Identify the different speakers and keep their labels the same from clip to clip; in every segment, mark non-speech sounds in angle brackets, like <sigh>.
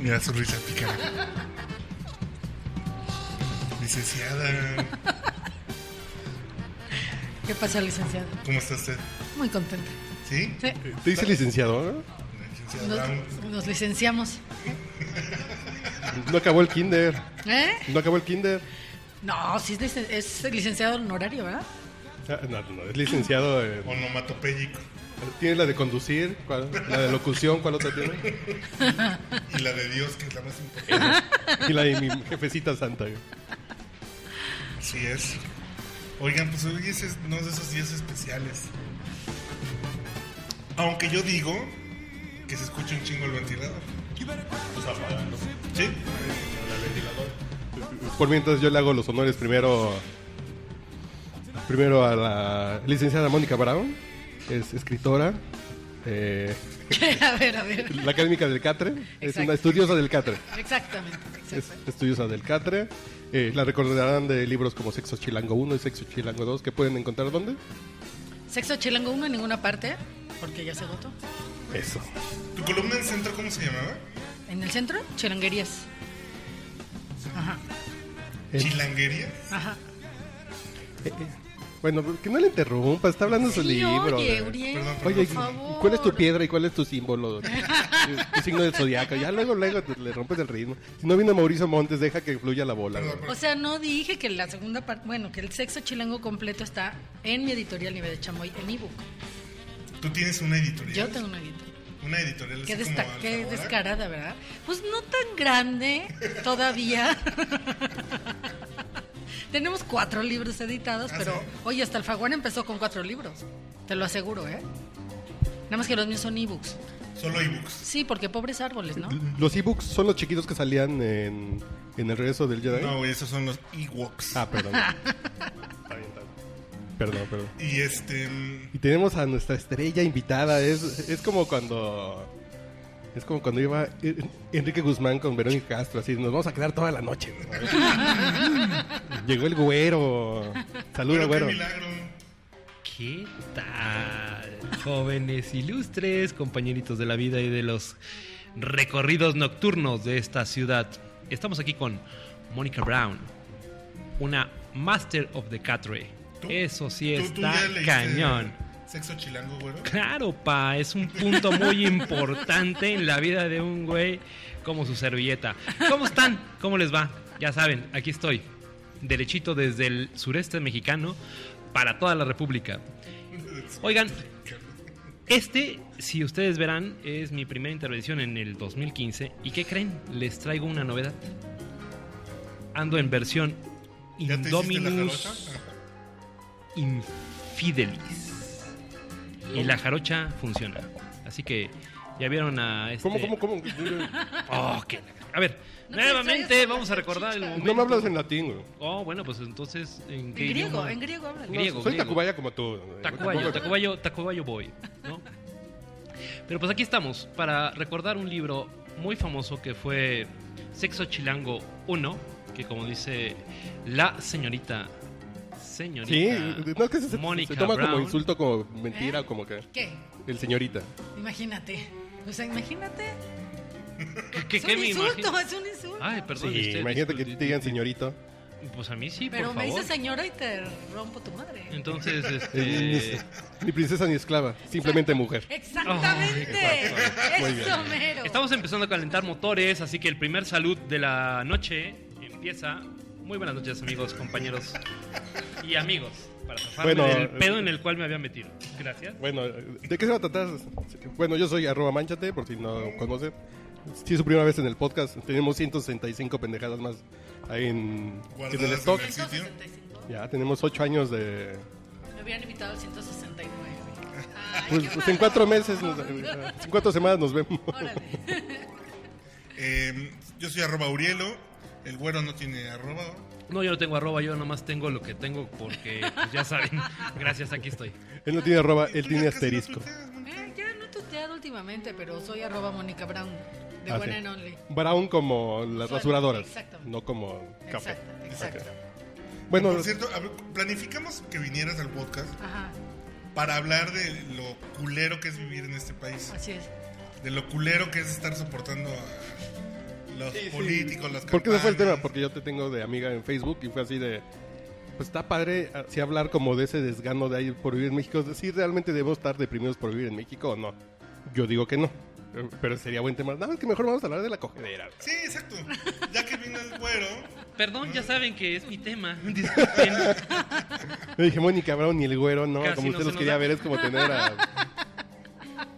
Speaker 1: Mira la sonrisa pícara. Licenciada,
Speaker 2: ¿Qué pasa, licenciado?
Speaker 1: ¿cómo está usted?
Speaker 2: Muy contenta.
Speaker 1: ¿Sí?
Speaker 2: Sí,
Speaker 3: ¿Te dice licenciado? ¿no?
Speaker 1: Licenciada Brown.
Speaker 2: nos, nos licenciamos.
Speaker 3: No acabó el kinder.
Speaker 2: ¿Eh?
Speaker 3: No acabó el kinder.
Speaker 2: No, sí es, licen- es licenciado honorario, ¿verdad? <laughs>
Speaker 3: Ah, No, no, es licenciado. en-
Speaker 1: Onomatopéyico.
Speaker 3: tiene la de conducir, ¿cuál? la de locución, ¿cuál otra tiene?
Speaker 1: Y la de Dios, que es la más importante.
Speaker 3: Y la de mi jefecita santa. güey.
Speaker 1: Así es. Oigan, pues hoy es uno de esos días especiales. Aunque yo digo que se escucha un chingo el ventilador. Sí.
Speaker 3: Por mientras yo le hago los honores primero. Primero a la licenciada Mónica Brown, es escritora, eh,
Speaker 2: a ver, a ver.
Speaker 3: la académica del Catre, es
Speaker 2: Exacto.
Speaker 3: una estudiosa del Catre.
Speaker 2: Exactamente.
Speaker 3: es
Speaker 2: exacto.
Speaker 3: estudiosa del Catre. Eh, la recordarán de libros como Sexo Chilango 1 y Sexo Chilango 2, que pueden encontrar dónde.
Speaker 2: Sexo chilango uno en ninguna parte, porque ya se agotó.
Speaker 3: Eso.
Speaker 1: ¿Tu columna en centro cómo se llamaba?
Speaker 2: En el centro, chilanguerías. Ajá,
Speaker 3: Eh.
Speaker 1: Chilanguería.
Speaker 2: ajá.
Speaker 3: Bueno, que no le interrumpa, está hablando de su
Speaker 2: Sí,
Speaker 3: libro.
Speaker 2: oye,
Speaker 3: eh.
Speaker 2: Uriel.
Speaker 1: Perdón, perdón.
Speaker 3: Oye,
Speaker 1: Por
Speaker 2: favor.
Speaker 3: ¿cuál es tu piedra y cuál es
Speaker 2: <laughs>
Speaker 3: tu símbolo? tu signo del zodiaco. Ya luego, luego te- le rompes el ritmo. Si no viene Mauricio Montes, deja que fluya la bola.
Speaker 1: Perdón,
Speaker 3: güey.
Speaker 2: O sea, no dije que la segunda parte, bueno, que el sexo chilango completo está en mi editorial Nieve de Chamoy, en ebook.
Speaker 1: Tú tienes una editorial.
Speaker 2: Yo tengo una editorial.
Speaker 1: Una editorial
Speaker 2: Qué,
Speaker 1: así como ¿eh?
Speaker 2: desta-
Speaker 1: Alfaguara.
Speaker 2: qué descarada, ¿verdad? Pues no tan grande
Speaker 1: <laughs>
Speaker 2: todavía. Tenemos cuatro libros editados,
Speaker 1: Ah,
Speaker 2: pero
Speaker 1: ¿sí?
Speaker 2: oye, hasta Alfaguara empezó con cuatro libros. Te lo aseguro, ¿eh? Nada más que los míos son ebooks.
Speaker 1: Solo ebooks.
Speaker 2: Sí, porque pobres árboles, ¿no?
Speaker 3: Los ebooks son los chiquitos que salían en, en el regreso del Jedi.
Speaker 1: No, güey, esos son los ewoks.
Speaker 3: Ah,
Speaker 2: <laughs>
Speaker 3: perdón. Está bien, está bien. Perdón, perdón.
Speaker 1: Y este. mm,
Speaker 3: Y tenemos a nuestra estrella invitada. Es, es como cuando. Es como cuando iba En- Enrique Guzmán con Verónica Castro. Así, nos vamos a quedar toda la noche. ¿no? Llegó el güero.
Speaker 1: Pero
Speaker 3: Saluda,
Speaker 1: qué
Speaker 3: güero.
Speaker 1: milagro.
Speaker 4: ¿Qué tal, jóvenes ilustres, compañeritos de la vida y de los recorridos nocturnos de esta ciudad? Estamos aquí con Mónica Brown, una Master of the Catre.
Speaker 1: ¿Tú?
Speaker 4: Eso sí
Speaker 1: ¿Tú- tú
Speaker 4: está
Speaker 1: ya leíste
Speaker 4: cañón.
Speaker 1: Sexo chilango, güero.
Speaker 4: Claro, pa, es un punto muy importante en la vida de un güey como su servilleta. ¿Cómo están? ¿Cómo les va? Ya saben, aquí estoy, derechito desde el sureste mexicano para toda la República. Oigan, este, si ustedes verán, es mi primera intervención en el 2015. ¿Y qué creen? Les traigo una novedad. Ando en versión
Speaker 1: ¿Ya te hiciste la
Speaker 4: Indominus
Speaker 1: jarocha? Ah.
Speaker 4: Infidelis. Y la jarocha funciona. Así que ya vieron a este...
Speaker 3: ¿Cómo, cómo, cómo?
Speaker 4: Oh, qué la- A ver,
Speaker 2: No te
Speaker 4: nuevamente
Speaker 2: distraigas con
Speaker 4: vamos
Speaker 2: la
Speaker 4: a recordar el
Speaker 2: salchicha.
Speaker 4: momento.
Speaker 3: No me hablas en latín, güey.
Speaker 4: Oh, bueno, pues entonces... ¿En, qué
Speaker 2: En griego,
Speaker 4: idioma?
Speaker 2: en griego háblale.
Speaker 4: Griego,
Speaker 3: No, soy
Speaker 4: griego.
Speaker 3: tacubaya como tú.
Speaker 4: Tacubayo,
Speaker 3: Tampoco-
Speaker 4: Tacubayo, Tacubayo Boy, ¿no? Pero pues aquí estamos para recordar un libro muy famoso que fue Sexo Chilango 1, que como dice la señorita,
Speaker 3: Sí,
Speaker 4: señorita
Speaker 3: no es que se, se
Speaker 4: Mónica
Speaker 3: toma como
Speaker 4: Brown.
Speaker 3: insulto, como mentira, como que.
Speaker 2: ¿Qué?
Speaker 3: El señorita.
Speaker 2: Imagínate. O sea, imagínate.
Speaker 4: ¿Qué-
Speaker 2: es
Speaker 4: qué
Speaker 2: un
Speaker 4: me
Speaker 2: insulto,
Speaker 4: imagino?
Speaker 2: es un insulto.
Speaker 4: Ay, perdón.
Speaker 3: Sí,
Speaker 4: usted,
Speaker 3: imagínate que
Speaker 4: disculpe.
Speaker 3: te digan señorito.
Speaker 4: Pues a mí sí,
Speaker 2: pero
Speaker 4: por
Speaker 2: me
Speaker 4: favor.
Speaker 2: dices señora y te rompo tu madre.
Speaker 3: <laughs>
Speaker 4: Entonces, este...
Speaker 3: Eh, Ni, ni princesa ni esclava, simplemente mujer.
Speaker 2: Exactamente.
Speaker 3: Muy bien.
Speaker 2: Eso, mero.
Speaker 4: Estamos empezando a calentar motores, así que el primer salud de la noche empieza. Muy buenas noches, amigos, compañeros y amigos, para zafarme
Speaker 3: Bueno, eh,
Speaker 4: del pedo en el cual me había metido. Gracias.
Speaker 3: Bueno, ¿de qué se va a tratar? Bueno, yo soy arroba manchate, por si no conocen. Si es su primera vez en el podcast, tenemos 165 pendejadas más ahí en, en el
Speaker 1: Guardadas
Speaker 3: stock.
Speaker 1: en el- sitio?
Speaker 2: 165.
Speaker 3: Ya, tenemos 8 años de...
Speaker 2: Me hubieran invitado al 169. Ay,
Speaker 3: Pues,
Speaker 2: qué
Speaker 3: pues, en
Speaker 2: malo.
Speaker 3: 4
Speaker 2: <laughs>
Speaker 3: meses, nos- en 4 semanas nos vemos.
Speaker 2: Órale.
Speaker 1: Eh, yo soy arroba Urielo. El güero no tiene arroba.
Speaker 4: No, yo no tengo arroba, yo nomás tengo lo que tengo porque <laughs> pues, ya saben. Gracias, aquí estoy.
Speaker 3: Él no tiene arroba,
Speaker 1: Tú
Speaker 3: Ah, él tiene
Speaker 1: ya casi no
Speaker 3: asterisco.
Speaker 1: tuiteas, ¿no?
Speaker 2: Eh, ya no tuteaba, tuiteado últimamente, pero soy arroba Mónica Brown, de
Speaker 3: Ah,
Speaker 2: One
Speaker 3: sí.
Speaker 2: and Only.
Speaker 3: Brown como las
Speaker 2: Suena,
Speaker 3: rasuradoras.
Speaker 2: exactamente.
Speaker 3: No como café.
Speaker 2: Exacto, exacto.
Speaker 3: Ok. Bueno,
Speaker 1: Por cierto, a ver, planificamos que vinieras al podcast
Speaker 2: Ajá,
Speaker 1: para hablar de lo culero que es vivir en este país.
Speaker 2: así es.
Speaker 1: De lo culero que es estar soportando a los políticos, las
Speaker 3: ¿por qué no fue el tema?
Speaker 4: ¿eh?
Speaker 1: campañas.
Speaker 3: Porque yo te tengo de amiga en Facebook y fue así de... Pues está padre así hablar como de ese desgano de ahí por vivir en México. Si realmente debemos estar deprimidos por vivir en México o no. Yo digo que no. Pero- Pero sería buen tema. Nada, es que mejor vamos a hablar de la cogedera.
Speaker 1: Sí, exacto. Ya que vino el güero,
Speaker 4: Perdón, ya saben que es mi tema. <laughs> Disculpen.
Speaker 3: Le dije, Mónica Brown y el güero, no,
Speaker 4: Casi
Speaker 3: como
Speaker 4: no
Speaker 3: usted
Speaker 4: se
Speaker 3: los
Speaker 4: nos
Speaker 3: quería
Speaker 4: da.
Speaker 3: ver, es como tener
Speaker 4: <laughs>
Speaker 3: a.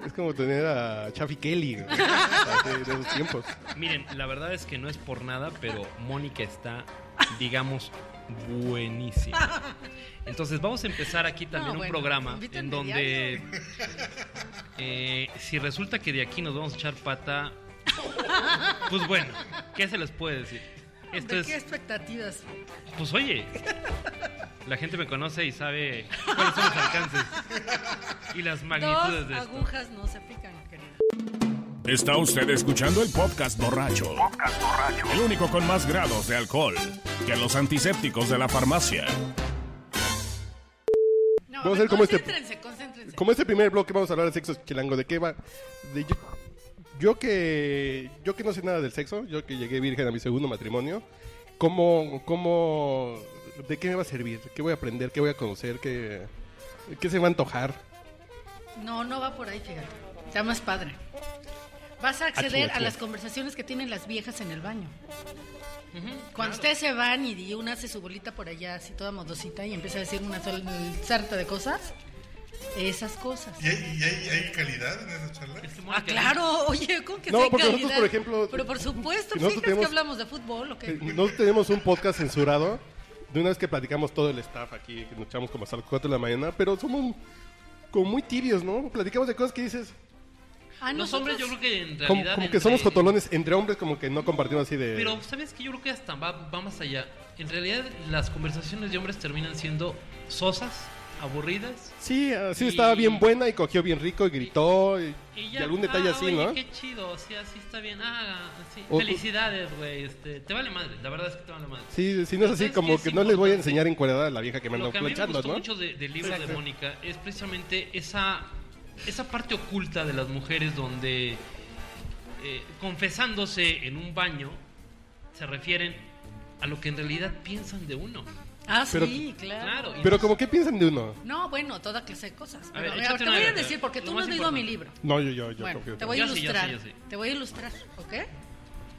Speaker 3: Es como tener a Chaffy Kelly güey, de, de esos tiempos.
Speaker 4: Miren, la verdad es que no es por nada, pero Mónica está, digamos, buenísima. Entonces vamos a empezar aquí también
Speaker 2: No,
Speaker 4: un
Speaker 2: bueno,
Speaker 4: programa
Speaker 2: invítenme
Speaker 4: en donde eh, si resulta que de aquí nos vamos a echar pata, pues bueno, ¿qué se les puede decir? Esto
Speaker 2: ¿De qué
Speaker 4: es,
Speaker 2: expectativas?
Speaker 4: pues oye, la gente me conoce y sabe cuáles son los alcances y las magnitudes
Speaker 2: Dos
Speaker 4: de esto.
Speaker 2: agujas no se pican, querido.
Speaker 5: Está usted escuchando el podcast borracho. El único con más grados de alcohol que los antisépticos de la farmacia.
Speaker 2: No,
Speaker 3: Vamos a
Speaker 2: ver,
Speaker 3: ver cómo este-
Speaker 2: concéntrense, concéntrense.
Speaker 3: Como este primer bloque, vamos a hablar de sexo chilango. ¿De qué va? De yo, yo que. Yo que no sé nada del sexo, yo que llegué virgen a mi segundo matrimonio, ¿cómo. cómo ¿De qué me va a servir? ¿Qué voy a aprender? ¿Qué voy a conocer? ¿Qué, qué se va a antojar?
Speaker 2: No, no va por ahí, fíjate. Está más padre.
Speaker 3: Ah,
Speaker 2: Vas a acceder
Speaker 3: Achú, achú.
Speaker 2: a las conversaciones que tienen las viejas en el baño. Cuando ustedes se van y- y una hace su bolita por allá, así toda modosita, y empieza a decir una sol- sarta de cosas, esas cosas.
Speaker 1: ¿y hay, y hay- hay calidad en esa charla?
Speaker 4: Es que
Speaker 2: Ah,
Speaker 4: Mónica
Speaker 2: claro, oye, ¿cómo que
Speaker 3: No,
Speaker 2: sí hay
Speaker 3: porque nosotros,
Speaker 2: calidad?
Speaker 3: por ejemplo,
Speaker 2: Pero por supuesto,
Speaker 3: que
Speaker 2: ¿sí
Speaker 3: nosotros
Speaker 2: crees que
Speaker 3: tenemos-
Speaker 2: hablamos de fútbol o qué?
Speaker 3: Eh, Nosotros tenemos un podcast censurado. De una vez que platicamos todo el staff aquí, que nos echamos como hasta las 4 de la mañana, pero somos como muy tibios, ¿no? Platicamos de cosas que dices,
Speaker 2: Ah,
Speaker 4: Los
Speaker 2: nosotros-
Speaker 4: hombres yo creo que en realidad...
Speaker 3: como, como que
Speaker 4: entre-
Speaker 3: somos jotolones entre hombres, como que no compartimos así de...
Speaker 4: Pero sabes que yo creo que hasta va, va más allá. En realidad las conversaciones de hombres terminan siendo sosas, aburridas.
Speaker 3: Sí, así
Speaker 4: Y-
Speaker 3: estaba bien buena y cogió bien rico y gritó y,
Speaker 4: Y,
Speaker 3: y
Speaker 4: ya,
Speaker 3: algún detalle
Speaker 4: "Ah,
Speaker 3: así,
Speaker 4: oye,
Speaker 3: ¿no?
Speaker 4: Qué chido, o sea, así está bien. Ah, sí.
Speaker 3: O-
Speaker 4: Felicidades, güey. Este, te vale madre, la verdad es que te vale madre.
Speaker 3: Sí, sí, no es así
Speaker 4: Entonces,
Speaker 3: como
Speaker 4: ¿qué
Speaker 3: que
Speaker 4: es
Speaker 3: no les voy a
Speaker 4: importante?
Speaker 3: enseñar encuadrada a la vieja que me
Speaker 4: Lo
Speaker 3: ando
Speaker 4: que a mí me
Speaker 3: planchando,
Speaker 4: gustó
Speaker 3: ¿no?
Speaker 4: mucho de- del libro de
Speaker 3: Exacto.
Speaker 4: Mónica es precisamente esa, esa parte oculta de las mujeres donde eh, confesándose en un baño se refieren a lo que en realidad piensan de uno.
Speaker 2: Ah,
Speaker 3: Pero-
Speaker 2: sí, claro.
Speaker 4: Claro, y-
Speaker 3: Pero como que piensan de uno.
Speaker 2: No, bueno, toda clase de cosas.
Speaker 4: A
Speaker 2: Pero,
Speaker 4: ver,
Speaker 2: a ver,
Speaker 4: échate
Speaker 2: te
Speaker 4: una
Speaker 2: voy a
Speaker 4: de-
Speaker 2: decir, porque
Speaker 4: lo
Speaker 2: tú no
Speaker 4: más
Speaker 2: has leído mi
Speaker 4: importante.
Speaker 2: libro.
Speaker 3: No, yo, yo, yo.
Speaker 2: bueno,
Speaker 3: confío.
Speaker 2: te voy a
Speaker 4: Yo sí, yo sí,
Speaker 2: ilustrar.
Speaker 4: yo sí.
Speaker 2: Te voy a ilustrar, ¿ok? Te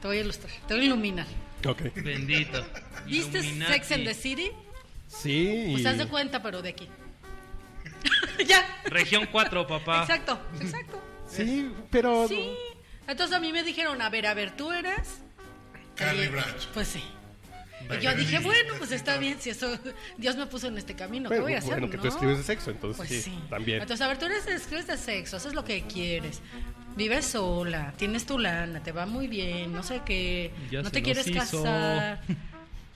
Speaker 2: voy a ilustrar, te voy a iluminar.
Speaker 3: Ok.
Speaker 4: Bendito.
Speaker 2: ¿Viste
Speaker 4: Illuminati.
Speaker 2: Sex and the City?
Speaker 3: Sí. y-
Speaker 2: Pues haz de cuenta, pero de aquí. <laughs> ya.
Speaker 4: Región 4,
Speaker 3: Ah.
Speaker 4: papá.
Speaker 2: Exacto, exacto.
Speaker 3: Sí, pero...
Speaker 2: Sí. Entonces a mí me dijeron, a ver, a ver, tú eres.
Speaker 1: Carly
Speaker 2: Y-
Speaker 1: Bracho.
Speaker 2: Pues sí.
Speaker 4: Vale.
Speaker 2: Y yo dije, bueno, pues está bien, si eso Dios me puso en este camino, ¿qué
Speaker 3: Bueno,
Speaker 2: voy a hacer?
Speaker 3: bueno, que tú
Speaker 2: no?
Speaker 3: escribes de sexo, entonces
Speaker 2: Pues
Speaker 3: sí,
Speaker 2: sí.
Speaker 3: también.
Speaker 2: Entonces, a ver, tú eres, escribes de sexo, haces lo que quieres. Vives sola, tienes tu lana, te va muy bien, no sé qué.
Speaker 4: Ya
Speaker 2: no
Speaker 4: se
Speaker 2: te
Speaker 4: nos
Speaker 2: quieres
Speaker 4: hizo. <laughs>
Speaker 2: casar.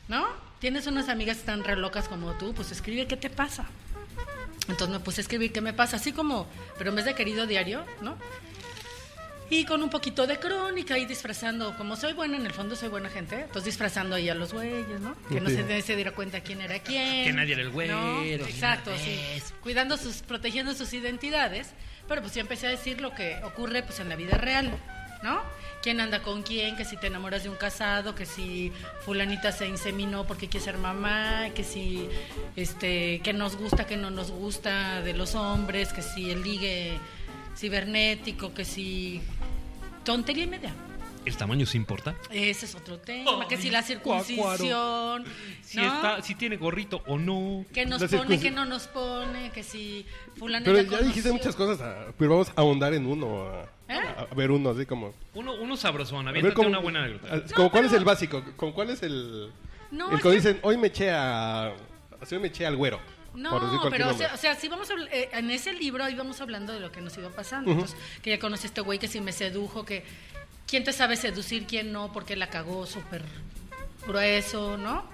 Speaker 2: ¿No? Tienes unas amigas tan re locas como tú, pues escribe qué te pasa. Entonces me puse a escribir qué me pasa, así como, pero en vez de querido diario, ¿no? Y con un poquito de crónica y disfrazando, como soy buena, en el fondo soy buena gente, entonces disfrazando ahí a los güeyes, ¿no? Que no
Speaker 3: Sí.
Speaker 2: se, se diera cuenta quién era quién.
Speaker 4: Que nadie era el güero,
Speaker 2: ¿no?
Speaker 4: ni nada
Speaker 2: Exacto,
Speaker 4: de
Speaker 2: sí.
Speaker 4: eso.
Speaker 2: Cuidando sus, protegiendo sus identidades, pero pues yo empecé a decir lo que ocurre pues en la vida real, ¿no? ¿Quién anda con quién? Que si te enamoras de un casado, que si fulanita se inseminó porque quiere ser mamá, que si, este, que nos gusta, que no nos gusta de los hombres, que si el ligue cibernético, que si tontería y media.
Speaker 4: ¿El tamaño se importa?
Speaker 2: Ese es otro tema, que si la circuncisión,
Speaker 4: Si,
Speaker 2: ¿no?
Speaker 4: está, si tiene gorrito o no.
Speaker 2: que nos
Speaker 3: La
Speaker 2: pone,
Speaker 3: circuncis-
Speaker 2: que no nos pone, que si fulanita
Speaker 3: Pero ya dijiste
Speaker 2: conoció-
Speaker 3: muchas cosas, ah, pero vamos a ahondar en uno, a,
Speaker 2: ¿Eh?
Speaker 3: a- a ver uno, así como...
Speaker 4: Uno, uno sabrosón,
Speaker 3: a
Speaker 4: aviéntate
Speaker 3: ver cómo-
Speaker 4: una buena
Speaker 3: a-
Speaker 4: anécdota.
Speaker 3: como ¿Cuál
Speaker 2: pero-
Speaker 3: es el básico? ¿Con cuál es el...?
Speaker 2: No,
Speaker 3: el
Speaker 2: es
Speaker 3: que
Speaker 2: que-
Speaker 3: dicen, hoy me eché a... Así hoy me eché al güero. por decir
Speaker 2: No,
Speaker 3: cualquier
Speaker 2: pero o
Speaker 3: nombre.
Speaker 2: sea, o sea, sí vamos a habl- eh, en ese libro íbamos hablando de lo que nos iba pasando, entonces, que ya conocí a este güey que si me sedujo, que quién te sabe seducir, quién no, porque la cagó súper grueso, ¿no?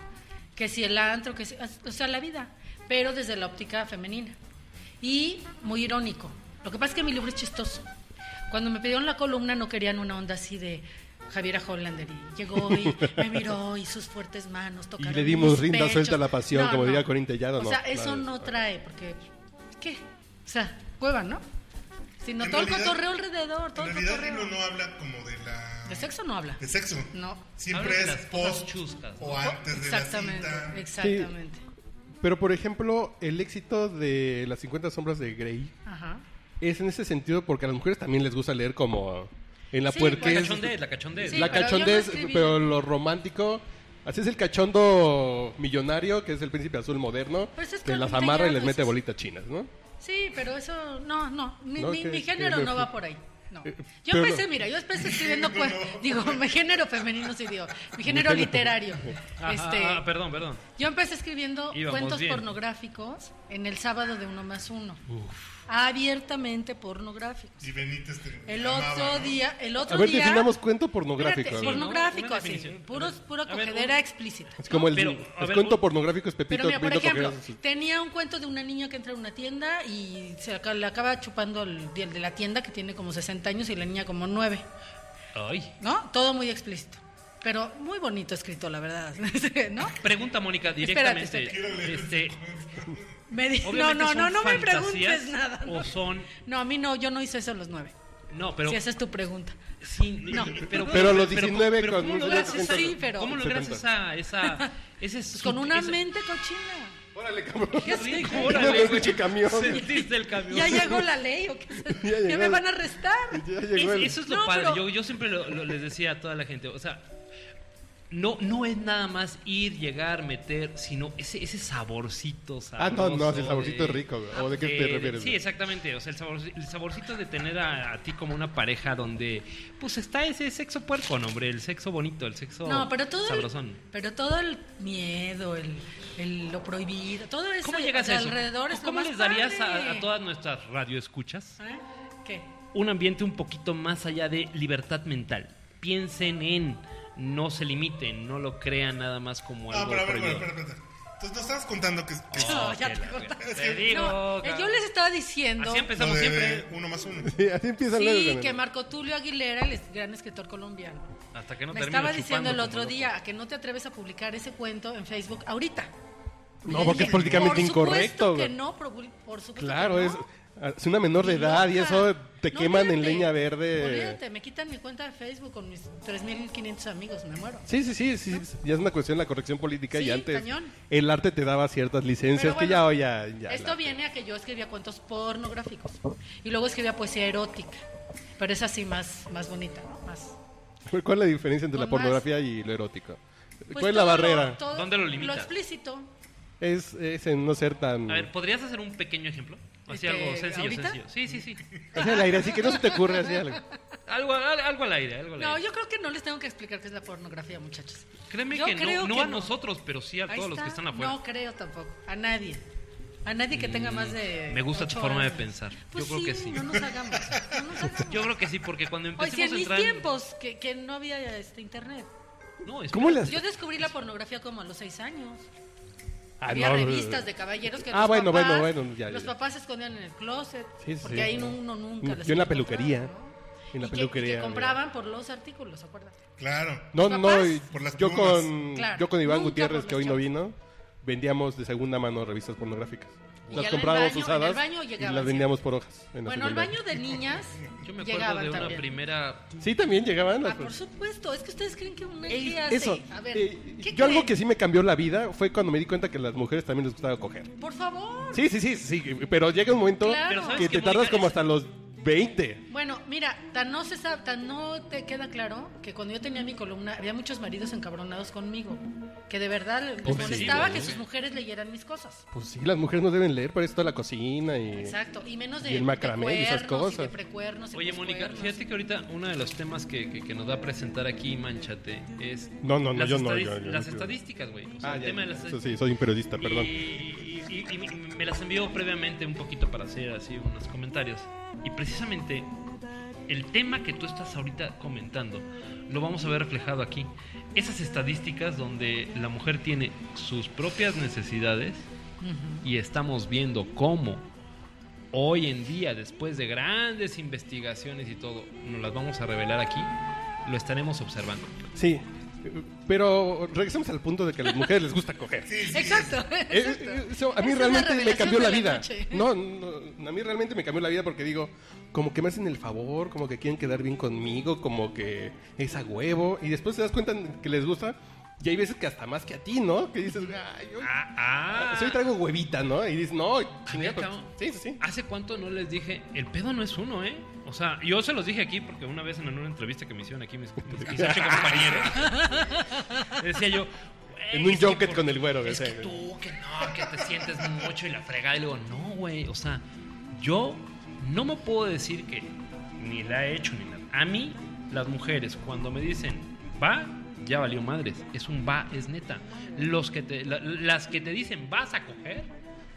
Speaker 2: Que si el antro, que si- o sea, la vida, pero desde la óptica femenina. Y muy irónico. Lo que pasa es que mi libro es chistoso. Cuando me pidieron la columna no querían una onda así de Javiera Hollander y llegó
Speaker 3: <laughs>
Speaker 2: y me miró y sus fuertes manos tocaron
Speaker 3: Y le dimos
Speaker 2: mis
Speaker 3: rienda
Speaker 2: pechos.
Speaker 3: suelta a la pasión, como diría Corín Tellado,
Speaker 2: O
Speaker 3: no,
Speaker 2: sea, eso
Speaker 3: claro.
Speaker 2: no trae, porque ¿qué? O sea, cueva, ¿no? Sino
Speaker 1: En
Speaker 2: todo el
Speaker 1: realidad-
Speaker 2: cotorreo alrededor, todo
Speaker 1: En
Speaker 2: el
Speaker 1: realidad
Speaker 2: cotorreo.
Speaker 1: Rilo no habla como de la...
Speaker 2: De sexo no habla.
Speaker 1: De sexo.
Speaker 2: No.
Speaker 4: Habla
Speaker 1: Siempre
Speaker 4: de
Speaker 1: es
Speaker 4: las cosas
Speaker 1: post
Speaker 4: chuscas, ¿no?
Speaker 1: o antes de la
Speaker 2: Exactamente,
Speaker 1: cita.
Speaker 2: exactamente.
Speaker 3: Pero por ejemplo, el éxito de las 50 sombras de Grey
Speaker 2: Ajá.
Speaker 3: es en ese sentido porque a las mujeres también les gusta leer como en la
Speaker 2: Sí,
Speaker 3: puerquez.
Speaker 4: La
Speaker 2: pues,
Speaker 4: cachondez, la cachondez.
Speaker 2: Sí,
Speaker 3: la
Speaker 2: pero yo no
Speaker 3: cachondez,
Speaker 2: escribí.
Speaker 3: pero lo romántico. Así es el cachondo millonario, que es el príncipe azul moderno,
Speaker 2: Pues es
Speaker 3: que
Speaker 2: con
Speaker 3: las
Speaker 2: un
Speaker 3: amarra y
Speaker 2: tallado,
Speaker 3: les mete
Speaker 2: es-
Speaker 3: bolitas chinas, ¿no?
Speaker 2: Sí, pero eso no, no, mi,
Speaker 3: No,
Speaker 2: mi-
Speaker 3: que-
Speaker 2: mi
Speaker 3: que
Speaker 2: género
Speaker 3: me
Speaker 2: no
Speaker 3: fu-
Speaker 2: va por ahí. No.
Speaker 3: Eh,
Speaker 2: Yo
Speaker 3: pero-
Speaker 2: empecé, mira, yo empecé
Speaker 1: <laughs>
Speaker 2: escribiendo, cue- digo, mi género femenino sí digo, mi género literario.
Speaker 4: Ah,
Speaker 2: Este,
Speaker 4: ah, ah, perdón, perdón.
Speaker 2: yo empecé escribiendo
Speaker 4: Íbamos
Speaker 2: cuentos
Speaker 4: bien.
Speaker 2: pornográficos en el sábado de uno más uno, abiertamente pornográficos.
Speaker 1: Y Benítez te
Speaker 2: El
Speaker 1: amaba,
Speaker 2: otro
Speaker 1: ¿no?
Speaker 2: día, el otro
Speaker 3: A ver,
Speaker 2: día,
Speaker 3: definamos cuento
Speaker 2: espérate,
Speaker 3: pornográfico. a ver.
Speaker 4: porno-
Speaker 2: pornográfico,
Speaker 4: Una
Speaker 2: así,
Speaker 4: definición.
Speaker 2: puros, pura
Speaker 4: A ver,
Speaker 2: cogedera
Speaker 4: un-
Speaker 2: explícita.
Speaker 3: Es como el,
Speaker 4: Pero,
Speaker 3: el
Speaker 4: a ver,
Speaker 3: cuento
Speaker 4: un-
Speaker 3: pornográfico es Pepito,
Speaker 2: Pero mira, por
Speaker 3: Pepito
Speaker 2: ejemplo,
Speaker 3: Coqueras.
Speaker 2: tenía un cuento de una niña que entra a una tienda y se aca- le acaba chupando el, el de la tienda que tiene como 60 años y la niña como 9,
Speaker 4: Ay.
Speaker 2: ¿no? Todo muy explícito. Pero muy bonito escrito, la verdad, <laughs> ¿no?
Speaker 4: Pregunta Mónica
Speaker 2: Espérate,
Speaker 4: directamente.
Speaker 1: espérate.
Speaker 4: Este,
Speaker 2: Me di- no,
Speaker 4: obviamente
Speaker 2: no,
Speaker 4: son
Speaker 2: no, no me
Speaker 4: fantasías
Speaker 2: preguntes nada.
Speaker 4: O son.
Speaker 2: No, a mí no, yo no hice eso a los 9.
Speaker 4: No, pero.
Speaker 2: si esa es tu pregunta.
Speaker 4: sí,
Speaker 2: no.
Speaker 4: pero,
Speaker 3: Pero a los
Speaker 4: pero-
Speaker 3: 19
Speaker 4: pero
Speaker 3: con
Speaker 4: ¿cómo
Speaker 3: un
Speaker 4: logras
Speaker 2: señor
Speaker 4: esa-
Speaker 2: Sí, pero-
Speaker 4: ¿Cómo logras
Speaker 3: 70?
Speaker 4: esa. esa ese
Speaker 2: Pues
Speaker 4: sub-
Speaker 2: con una
Speaker 4: ese-
Speaker 2: mente cochina.
Speaker 3: Órale, cabrón.
Speaker 4: Qué rico,
Speaker 3: Ya
Speaker 4: órale,
Speaker 3: llegó
Speaker 4: güey.
Speaker 3: el camión.
Speaker 4: Sentiste el camión.
Speaker 2: Ya llegó la ley o qué? es-
Speaker 3: <laughs> Ya
Speaker 2: Ya,
Speaker 3: llegó
Speaker 2: me
Speaker 3: el-
Speaker 2: van a arrestar.
Speaker 3: Ya
Speaker 4: Es-
Speaker 3: llegó el-
Speaker 4: eso es lo
Speaker 2: No,
Speaker 4: padre.
Speaker 2: pero-
Speaker 4: Yo, yo siempre lo- lo- les decía a toda la gente, o sea, no, no es nada más ir, llegar, meter, sino ese, ese saborcito
Speaker 3: Ah, no, no,
Speaker 4: sabroso
Speaker 3: sí, el saborcito
Speaker 4: de-
Speaker 3: es rico, güey. ¿O de qué te
Speaker 4: Eh,
Speaker 3: refieres?
Speaker 4: Sí, exactamente. O sea, el, sabor- el saborcito de tener a, a ti como una pareja donde, pues está ese sexo puerco, no, hombre, el sexo bonito, el sexo
Speaker 2: No, pero todo, el,
Speaker 4: sabrosón.
Speaker 2: pero todo el miedo, el, el- lo prohibido, todo eso
Speaker 4: ¿Cómo llegas
Speaker 2: de
Speaker 4: a eso?
Speaker 2: alrededor es lo
Speaker 4: ¿Cómo
Speaker 2: más
Speaker 4: les darías
Speaker 2: padre.
Speaker 4: a, a todas nuestras radioescuchas
Speaker 2: ¿Eh? ¿Qué?
Speaker 4: un ambiente un poquito más allá de libertad mental. Piensen en, no se limiten, no lo crean nada más como
Speaker 1: No,
Speaker 4: algo
Speaker 1: Ah, pero a ver,
Speaker 4: prohibido.
Speaker 1: espera, espera, espera. Entonces, nos estabas contando que... que
Speaker 2: <laughs> No,
Speaker 4: Oh,
Speaker 2: ya
Speaker 4: qué
Speaker 2: te
Speaker 4: la
Speaker 2: cortaste.
Speaker 4: verga. Te digo,
Speaker 2: No, eh,
Speaker 4: cabrón.
Speaker 2: yo les estaba diciendo
Speaker 4: Así empezamos
Speaker 1: lo de
Speaker 4: siempre,
Speaker 1: Uno más uno.
Speaker 3: Sí, así empieza el
Speaker 2: sí,
Speaker 3: negro,
Speaker 2: que
Speaker 3: cabrón.
Speaker 2: Marco Tulio Aguilera, el es- gran escritor colombiano,
Speaker 4: hasta que no
Speaker 2: me
Speaker 4: termino
Speaker 2: estaba diciendo
Speaker 4: chupando
Speaker 2: el
Speaker 4: como
Speaker 2: otro
Speaker 4: loco.
Speaker 2: día que no te atreves a publicar ese cuento en Facebook ahorita.
Speaker 3: No, porque es políticamente
Speaker 2: Por supuesto
Speaker 3: incorrecto,
Speaker 2: que
Speaker 3: güey.
Speaker 2: no, por, por supuesto
Speaker 3: Claro,
Speaker 2: que
Speaker 3: es,
Speaker 2: no.
Speaker 3: es una menor de edad y eso te
Speaker 2: No,
Speaker 3: queman en
Speaker 2: olvídate.
Speaker 3: leña verde.
Speaker 2: Olvídate, me quitan mi cuenta de Facebook con mis 3.500 amigos, me muero.
Speaker 3: Sí, sí, sí, sí, sí, ya es una cuestión de la corrección política y
Speaker 2: Sí,
Speaker 3: antes
Speaker 2: cañón.
Speaker 3: el arte te daba ciertas licencias
Speaker 2: Pero
Speaker 3: que ya hoy ya, ya
Speaker 2: Esto
Speaker 3: la-
Speaker 2: viene a que yo escribía cuentos pornográficos y luego escribía poesía erótica, pero es así más, más bonita, ¿no? Más.
Speaker 3: <laughs> ¿Cuál es la diferencia entre la
Speaker 2: Con más.
Speaker 3: pornografía y lo erótico?
Speaker 2: Pues
Speaker 3: ¿Cuál es la
Speaker 2: todo lo-
Speaker 3: barrera?
Speaker 2: todo
Speaker 4: ¿Dónde lo
Speaker 2: Lo
Speaker 4: limitas?
Speaker 2: explícito.
Speaker 3: Es, es en no ser tan
Speaker 4: A ver, ¿podrías hacer un pequeño ejemplo? Así
Speaker 2: Este,
Speaker 4: algo sencillo,
Speaker 2: ¿ahorita?
Speaker 4: sencillo. Sí, sí, sí.
Speaker 3: hacia el aire, así que no se te ocurre así algo.
Speaker 4: Algo, al- algo al aire, algo al
Speaker 2: No,
Speaker 4: aire.
Speaker 2: yo creo que no les tengo que explicar qué es la pornografía, muchachos.
Speaker 4: Créeme
Speaker 2: Yo
Speaker 4: que no,
Speaker 2: creo
Speaker 4: no
Speaker 2: que
Speaker 4: a
Speaker 2: no.
Speaker 4: nosotros, pero sí a
Speaker 2: Ahí
Speaker 4: todos los que
Speaker 2: está.
Speaker 4: están afuera. Mm,
Speaker 2: No creo tampoco, a nadie. A nadie que tenga más de.
Speaker 4: me gusta tu
Speaker 2: ocho
Speaker 4: forma de
Speaker 2: años.
Speaker 4: pensar.
Speaker 2: Pues
Speaker 4: Yo creo que sí.
Speaker 2: No nos hagamos. No nos hagamos.
Speaker 4: <laughs> Yo creo que sí, porque cuando
Speaker 2: Oye,
Speaker 4: empecemos
Speaker 2: si en
Speaker 4: a
Speaker 2: mis
Speaker 4: entrar...
Speaker 2: tiempos que, que no había este internet.
Speaker 4: No,
Speaker 3: ¿Cómo
Speaker 4: espérate.
Speaker 3: las?
Speaker 2: Yo descubrí la pornografía como a los seis años.
Speaker 3: Ah,
Speaker 2: Había
Speaker 3: no, no, no, no.
Speaker 2: revistas de caballeros que
Speaker 3: Ah,
Speaker 2: los
Speaker 3: bueno,
Speaker 2: papás,
Speaker 3: bueno, bueno, ya, ya.
Speaker 2: los papás se escondían en el closet,
Speaker 3: Sí, sí,
Speaker 2: porque
Speaker 3: sí.
Speaker 2: ahí no- uno nunca. las
Speaker 3: Yo en la
Speaker 2: encontraba,
Speaker 3: peluquería,
Speaker 2: ¿no?
Speaker 3: en la
Speaker 2: Y que- y
Speaker 3: peluquería,
Speaker 2: que compraban por los artículos, acuérdate.
Speaker 1: Claro. <laughs>
Speaker 3: No,
Speaker 2: ¿Papás?
Speaker 3: no, y
Speaker 1: Por las
Speaker 3: yo
Speaker 1: plumas.
Speaker 3: con
Speaker 2: Claro.
Speaker 3: yo con Iván
Speaker 2: Nunca
Speaker 3: Gutiérrez
Speaker 2: por
Speaker 3: que
Speaker 2: los
Speaker 3: hoy no
Speaker 2: chavos.
Speaker 3: vino, vendíamos de segunda mano revistas pornográficas.
Speaker 2: Y
Speaker 3: Las
Speaker 2: al
Speaker 3: comprábamos
Speaker 2: baño- en el
Speaker 3: usadas
Speaker 2: baño
Speaker 3: y
Speaker 2: llegaban
Speaker 3: las vendíamos por hojas. en la
Speaker 2: Bueno, el
Speaker 3: secundaria.
Speaker 2: baño de niñas
Speaker 4: <laughs> Yo me acuerdo
Speaker 2: llegaban
Speaker 4: de una
Speaker 2: también.
Speaker 4: primera...
Speaker 3: Sí, también llegaban las
Speaker 2: Ah, por supuesto, es que ustedes creen que una
Speaker 3: Ey,
Speaker 2: guía
Speaker 3: pues. Eso.
Speaker 2: hace- A ver,
Speaker 3: eh,
Speaker 2: ¿qué
Speaker 3: yo algo
Speaker 2: creen?
Speaker 3: que sí me cambió la vida fue cuando me di cuenta que a las mujeres también les gustaba coger.
Speaker 2: Por favor.
Speaker 3: Sí, sí, sí, sí, pero llega un momento
Speaker 2: Claro. Pero
Speaker 4: ¿sabes
Speaker 3: que
Speaker 4: qué,
Speaker 3: te tardas
Speaker 4: Mónica?
Speaker 3: como
Speaker 4: Es-
Speaker 3: hasta los 20.
Speaker 2: Bueno, mira, tan no se sabe, tan no te queda claro que cuando yo tenía mi columna había muchos maridos encabronados conmigo, que de verdad les
Speaker 3: Pues sí,
Speaker 2: molestaba
Speaker 4: güey.
Speaker 2: que sus mujeres leyeran mis cosas.
Speaker 3: Pues sí, las mujeres no deben leer, para eso está la cocina y...
Speaker 2: Exacto, y menos de
Speaker 3: Y el macramé y esas
Speaker 2: de cuernos,
Speaker 3: cosas.
Speaker 2: Y de precuernos y
Speaker 4: Oye, Mónica,
Speaker 2: poscuernos.
Speaker 4: fíjate que ahorita uno de los temas que, que- que nos va a presentar aquí, manchate, es...
Speaker 3: No, no, no,
Speaker 4: las
Speaker 3: yo no,
Speaker 4: estadis-
Speaker 3: yo- yo no
Speaker 4: Las
Speaker 3: quiero.
Speaker 4: estadísticas, güey. O sea,
Speaker 3: Ah,
Speaker 4: el
Speaker 3: ya,
Speaker 4: tema de las
Speaker 3: eso sí, soy un periodista,
Speaker 4: Y,
Speaker 3: perdón.
Speaker 4: y- y- y me las envió previamente un poquito para hacer así unos comentarios. Y precisamente el tema que tú estás ahorita comentando lo vamos a ver reflejado aquí. Esas estadísticas donde la mujer tiene sus propias necesidades y estamos viendo cómo hoy en día, después de grandes investigaciones y todo, nos las vamos a revelar aquí, lo estaremos observando.
Speaker 3: Sí. Pero regresemos al punto de que a las mujeres les gusta
Speaker 4: <laughs>
Speaker 3: coger.
Speaker 2: Exacto. <laughs>
Speaker 3: Eh,
Speaker 2: exacto.
Speaker 3: eh, eso a mí
Speaker 2: Es una
Speaker 3: realmente me
Speaker 2: revelación
Speaker 3: cambió
Speaker 2: de
Speaker 3: la
Speaker 2: la
Speaker 3: vida.
Speaker 2: noche.
Speaker 3: No, no, a mí realmente me cambió la vida porque digo, como que me hacen el favor, como que quieren quedar bien conmigo, como que es a huevo. Y después te das cuenta que les gusta. Y hay veces que hasta más que a ti, ¿no? Que dices, ay, hoy,
Speaker 4: Ah, ah.
Speaker 3: hoy traigo huevita, ¿no? Y dices, no, chingada,
Speaker 4: neta? Ah.
Speaker 3: pero- Sí, sí, sí.
Speaker 4: ¿Hace cuánto no les dije? El pedo no es uno, ¿eh? O sea, yo se los dije aquí porque una vez en una entrevista que me hicieron aquí mis, mis 18 compañeros,
Speaker 3: <laughs>
Speaker 4: decía yo. "Güey,
Speaker 3: En un
Speaker 4: es que
Speaker 3: junket
Speaker 4: por-
Speaker 3: con el güero,
Speaker 4: Es
Speaker 3: o
Speaker 4: que
Speaker 3: sea,
Speaker 4: tú, uh, que no, que te sientes mucho y la fregada. Y luego, no, güey. O sea, yo no me puedo decir que ni la he hecho ni nada. A mí, las mujeres, cuando me dicen va, ya valió madres. Es un va, es neta. Los que te, la- las que te dicen vas a coger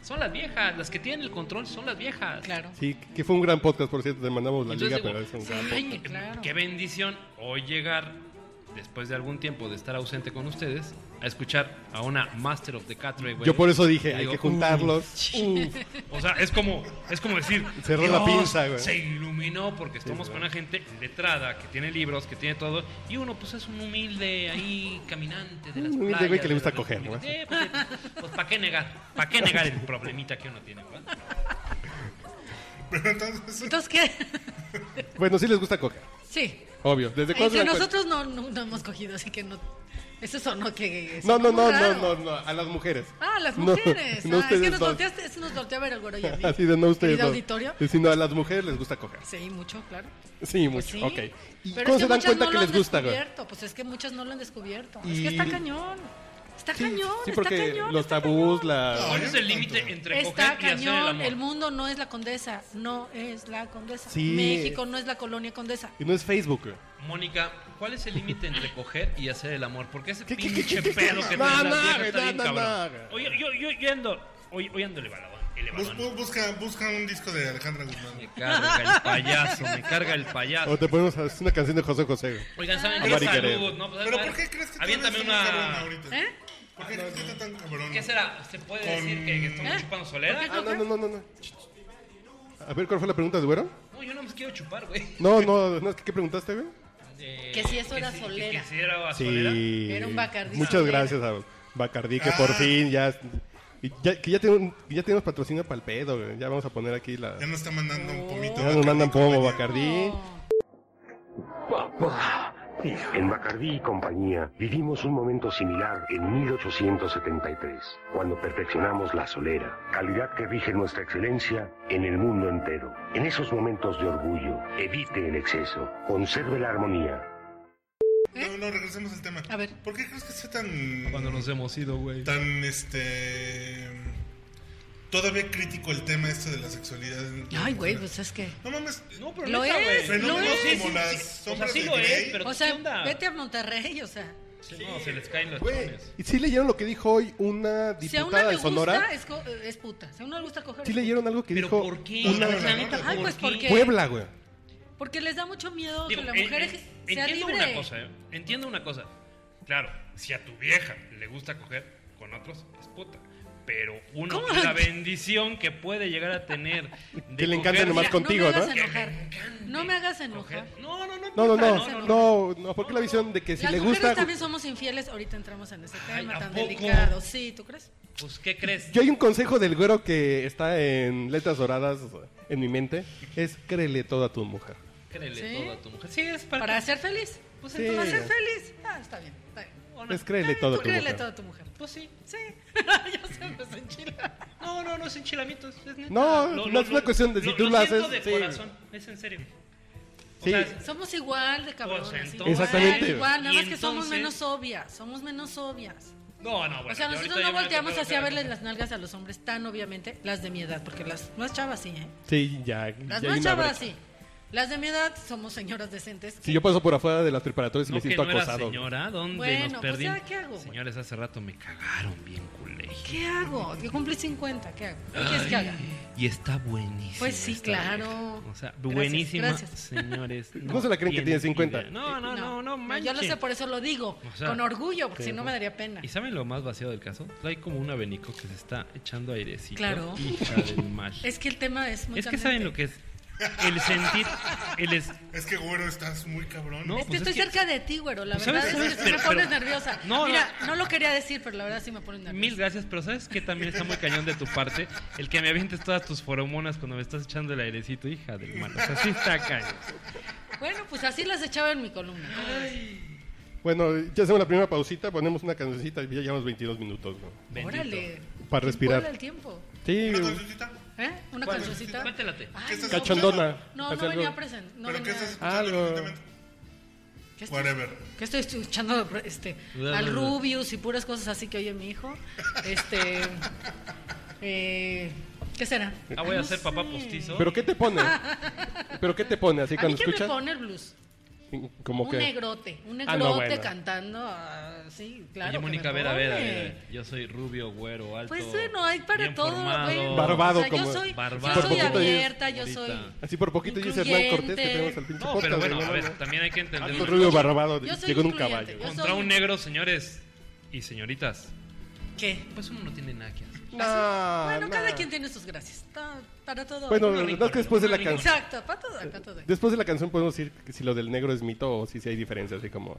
Speaker 4: son las viejas. Las que tienen el control son las viejas.
Speaker 2: Claro.
Speaker 3: Sí, que fue un gran podcast, por cierto. Te mandamos la
Speaker 4: Entonces
Speaker 3: liga, pero es
Speaker 4: digo,
Speaker 3: un gran
Speaker 4: "Ay,
Speaker 2: podcast".
Speaker 4: qué-
Speaker 2: Claro.
Speaker 4: Qué bendición hoy llegar, después de algún tiempo de estar ausente con ustedes, a escuchar a una Master of the Cat Ray, güey.
Speaker 3: Yo por eso dije, hay
Speaker 4: Digo,
Speaker 3: que juntarlos.
Speaker 4: O sea, es como, es como decir.
Speaker 3: Cerró la
Speaker 4: "Dios,
Speaker 3: pinza, güey".
Speaker 4: Se iluminó porque estamos con una gente letrada, que tiene libros, que tiene todo. Y uno, pues es un humilde ahí caminante de las
Speaker 3: Un humilde
Speaker 4: playas,
Speaker 3: güey que le
Speaker 4: de
Speaker 3: gusta
Speaker 4: las-
Speaker 3: coger, ¿no?
Speaker 4: Eh, pues, ¿para qué negar? ¿Para qué negar el problemita que uno tiene, ¿verdad?
Speaker 1: Pero entonces,
Speaker 2: Entonces, ¿qué? <laughs>
Speaker 3: Bueno, sí les gusta coger.
Speaker 2: Sí.
Speaker 3: Obvio. ¿Desde cuándo se
Speaker 2: Entre
Speaker 3: dan cuenta?
Speaker 2: nosotros no, no, no hemos cogido, así que no. Eso sonó que.
Speaker 3: No, no,
Speaker 2: sonó
Speaker 3: no,
Speaker 2: muy
Speaker 3: no,
Speaker 2: raro.
Speaker 3: no, no, a las mujeres.
Speaker 2: Ah, las
Speaker 3: No,
Speaker 2: mujeres.
Speaker 3: no
Speaker 2: Ah, es que
Speaker 3: ustedes
Speaker 2: nos
Speaker 3: dos.
Speaker 2: volteaste, es que nos volteó a ver el güero y a mí.
Speaker 3: <laughs> Así de no ustedes.
Speaker 2: Querido
Speaker 3: no.
Speaker 2: auditorio.
Speaker 3: Sino a las mujeres les gusta coger.
Speaker 2: Sí, mucho, claro.
Speaker 3: Sí,
Speaker 2: Pues
Speaker 3: mucho.
Speaker 2: sí.
Speaker 3: Ok. ¿Y
Speaker 2: Pero
Speaker 3: cómo
Speaker 2: es
Speaker 3: se dan
Speaker 2: muchas
Speaker 3: cuenta
Speaker 2: no
Speaker 3: que
Speaker 2: lo
Speaker 3: les
Speaker 2: han
Speaker 3: gusta, güey?
Speaker 2: descubierto, Pues es que muchas no lo han descubierto. Es
Speaker 3: Y-
Speaker 2: que está cañón. Está
Speaker 3: Sí,
Speaker 2: cañón.
Speaker 3: sí,
Speaker 2: está
Speaker 3: porque
Speaker 2: cañón,
Speaker 3: los
Speaker 2: está
Speaker 3: tabús,
Speaker 2: cañón.
Speaker 3: la.
Speaker 1: No,
Speaker 4: ¿Cuál es el límite entre
Speaker 2: Está
Speaker 4: coger y hacer el
Speaker 2: cañón.
Speaker 4: amor?
Speaker 2: El mundo no es la condesa. No es la condesa.
Speaker 3: Sí.
Speaker 2: México no es la colonia condesa.
Speaker 3: Y no es Facebook, güey.
Speaker 4: Mónica, ¿cuál es el límite entre coger y hacer el amor? Porque ese
Speaker 3: ¿Qué, qué,
Speaker 4: pinche
Speaker 3: qué, qué,
Speaker 4: pedo
Speaker 3: qué?
Speaker 4: que
Speaker 3: No,
Speaker 4: traen
Speaker 3: no,
Speaker 4: las viejas
Speaker 3: güey,
Speaker 4: está
Speaker 3: no,
Speaker 4: bien
Speaker 3: no,
Speaker 4: cabrón.
Speaker 3: no, Pues,
Speaker 4: Oye, yo, yo, yo ando, hoy, hoy ando elevadón,
Speaker 1: bus-
Speaker 4: elevadón.
Speaker 1: bu- busca, busca un disco de Alejandra
Speaker 4: Me
Speaker 1: Guzmán.
Speaker 4: carga el payaso, me carga el payaso.
Speaker 3: O te ponemos a hacer una canción de José José, güey.
Speaker 4: Oigan, ¿saben
Speaker 3: Amar
Speaker 4: qué?
Speaker 3: y querer.
Speaker 4: Saludos, ¿no? Pues,
Speaker 1: ¿Pero
Speaker 4: a ver,
Speaker 1: por qué crees que
Speaker 4: Aviéntame
Speaker 1: todavía está tan cabrón
Speaker 4: una...
Speaker 1: ahorita?
Speaker 2: ¿Eh?
Speaker 1: ¿Por qué crees que está tan cabrón?
Speaker 4: ¿Qué será? ¿Se puede decir que, que estamos
Speaker 2: ¿Eh?
Speaker 4: chupando
Speaker 2: ¿Por
Speaker 4: solera?
Speaker 2: qué
Speaker 3: Ah, no, no, no, no. no. A ver, ¿cuál fue la pregunta de güero?
Speaker 4: No, yo no me quiero chupar, güey.
Speaker 3: No, no, no, es que ¿qué preguntaste, güey?
Speaker 4: Eh,
Speaker 2: Que si eso era
Speaker 4: si-
Speaker 2: solera.
Speaker 4: Que, si era solera.
Speaker 3: Sí.
Speaker 2: Era un Bacardí
Speaker 3: Muchas
Speaker 2: solero.
Speaker 3: gracias a Bacardí, que
Speaker 1: Ah.
Speaker 3: por fin ya. y ya- que ya, tenemos- que ya tenemos patrocinio para el pedo, güey. Ya vamos a poner aquí la.
Speaker 1: Ya nos está mandando un pomito.
Speaker 3: Ya nos mandan pomo,
Speaker 1: compañía.
Speaker 3: Bacardí.
Speaker 6: Papá. En Bacardí y compañía vivimos un momento similar en 1873, cuando perfeccionamos la solera, calidad que rige nuestra excelencia en el mundo entero. En esos momentos de orgullo, evite el exceso, conserve la armonía.
Speaker 1: No, no, regresemos al tema.
Speaker 2: ¿Eh? A ver.
Speaker 1: ¿Por qué crees que está tan.
Speaker 4: Cuando nos hemos ido, güey.
Speaker 1: tan este. Todavía crítico el tema esto de la sexualidad. en-
Speaker 2: Ay, güey, pues es que.
Speaker 1: No mames.
Speaker 4: No, pero
Speaker 2: Lo
Speaker 4: neta,
Speaker 2: es,
Speaker 4: güey.
Speaker 1: fenómenos
Speaker 2: lo es.
Speaker 1: como las
Speaker 4: O sea,
Speaker 1: sombras
Speaker 4: sí
Speaker 1: de
Speaker 4: lo es,
Speaker 1: Grey.
Speaker 4: pero
Speaker 2: O
Speaker 4: ¿qué
Speaker 2: sea,
Speaker 4: onda?
Speaker 2: vete a Monterrey, o sea.
Speaker 4: Sí, no, se les caen los
Speaker 3: Güey,
Speaker 4: chones.
Speaker 3: ¿y sí leyeron lo que dijo hoy una
Speaker 2: Si a una
Speaker 3: diputada
Speaker 2: le
Speaker 3: de Sonora?
Speaker 2: gusta, es, co- es puta. Si a una le gusta coger.
Speaker 3: ¿Sí leyeron algo que
Speaker 4: ¿Pero
Speaker 3: dijo
Speaker 4: por qué?
Speaker 1: una-
Speaker 4: O sea, neta,
Speaker 2: Ay, pues, ¿por qué?
Speaker 3: Puebla, güey?
Speaker 2: Porque les da mucho miedo
Speaker 4: Digo,
Speaker 2: que la
Speaker 4: en-
Speaker 2: mujer
Speaker 4: en-
Speaker 2: eje- sea
Speaker 4: entiendo
Speaker 2: libre.
Speaker 4: una cosa, ¿eh? entiendo una cosa. Claro, si a tu vieja le gusta coger con otros, es puta. Pero uno,
Speaker 2: ¿Cómo?
Speaker 4: la bendición que puede llegar
Speaker 3: <laughs>
Speaker 4: a tener de
Speaker 3: Que le encante
Speaker 4: coger-
Speaker 3: nomás
Speaker 2: Mira,
Speaker 3: con- contigo,
Speaker 2: no me
Speaker 3: ¿no?
Speaker 2: hagas enojar. No me hagas
Speaker 4: Coger-
Speaker 2: enojar.
Speaker 4: No, no, no.
Speaker 3: No, no,
Speaker 4: puta,
Speaker 3: no, no, no, ¿por qué la visión de que si
Speaker 2: Ah, Las
Speaker 3: le
Speaker 2: mujeres
Speaker 3: gusta?
Speaker 2: también somos infieles. Ahorita entramos en ese
Speaker 4: Ay,
Speaker 2: tema
Speaker 4: ¿a
Speaker 2: tan
Speaker 4: poco?
Speaker 2: delicado. Sí, ¿tú crees?
Speaker 4: Pues, ¿qué crees?
Speaker 3: Yo hay un consejo del güero que está en letras doradas en mi mente, es créele todo a tu mujer.
Speaker 4: Créele
Speaker 2: ¿Sí?
Speaker 4: todo a tu mujer. Sí, es para...
Speaker 2: Para ser feliz.
Speaker 4: Pues
Speaker 3: Sí.
Speaker 2: Para
Speaker 4: entonces...
Speaker 2: ser feliz. Ah, está bien. Está bien.
Speaker 4: o no.
Speaker 3: Es créele todo a
Speaker 2: Tú
Speaker 3: tu
Speaker 2: créele
Speaker 3: mujer.
Speaker 2: todo a tu mujer.
Speaker 4: Pues sí. <laughs>
Speaker 2: Sí. ya se nos enchila.
Speaker 4: No, no, no es enchilamientos. Es neta.
Speaker 3: No, no es una cuestión de si tú lo
Speaker 4: siento
Speaker 3: haces,
Speaker 4: de
Speaker 3: sí.
Speaker 4: corazón. Es en serio. O
Speaker 3: Sí.
Speaker 4: sea,
Speaker 2: Somos igual de cabrones.
Speaker 4: Pues,
Speaker 2: igual,
Speaker 3: Exactamente.
Speaker 2: Igual, nada
Speaker 4: Y
Speaker 2: más que somos
Speaker 4: entonces-
Speaker 2: menos obvias. Somos menos obvias.
Speaker 4: no, no, bueno.
Speaker 2: o sea, nosotros
Speaker 4: yo ahorita ya
Speaker 2: no
Speaker 4: me
Speaker 2: volteamos
Speaker 4: tocó
Speaker 2: así a
Speaker 4: otra
Speaker 2: verles
Speaker 4: cosa.
Speaker 2: las nalgas a los hombres tan obviamente, las de mi edad, porque las más chavas sí, ¿eh?
Speaker 3: Sí, ya.
Speaker 2: Las
Speaker 3: ya hay
Speaker 2: más
Speaker 3: una
Speaker 2: chavas
Speaker 3: brecha.
Speaker 2: sí. Las de mi edad somos señoras decentes.
Speaker 3: Si yo paso por afuera de las preparatorias y
Speaker 4: No,
Speaker 3: me
Speaker 4: que
Speaker 3: siento
Speaker 4: no era
Speaker 3: acosado.
Speaker 4: señora, ¿dónde
Speaker 2: Bueno,
Speaker 4: nos
Speaker 2: pues,
Speaker 4: perdimos?
Speaker 2: ¿ya qué hago, güey?
Speaker 4: Señores, hace rato me cagaron bien colegio.
Speaker 2: ¿Qué hago? Yo cumplí 50, ¿qué hago? ¿Qué quieres que haga?
Speaker 4: Y está buenísima.
Speaker 2: Pues sí,
Speaker 4: esta
Speaker 2: claro.
Speaker 4: vieja. O sea,
Speaker 2: Gracias,
Speaker 4: buenísima,
Speaker 2: gracias.
Speaker 3: <laughs>
Speaker 4: señores.
Speaker 3: ¿Cómo se la creen que tiene
Speaker 4: tienes
Speaker 3: 50?
Speaker 4: idea. No, no, no, no,
Speaker 2: Yo lo
Speaker 4: manchen.
Speaker 2: sé, por eso lo digo.
Speaker 4: O sea, pues,
Speaker 2: con orgullo, porque si no me daría pena.
Speaker 4: ¿Y saben lo más vacío del caso? Hay como un abanico que se está echando airecito.
Speaker 2: Claro.
Speaker 4: Hija del mal.
Speaker 2: Es que el tema es muy
Speaker 4: Es que saben lo que es el sentir, el es,
Speaker 1: Es que, güero, estás muy cabrón.
Speaker 4: No,
Speaker 2: Es que
Speaker 4: pues
Speaker 2: estoy
Speaker 4: es que-
Speaker 2: cerca de ti, güero. La
Speaker 4: Pues,
Speaker 2: verdad
Speaker 4: ¿sabes?
Speaker 2: es que sí
Speaker 4: Pero-
Speaker 2: me pones
Speaker 4: pero-
Speaker 2: nerviosa.
Speaker 4: No, no.
Speaker 2: Mira, no lo quería decir, pero la verdad sí me pones nerviosa.
Speaker 4: Mil gracias, pero ¿sabes qué también está muy cañón de tu parte? El que me avientes todas tus feromonas cuando me estás echando el airecito, hija del mal. O sea, sí está cañón.
Speaker 2: Bueno, pues así las echaba en mi columna. ¿Cómo ves?
Speaker 3: Bueno, ya hacemos la primera pausita, ponemos una cancioncita y ya llevamos 22 minutos, ¿no?
Speaker 4: Bendito.
Speaker 2: Órale.
Speaker 3: Para respirar.
Speaker 2: Vuela el tiempo.
Speaker 3: Sí,
Speaker 1: ¿Una consultita?
Speaker 2: ¿eh? ¿Una cancioncita? Ah,
Speaker 4: Cuéntelate.
Speaker 1: ¿Qué
Speaker 2: Ay,
Speaker 1: estás
Speaker 2: no.
Speaker 3: cachondona.
Speaker 2: No,
Speaker 3: Haz
Speaker 2: no venía
Speaker 3: algo.
Speaker 2: presente. No
Speaker 1: ¿Pero qué
Speaker 2: venía.
Speaker 1: estás escuchando
Speaker 3: Algo.
Speaker 1: recientemente?
Speaker 2: ¿Qué estoy-
Speaker 1: Whatever.
Speaker 2: ¿Qué estoy escuchando? Este, al Rubius y puras cosas así que oye mi hijo. Este, eh, ¿Qué será?
Speaker 4: Ah, voy
Speaker 2: Ay,
Speaker 4: a
Speaker 2: no
Speaker 4: ser papá
Speaker 2: sé.
Speaker 4: postizo.
Speaker 3: ¿Pero qué
Speaker 2: <laughs>
Speaker 3: te pone? ¿Pero qué te pone? Así
Speaker 2: ¿A mí
Speaker 3: cuando
Speaker 2: qué
Speaker 3: escuchas.
Speaker 2: me pone el blues?
Speaker 3: Como
Speaker 2: un
Speaker 3: que.
Speaker 2: negrote, un negrote
Speaker 3: Ah, no, bueno.
Speaker 2: cantando, ah, sí, claro.
Speaker 4: Oye,
Speaker 2: que
Speaker 4: Mónica, a
Speaker 2: me
Speaker 4: ver, a ver, a
Speaker 2: pone.
Speaker 4: ver. Yo soy rubio, güero, alto.
Speaker 2: Pues bueno, hay para
Speaker 4: bien
Speaker 2: todo.
Speaker 4: formado,
Speaker 2: bueno.
Speaker 3: Barbado
Speaker 2: O sea,
Speaker 3: como-
Speaker 2: Yo soy, yo soy
Speaker 4: Barbado.
Speaker 3: Por poquito y es
Speaker 2: abierta, yo
Speaker 4: bonita.
Speaker 2: soy...
Speaker 3: Así por poquito dice Hernán Cortés que
Speaker 2: Incluyente.
Speaker 3: tenemos al pinche
Speaker 4: No,
Speaker 3: podcast,
Speaker 4: pero bueno,
Speaker 3: ¿no?
Speaker 4: a ver, también hay que entender.
Speaker 3: Alto
Speaker 4: una
Speaker 3: Ah, rubio
Speaker 4: cosa.
Speaker 3: barbado,
Speaker 2: Yo soy
Speaker 3: llegó en un
Speaker 2: incluyente,
Speaker 3: caballo.
Speaker 2: yo-
Speaker 4: Contra
Speaker 2: soy-
Speaker 4: un negro, señores y señoritas.
Speaker 2: ¿Qué?
Speaker 4: Pues uno no tiene nada que hacer.
Speaker 3: Nah,
Speaker 2: bueno,
Speaker 3: nah.
Speaker 2: cada quien tiene sus gracias. Ta- Para todo.
Speaker 3: Bueno,
Speaker 4: Uno
Speaker 3: no,
Speaker 4: rico,
Speaker 3: es que después de
Speaker 4: uno
Speaker 3: la
Speaker 4: rico.
Speaker 3: canción.
Speaker 2: Exacto, para todo, para todo.
Speaker 3: Después de la canción podemos decir que si lo del negro es mito o si sí hay diferencias, así como.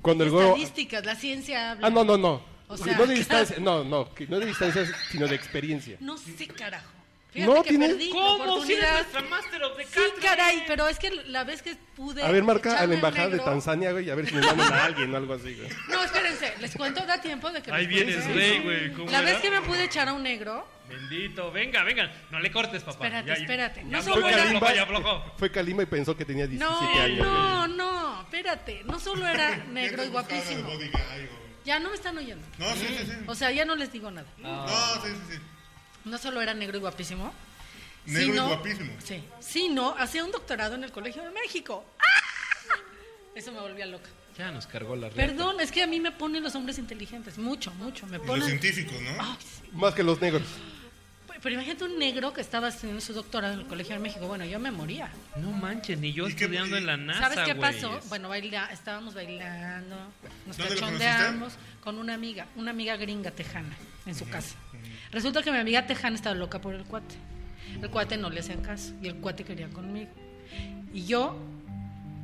Speaker 3: Cuando el güero.
Speaker 2: Estadísticas, la ciencia habla.
Speaker 3: Ah, no, no, no.
Speaker 2: O sea- <laughs>
Speaker 3: no de distancia, no, no, que no de distancia, sino de experiencia.
Speaker 2: No sé, carajo. Fíjate
Speaker 3: No,
Speaker 2: que
Speaker 3: tiene-
Speaker 2: perdí la
Speaker 4: ¿Cómo? Si eres
Speaker 2: oportunidad.
Speaker 4: nuestra Master of the
Speaker 2: Sí,
Speaker 4: Country.
Speaker 2: caray, pero es que la vez que pude...
Speaker 3: A ver, marca a
Speaker 2: echarme
Speaker 3: la
Speaker 2: al
Speaker 3: embajada de
Speaker 2: negro-
Speaker 3: Tanzania, güey, a ver si nos mandan a alguien o algo así, güey.
Speaker 2: No, espérense, les cuento, da tiempo de que...
Speaker 4: Ahí
Speaker 2: les
Speaker 4: vienes,
Speaker 2: cuente.
Speaker 4: güey, güey, ¿cómo
Speaker 2: La
Speaker 4: era?
Speaker 2: vez que me pude echar a un negro,
Speaker 4: Bendito, venga, venga. No le cortes, papá.
Speaker 2: Espérate,
Speaker 4: Ya, ya.
Speaker 2: espérate.
Speaker 4: Ya
Speaker 2: No
Speaker 4: aflojó,
Speaker 2: solo
Speaker 4: ya
Speaker 2: era-
Speaker 4: aflojó, ya aflojó.
Speaker 3: Fue Calima y pensó que tenía 17
Speaker 2: No,
Speaker 3: años.
Speaker 2: no, no, espérate. No solo era negro y
Speaker 1: Mientras buscaba el
Speaker 2: guapísimo. ¿Eh?
Speaker 1: bodyguard, güey.
Speaker 2: Ya no me están oyendo.
Speaker 1: No, sí, sí, sí.
Speaker 2: O sea, ya no les digo nada.
Speaker 1: No, sí, sí, sí.
Speaker 2: No solo era negro y guapísimo.
Speaker 1: Negro y
Speaker 2: sino-
Speaker 1: guapísimo.
Speaker 2: Sí. Sino hacía un doctorado en el Colegio de México. ¡Ah! Eso me volvía loca.
Speaker 4: Ya nos cargó la red.
Speaker 2: Perdón, es que a mí me ponen los hombres inteligentes. Mucho, mucho. Me
Speaker 1: Y Los
Speaker 2: ponen.
Speaker 1: científicos, ¿no?
Speaker 2: Ay, sí.
Speaker 3: Más que los negros.
Speaker 2: Pero imagínate un negro que estaba haciendo su doctorado en el Colegio de México. Bueno, yo me moría.
Speaker 4: No manches, ni
Speaker 1: ¿Y
Speaker 4: yo
Speaker 1: qué-
Speaker 4: estudiando en la NASA.
Speaker 2: ¿Sabes qué
Speaker 4: güey.
Speaker 2: pasó? Bueno, baila, estábamos bailando, nos
Speaker 1: ¿Dónde lo
Speaker 2: cachondeamos con una amiga, una amiga gringa tejana en su casa. Resulta que mi amiga tejana estaba loca por el cuate. El cuate no le hacía caso y el cuate quería conmigo. Y yo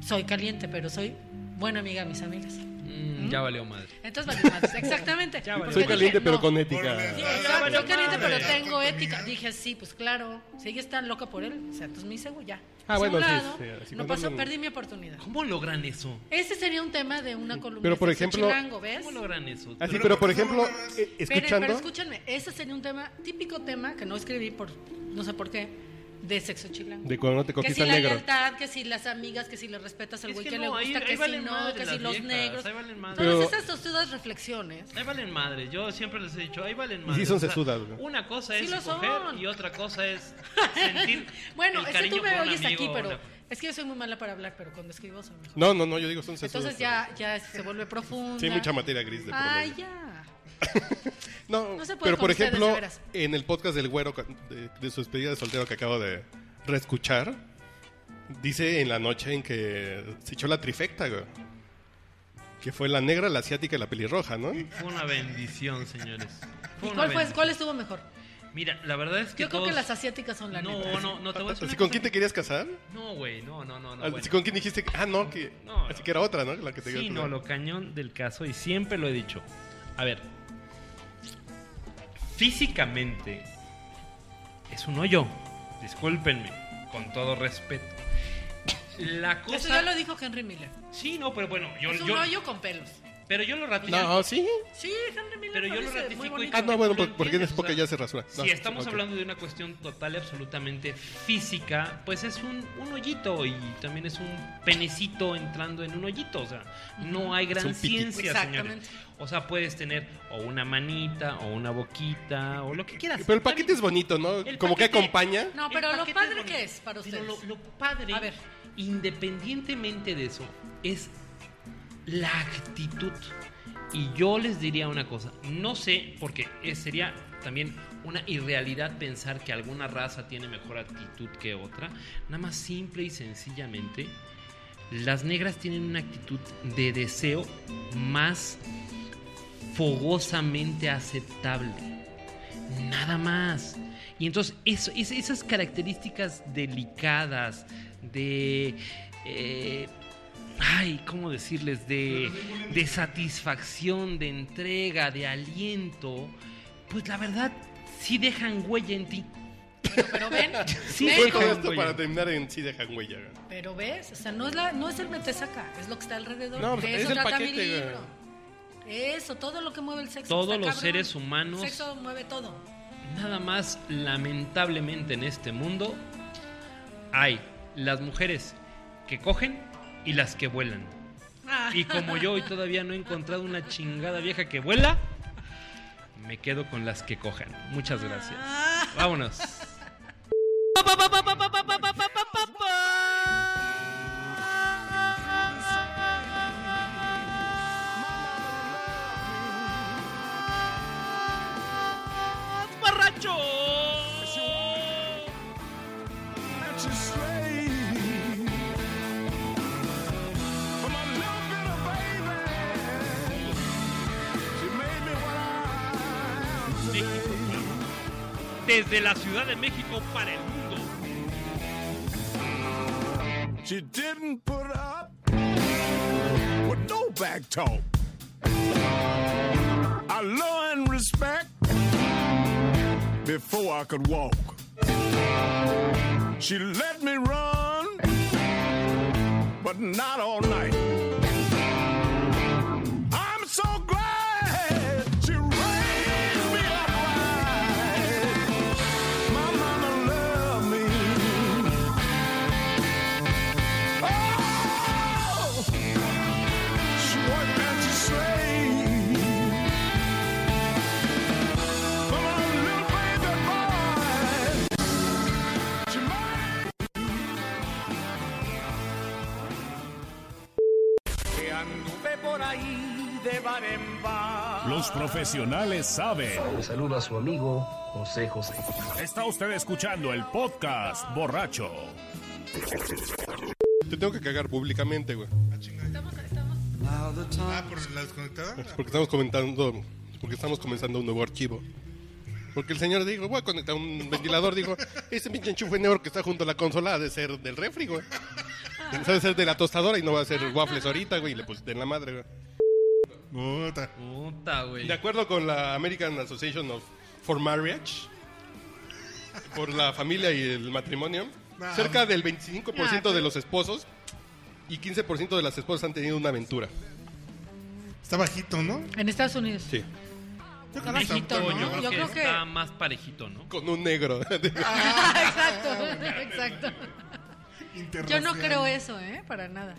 Speaker 2: soy caliente, pero soy buena amiga de mis amigas.
Speaker 4: Mm, ya valió madre.
Speaker 2: Entonces, vale,
Speaker 1: <laughs>
Speaker 2: madres, exactamente.
Speaker 4: Ya valió.
Speaker 2: Porque
Speaker 3: Soy
Speaker 2: dije,
Speaker 3: caliente, pero
Speaker 2: no.
Speaker 3: con
Speaker 2: Sí,
Speaker 3: ética.
Speaker 1: Ya
Speaker 2: exacto,
Speaker 4: valió
Speaker 2: soy caliente,
Speaker 4: madre.
Speaker 2: pero
Speaker 1: ¿Estás
Speaker 2: tengo ética.
Speaker 1: contaminada?
Speaker 2: Dije, sí, pues claro. Si ella está loca por él, o sea, entonces me hice ya.
Speaker 3: Ah,
Speaker 2: Hice un
Speaker 3: bueno, sí,
Speaker 2: lado,
Speaker 3: sí, así
Speaker 2: No
Speaker 3: cuando
Speaker 2: pasó,
Speaker 3: uno-
Speaker 2: perdí mi oportunidad.
Speaker 4: ¿Cómo logran eso?
Speaker 2: Ese sería un tema de una columna
Speaker 3: Pero, por
Speaker 2: de
Speaker 3: ejemplo-
Speaker 2: Chilango, ¿ves?
Speaker 4: ¿Cómo logran eso?
Speaker 3: Así,
Speaker 1: Pero-
Speaker 3: Ah, pero por ejemplo,
Speaker 1: no, no, no.
Speaker 3: eh,
Speaker 2: Pero- Pero
Speaker 3: escuchando.
Speaker 2: escúchenme, ese sería un tema, típico tema, que no escribí por no sé por qué, de sexo chilango.
Speaker 3: De cuando no te
Speaker 2: que
Speaker 3: conquista
Speaker 2: si
Speaker 3: el
Speaker 2: la
Speaker 3: negro.
Speaker 2: lealtad, que si las amigas, que si le respetas al
Speaker 4: Es
Speaker 2: güey
Speaker 4: que
Speaker 2: que, le
Speaker 4: no,
Speaker 2: gusta,
Speaker 4: ahí- ahí
Speaker 2: que si
Speaker 4: valen
Speaker 2: no,
Speaker 4: madre
Speaker 2: que
Speaker 4: las
Speaker 2: si los
Speaker 4: viejas,
Speaker 2: negros.
Speaker 4: ahí valen madre.
Speaker 2: Todas
Speaker 3: Pero-
Speaker 2: esas tostudas reflexiones.
Speaker 4: Ahí valen madre, yo siempre les he dicho, ahí valen
Speaker 3: Y
Speaker 4: madre.
Speaker 3: sí son
Speaker 4: O sea,
Speaker 3: sesudas, güey.
Speaker 4: Una cosa
Speaker 2: Sí
Speaker 4: es
Speaker 2: lo
Speaker 4: coger
Speaker 2: son.
Speaker 4: y otra
Speaker 2: <laughs>
Speaker 4: cosa es sentir.
Speaker 2: Bueno,
Speaker 4: el
Speaker 2: es que
Speaker 4: cariño
Speaker 2: tú me
Speaker 4: por un
Speaker 2: oyes
Speaker 4: amigo
Speaker 2: aquí,
Speaker 4: o
Speaker 2: pero
Speaker 4: una-
Speaker 2: es que yo soy muy mala para hablar, pero cuando escribo soy mejor.
Speaker 3: No, no, no, yo digo son sesudos.
Speaker 2: Entonces ya, ya se vuelve profunda.
Speaker 3: Sí, hay mucha materia gris de por
Speaker 2: Ay,
Speaker 3: medio.
Speaker 2: ya.
Speaker 3: No,
Speaker 2: No se puede
Speaker 3: pero por
Speaker 2: con ustedes,
Speaker 3: ejemplo,
Speaker 2: de veras.
Speaker 3: en el podcast del güero ca- de, de su despedida de soltero que acabo de reescuchar, dice en la noche en que se echó la trifecta, güey. Que fue la negra, la asiática y la pelirroja, ¿no?
Speaker 4: Fue una bendición, señores.
Speaker 2: ¿Y cuál,
Speaker 4: una
Speaker 2: fue,
Speaker 4: bendición.
Speaker 2: cuál estuvo mejor?
Speaker 4: Mira, la verdad es que.
Speaker 2: Yo creo que
Speaker 4: todos-
Speaker 2: las asiáticas son la neta.
Speaker 4: No, no, no te voy a decir.
Speaker 3: Así,
Speaker 4: una
Speaker 3: ¿Con
Speaker 4: cosa.
Speaker 3: quién te querías casar?
Speaker 4: No, güey, no, no, no. no
Speaker 3: Así,
Speaker 4: bueno.
Speaker 3: ¿Con quién dijiste? que- Ah, no, que.
Speaker 4: No,
Speaker 3: así
Speaker 4: no.
Speaker 3: que era otra, ¿no? La que te
Speaker 4: Sí,
Speaker 3: querías
Speaker 4: no,
Speaker 3: casar.
Speaker 4: lo cañón del caso, y siempre lo he dicho. A ver, físicamente es un hoyo. Discúlpenme, con todo respeto. La
Speaker 2: Eso
Speaker 4: cosa.
Speaker 2: ya lo dijo Henry Miller.
Speaker 4: Sí, no, pero bueno, yo.
Speaker 2: es un
Speaker 4: yo-
Speaker 2: hoyo con pelos.
Speaker 4: Pero yo lo ratifico.
Speaker 3: No, sí.
Speaker 2: Sí, Henry Miller.
Speaker 4: Pero yo lo
Speaker 2: parece muy
Speaker 4: ratifico y
Speaker 2: bonito.
Speaker 3: Ah, no, bueno,
Speaker 4: Lo
Speaker 3: por- porque en
Speaker 4: entiendes,
Speaker 3: Spock
Speaker 4: o sea,
Speaker 3: ya se rasura. No,
Speaker 4: si estamos
Speaker 3: ok.
Speaker 4: hablando de una cuestión total y absolutamente física, pues es un, un hoyito y también es un penecito entrando en un hoyito. O sea, no hay gran
Speaker 3: un piquito.
Speaker 4: ciencia, señores.
Speaker 2: Exactamente.
Speaker 4: O sea, puedes tener o una manita o una boquita o lo que quieras.
Speaker 3: Pero el
Speaker 4: Está
Speaker 3: paquete
Speaker 4: bien.
Speaker 3: es bonito, ¿no?
Speaker 4: El
Speaker 3: Como que
Speaker 4: paquete-
Speaker 3: acompaña.
Speaker 2: No,
Speaker 4: El
Speaker 2: pero lo
Speaker 4: paquete
Speaker 2: padre
Speaker 4: bonito.
Speaker 2: que es para ustedes.
Speaker 4: Pero lo, lo padre,
Speaker 2: A ver.
Speaker 4: independientemente de eso, es la actitud. Y yo les diría una cosa, no sé, porque eh, sería también una irrealidad pensar que alguna raza tiene mejor actitud que otra. Nada más simple y sencillamente, las negras tienen una actitud de deseo más fogosamente aceptable. Nada más. Y entonces eso- es- esas características delicadas de... eh, ay, ¿cómo decirles? De, de satisfacción, de entrega, de aliento. Pues la verdad, sí dejan huella en ti.
Speaker 2: <laughs> Pero ven,
Speaker 4: <laughs> Sí,
Speaker 2: ven,
Speaker 3: Fue
Speaker 4: dejan
Speaker 3: todo esto
Speaker 4: huella.
Speaker 3: para terminar en sí dejan huella. güey.
Speaker 2: Pero ves, o sea, no es, la, no es el metesaca, es lo que está alrededor.
Speaker 3: No,
Speaker 2: De
Speaker 3: pues,
Speaker 2: eso
Speaker 3: es el
Speaker 2: trata mi
Speaker 3: paquete,
Speaker 2: libro. Eso, todo lo que mueve el sexo.
Speaker 4: Todos
Speaker 2: está
Speaker 4: los
Speaker 2: cabrón.
Speaker 4: seres humanos,
Speaker 2: El sexo mueve todo.
Speaker 4: nada más lamentablemente en este mundo, hay las mujeres que cogen y las que vuelan.
Speaker 2: Ah,
Speaker 4: Y como yo hoy todavía no he encontrado una chingada vieja que vuela, me quedo con las que cojan. Muchas gracias. Vámonos. México. Desde la Ciudad de México para el mundo.
Speaker 5: She didn't put up with no back talk. I learned respect before I could walk. She let me run, but not all night. I'm so glad she raised me upright. My mama loved me. Los profesionales saben.
Speaker 6: Un saludo a su amigo José José.
Speaker 5: Está usted escuchando el podcast borracho.
Speaker 3: Te tengo que cagar públicamente, güey.
Speaker 1: Ah, chinga.
Speaker 2: estamos, estamos.
Speaker 1: Ah, por la desconectada.
Speaker 3: Porque estamos comentando, porque estamos comenzando un nuevo archivo. Porque el señor dijo, voy a conectar un ventilador, dijo, ese pinche enchufe negro que está junto a la consola ha de ser del refri, güey. Ha de ser de la tostadora y no va a ser waffles ahorita, güey, y le pusiste en la madre, güey.
Speaker 1: Puta.
Speaker 4: Puta, güey.
Speaker 3: De acuerdo con la American Association of for Marriage, por la familia y el matrimonio,
Speaker 1: Ah.
Speaker 3: cerca del 25%
Speaker 2: Ah, pero-
Speaker 3: de los esposos y 15% de las esposas han tenido una aventura.
Speaker 1: Está bajito, ¿no?
Speaker 2: En Estados Unidos.
Speaker 3: Sí.
Speaker 1: Yo
Speaker 4: México,
Speaker 2: ¿no?
Speaker 4: yo creo,
Speaker 2: Yo
Speaker 4: que,
Speaker 2: creo que-
Speaker 4: está más parejito, ¿no?
Speaker 3: Con un negro.
Speaker 2: <laughs> exacto, exacto. Yo
Speaker 1: Internacional.
Speaker 2: no creo eso, ¿eh? Para nada.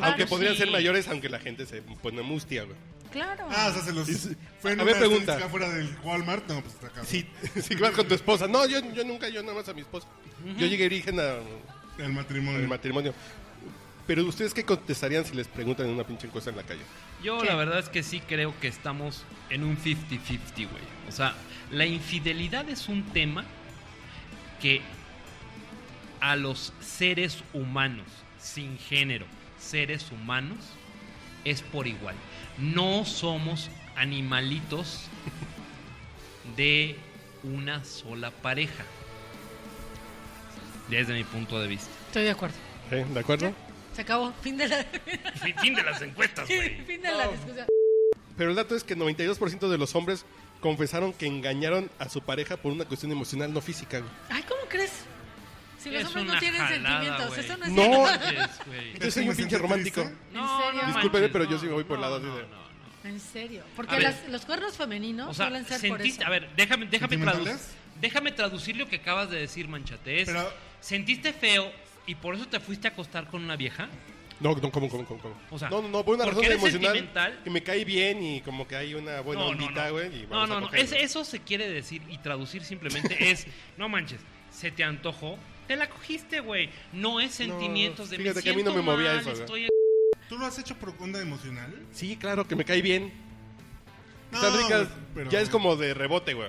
Speaker 3: aunque
Speaker 4: sí.
Speaker 3: podrían ser mayores, aunque la gente se pone mustia, güey.
Speaker 2: Claro.
Speaker 1: Ah, o sea, se los.
Speaker 3: Sí, sí.
Speaker 1: Fue en
Speaker 3: A ver,
Speaker 1: una
Speaker 3: pregunta.
Speaker 1: estética fuera del Walmart. No, pues está acá.
Speaker 3: Si, <laughs> si vas con tu esposa. No, yo, yo nunca, yo nada más a mi esposa. Yo llegué virgen a-
Speaker 1: El matrimonio.
Speaker 3: al matrimonio. Pero ustedes qué contestarían si les preguntan en una pinche encuesta en la calle.
Speaker 4: Yo
Speaker 2: ¿Qué?
Speaker 4: la verdad es que sí creo que estamos en un 50-50, güey. O sea, la infidelidad es un tema que a los seres humanos, sin género, seres humanos, es por igual. No somos <laughs> animalitos de una sola pareja. Desde mi punto de vista.
Speaker 2: Estoy de acuerdo.
Speaker 3: ¿Eh? ¿De acuerdo?
Speaker 2: Se acabó. Fin de la,
Speaker 4: Fin de las <laughs>
Speaker 2: <laughs>
Speaker 4: encuestas,
Speaker 2: fin de la discusión.
Speaker 3: Pero el dato es que 92% de los hombres confesaron que engañaron a su pareja por una cuestión emocional, no física. güey.
Speaker 2: Ay, ¿cómo crees? Si los
Speaker 4: Es
Speaker 2: hombres no
Speaker 4: una
Speaker 2: tienen
Speaker 4: jalada,
Speaker 2: sentimientos,
Speaker 4: güey.
Speaker 2: eso no es
Speaker 3: No.
Speaker 2: cierto.
Speaker 4: <laughs> Yes, güey.
Speaker 3: Yo soy
Speaker 1: me
Speaker 3: un pinche
Speaker 1: siento
Speaker 3: romántico.
Speaker 1: triste.
Speaker 2: ¿En serio?
Speaker 4: No, no
Speaker 3: Discúlpeme,
Speaker 4: manches,
Speaker 3: pero yo
Speaker 4: no,
Speaker 3: sí me voy por el
Speaker 4: no,
Speaker 3: lado
Speaker 4: no,
Speaker 3: de-
Speaker 4: no, no.
Speaker 2: En serio. Porque
Speaker 4: A ver.
Speaker 2: las- los cuernos femeninos
Speaker 4: O sea,
Speaker 2: suelen ser por
Speaker 4: sentiste,
Speaker 2: eso.
Speaker 4: a ver, déjame, déjame,
Speaker 1: ¿Sentimentales?
Speaker 4: traducir, déjame traducir lo que acabas de decir, manchates.
Speaker 1: Pero-
Speaker 4: ¿Sentiste feo y por eso te fuiste a acostar con una vieja?
Speaker 3: No, no, ¿cómo, cómo, cómo? cómo?
Speaker 4: O sea,
Speaker 3: no, no, no, por una
Speaker 4: ¿por
Speaker 3: razón
Speaker 4: qué eres
Speaker 3: emocional.
Speaker 4: sentimental?
Speaker 3: Y me cae bien y como que hay una buena
Speaker 4: no, no,
Speaker 3: ondita,
Speaker 4: no.
Speaker 3: güey. y
Speaker 4: No,
Speaker 3: vamos a
Speaker 4: no, no.
Speaker 3: coger,
Speaker 4: Es-
Speaker 3: güey.
Speaker 4: eso se quiere decir y
Speaker 3: <laughs>
Speaker 4: traducir simplemente es, no manches, se te antojó, te la cogiste, güey. No es sentimientos de
Speaker 3: fíjate
Speaker 4: me
Speaker 3: que a mí no
Speaker 4: siento
Speaker 3: me movía
Speaker 4: mal,
Speaker 3: eso, güey.
Speaker 4: estoy
Speaker 1: ¿Tú lo has hecho por onda emocional?
Speaker 3: Sí, claro, que me cae bien. Están ricas,
Speaker 1: pues, pero-
Speaker 3: ya es como de rebote, güey.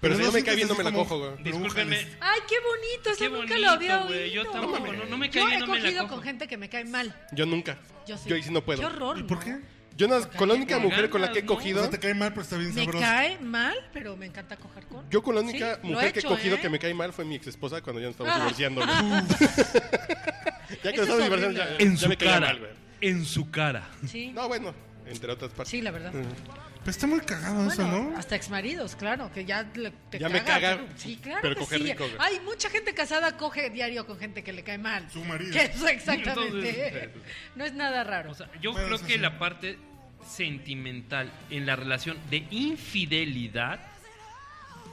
Speaker 3: Pero, si no me
Speaker 1: sientes
Speaker 3: cae bien, no
Speaker 1: así
Speaker 3: me la
Speaker 1: como
Speaker 3: cojo, güey.
Speaker 4: Discúlpenme.
Speaker 1: brújales.
Speaker 2: Ay, qué bonito, eso
Speaker 4: Qué
Speaker 2: nunca
Speaker 4: bonito,
Speaker 2: lo había oído.
Speaker 4: güey. Yo tampoco, no, no me cae
Speaker 2: Yo
Speaker 4: bien,
Speaker 2: he
Speaker 4: no me la
Speaker 2: cogido
Speaker 4: cojo.
Speaker 2: con gente que me cae mal.
Speaker 3: Yo nunca.
Speaker 2: Yo sí.
Speaker 3: ahí sí no puedo.
Speaker 2: Qué horror.
Speaker 1: ¿Y por
Speaker 2: ¿no?
Speaker 1: qué?
Speaker 3: Yo no- con la única
Speaker 4: Con
Speaker 3: mujer con la que he
Speaker 4: ganas, ¿no?
Speaker 1: O
Speaker 3: cogido,
Speaker 1: sea, te cae mal, pero está bien
Speaker 2: Me
Speaker 1: sabroso.
Speaker 2: cae mal, pero me encanta coger con.
Speaker 3: yo con la única
Speaker 2: Sí, lo
Speaker 3: mujer
Speaker 2: he
Speaker 3: que he
Speaker 2: hecho,
Speaker 3: cogido
Speaker 2: ¿eh?
Speaker 3: que me cae mal fue mi ex esposa cuando ya nos
Speaker 2: Ah.
Speaker 3: estábamos divorciando, güey.
Speaker 2: <laughs>
Speaker 3: ya que
Speaker 2: Eso
Speaker 3: nos estábamos
Speaker 2: es horrible.
Speaker 3: divorciando, ya, ya me caía mal, güey.
Speaker 4: en su cara.
Speaker 2: Sí,
Speaker 3: No, bueno, entre otras partes.
Speaker 2: sí, la verdad.
Speaker 1: Pero está muy cagado eso,
Speaker 2: Bueno,
Speaker 1: ¿no?
Speaker 2: hasta exmaridos, claro, que ya le- te
Speaker 3: Ya me
Speaker 2: caga.
Speaker 3: caga,
Speaker 2: Sí, claro.
Speaker 3: pero
Speaker 2: que
Speaker 3: coger
Speaker 2: sí.
Speaker 3: rico, güey.
Speaker 2: Hay mucha gente casada coge diario con gente que le cae mal.
Speaker 1: Su marido.
Speaker 2: <laughs> Que eso exactamente.
Speaker 4: Entonces,
Speaker 2: <laughs> no es nada raro.
Speaker 4: O sea, yo
Speaker 1: Bueno,
Speaker 4: creo
Speaker 1: eso
Speaker 4: que
Speaker 1: sí.
Speaker 4: la parte sentimental en la relación de infidelidad,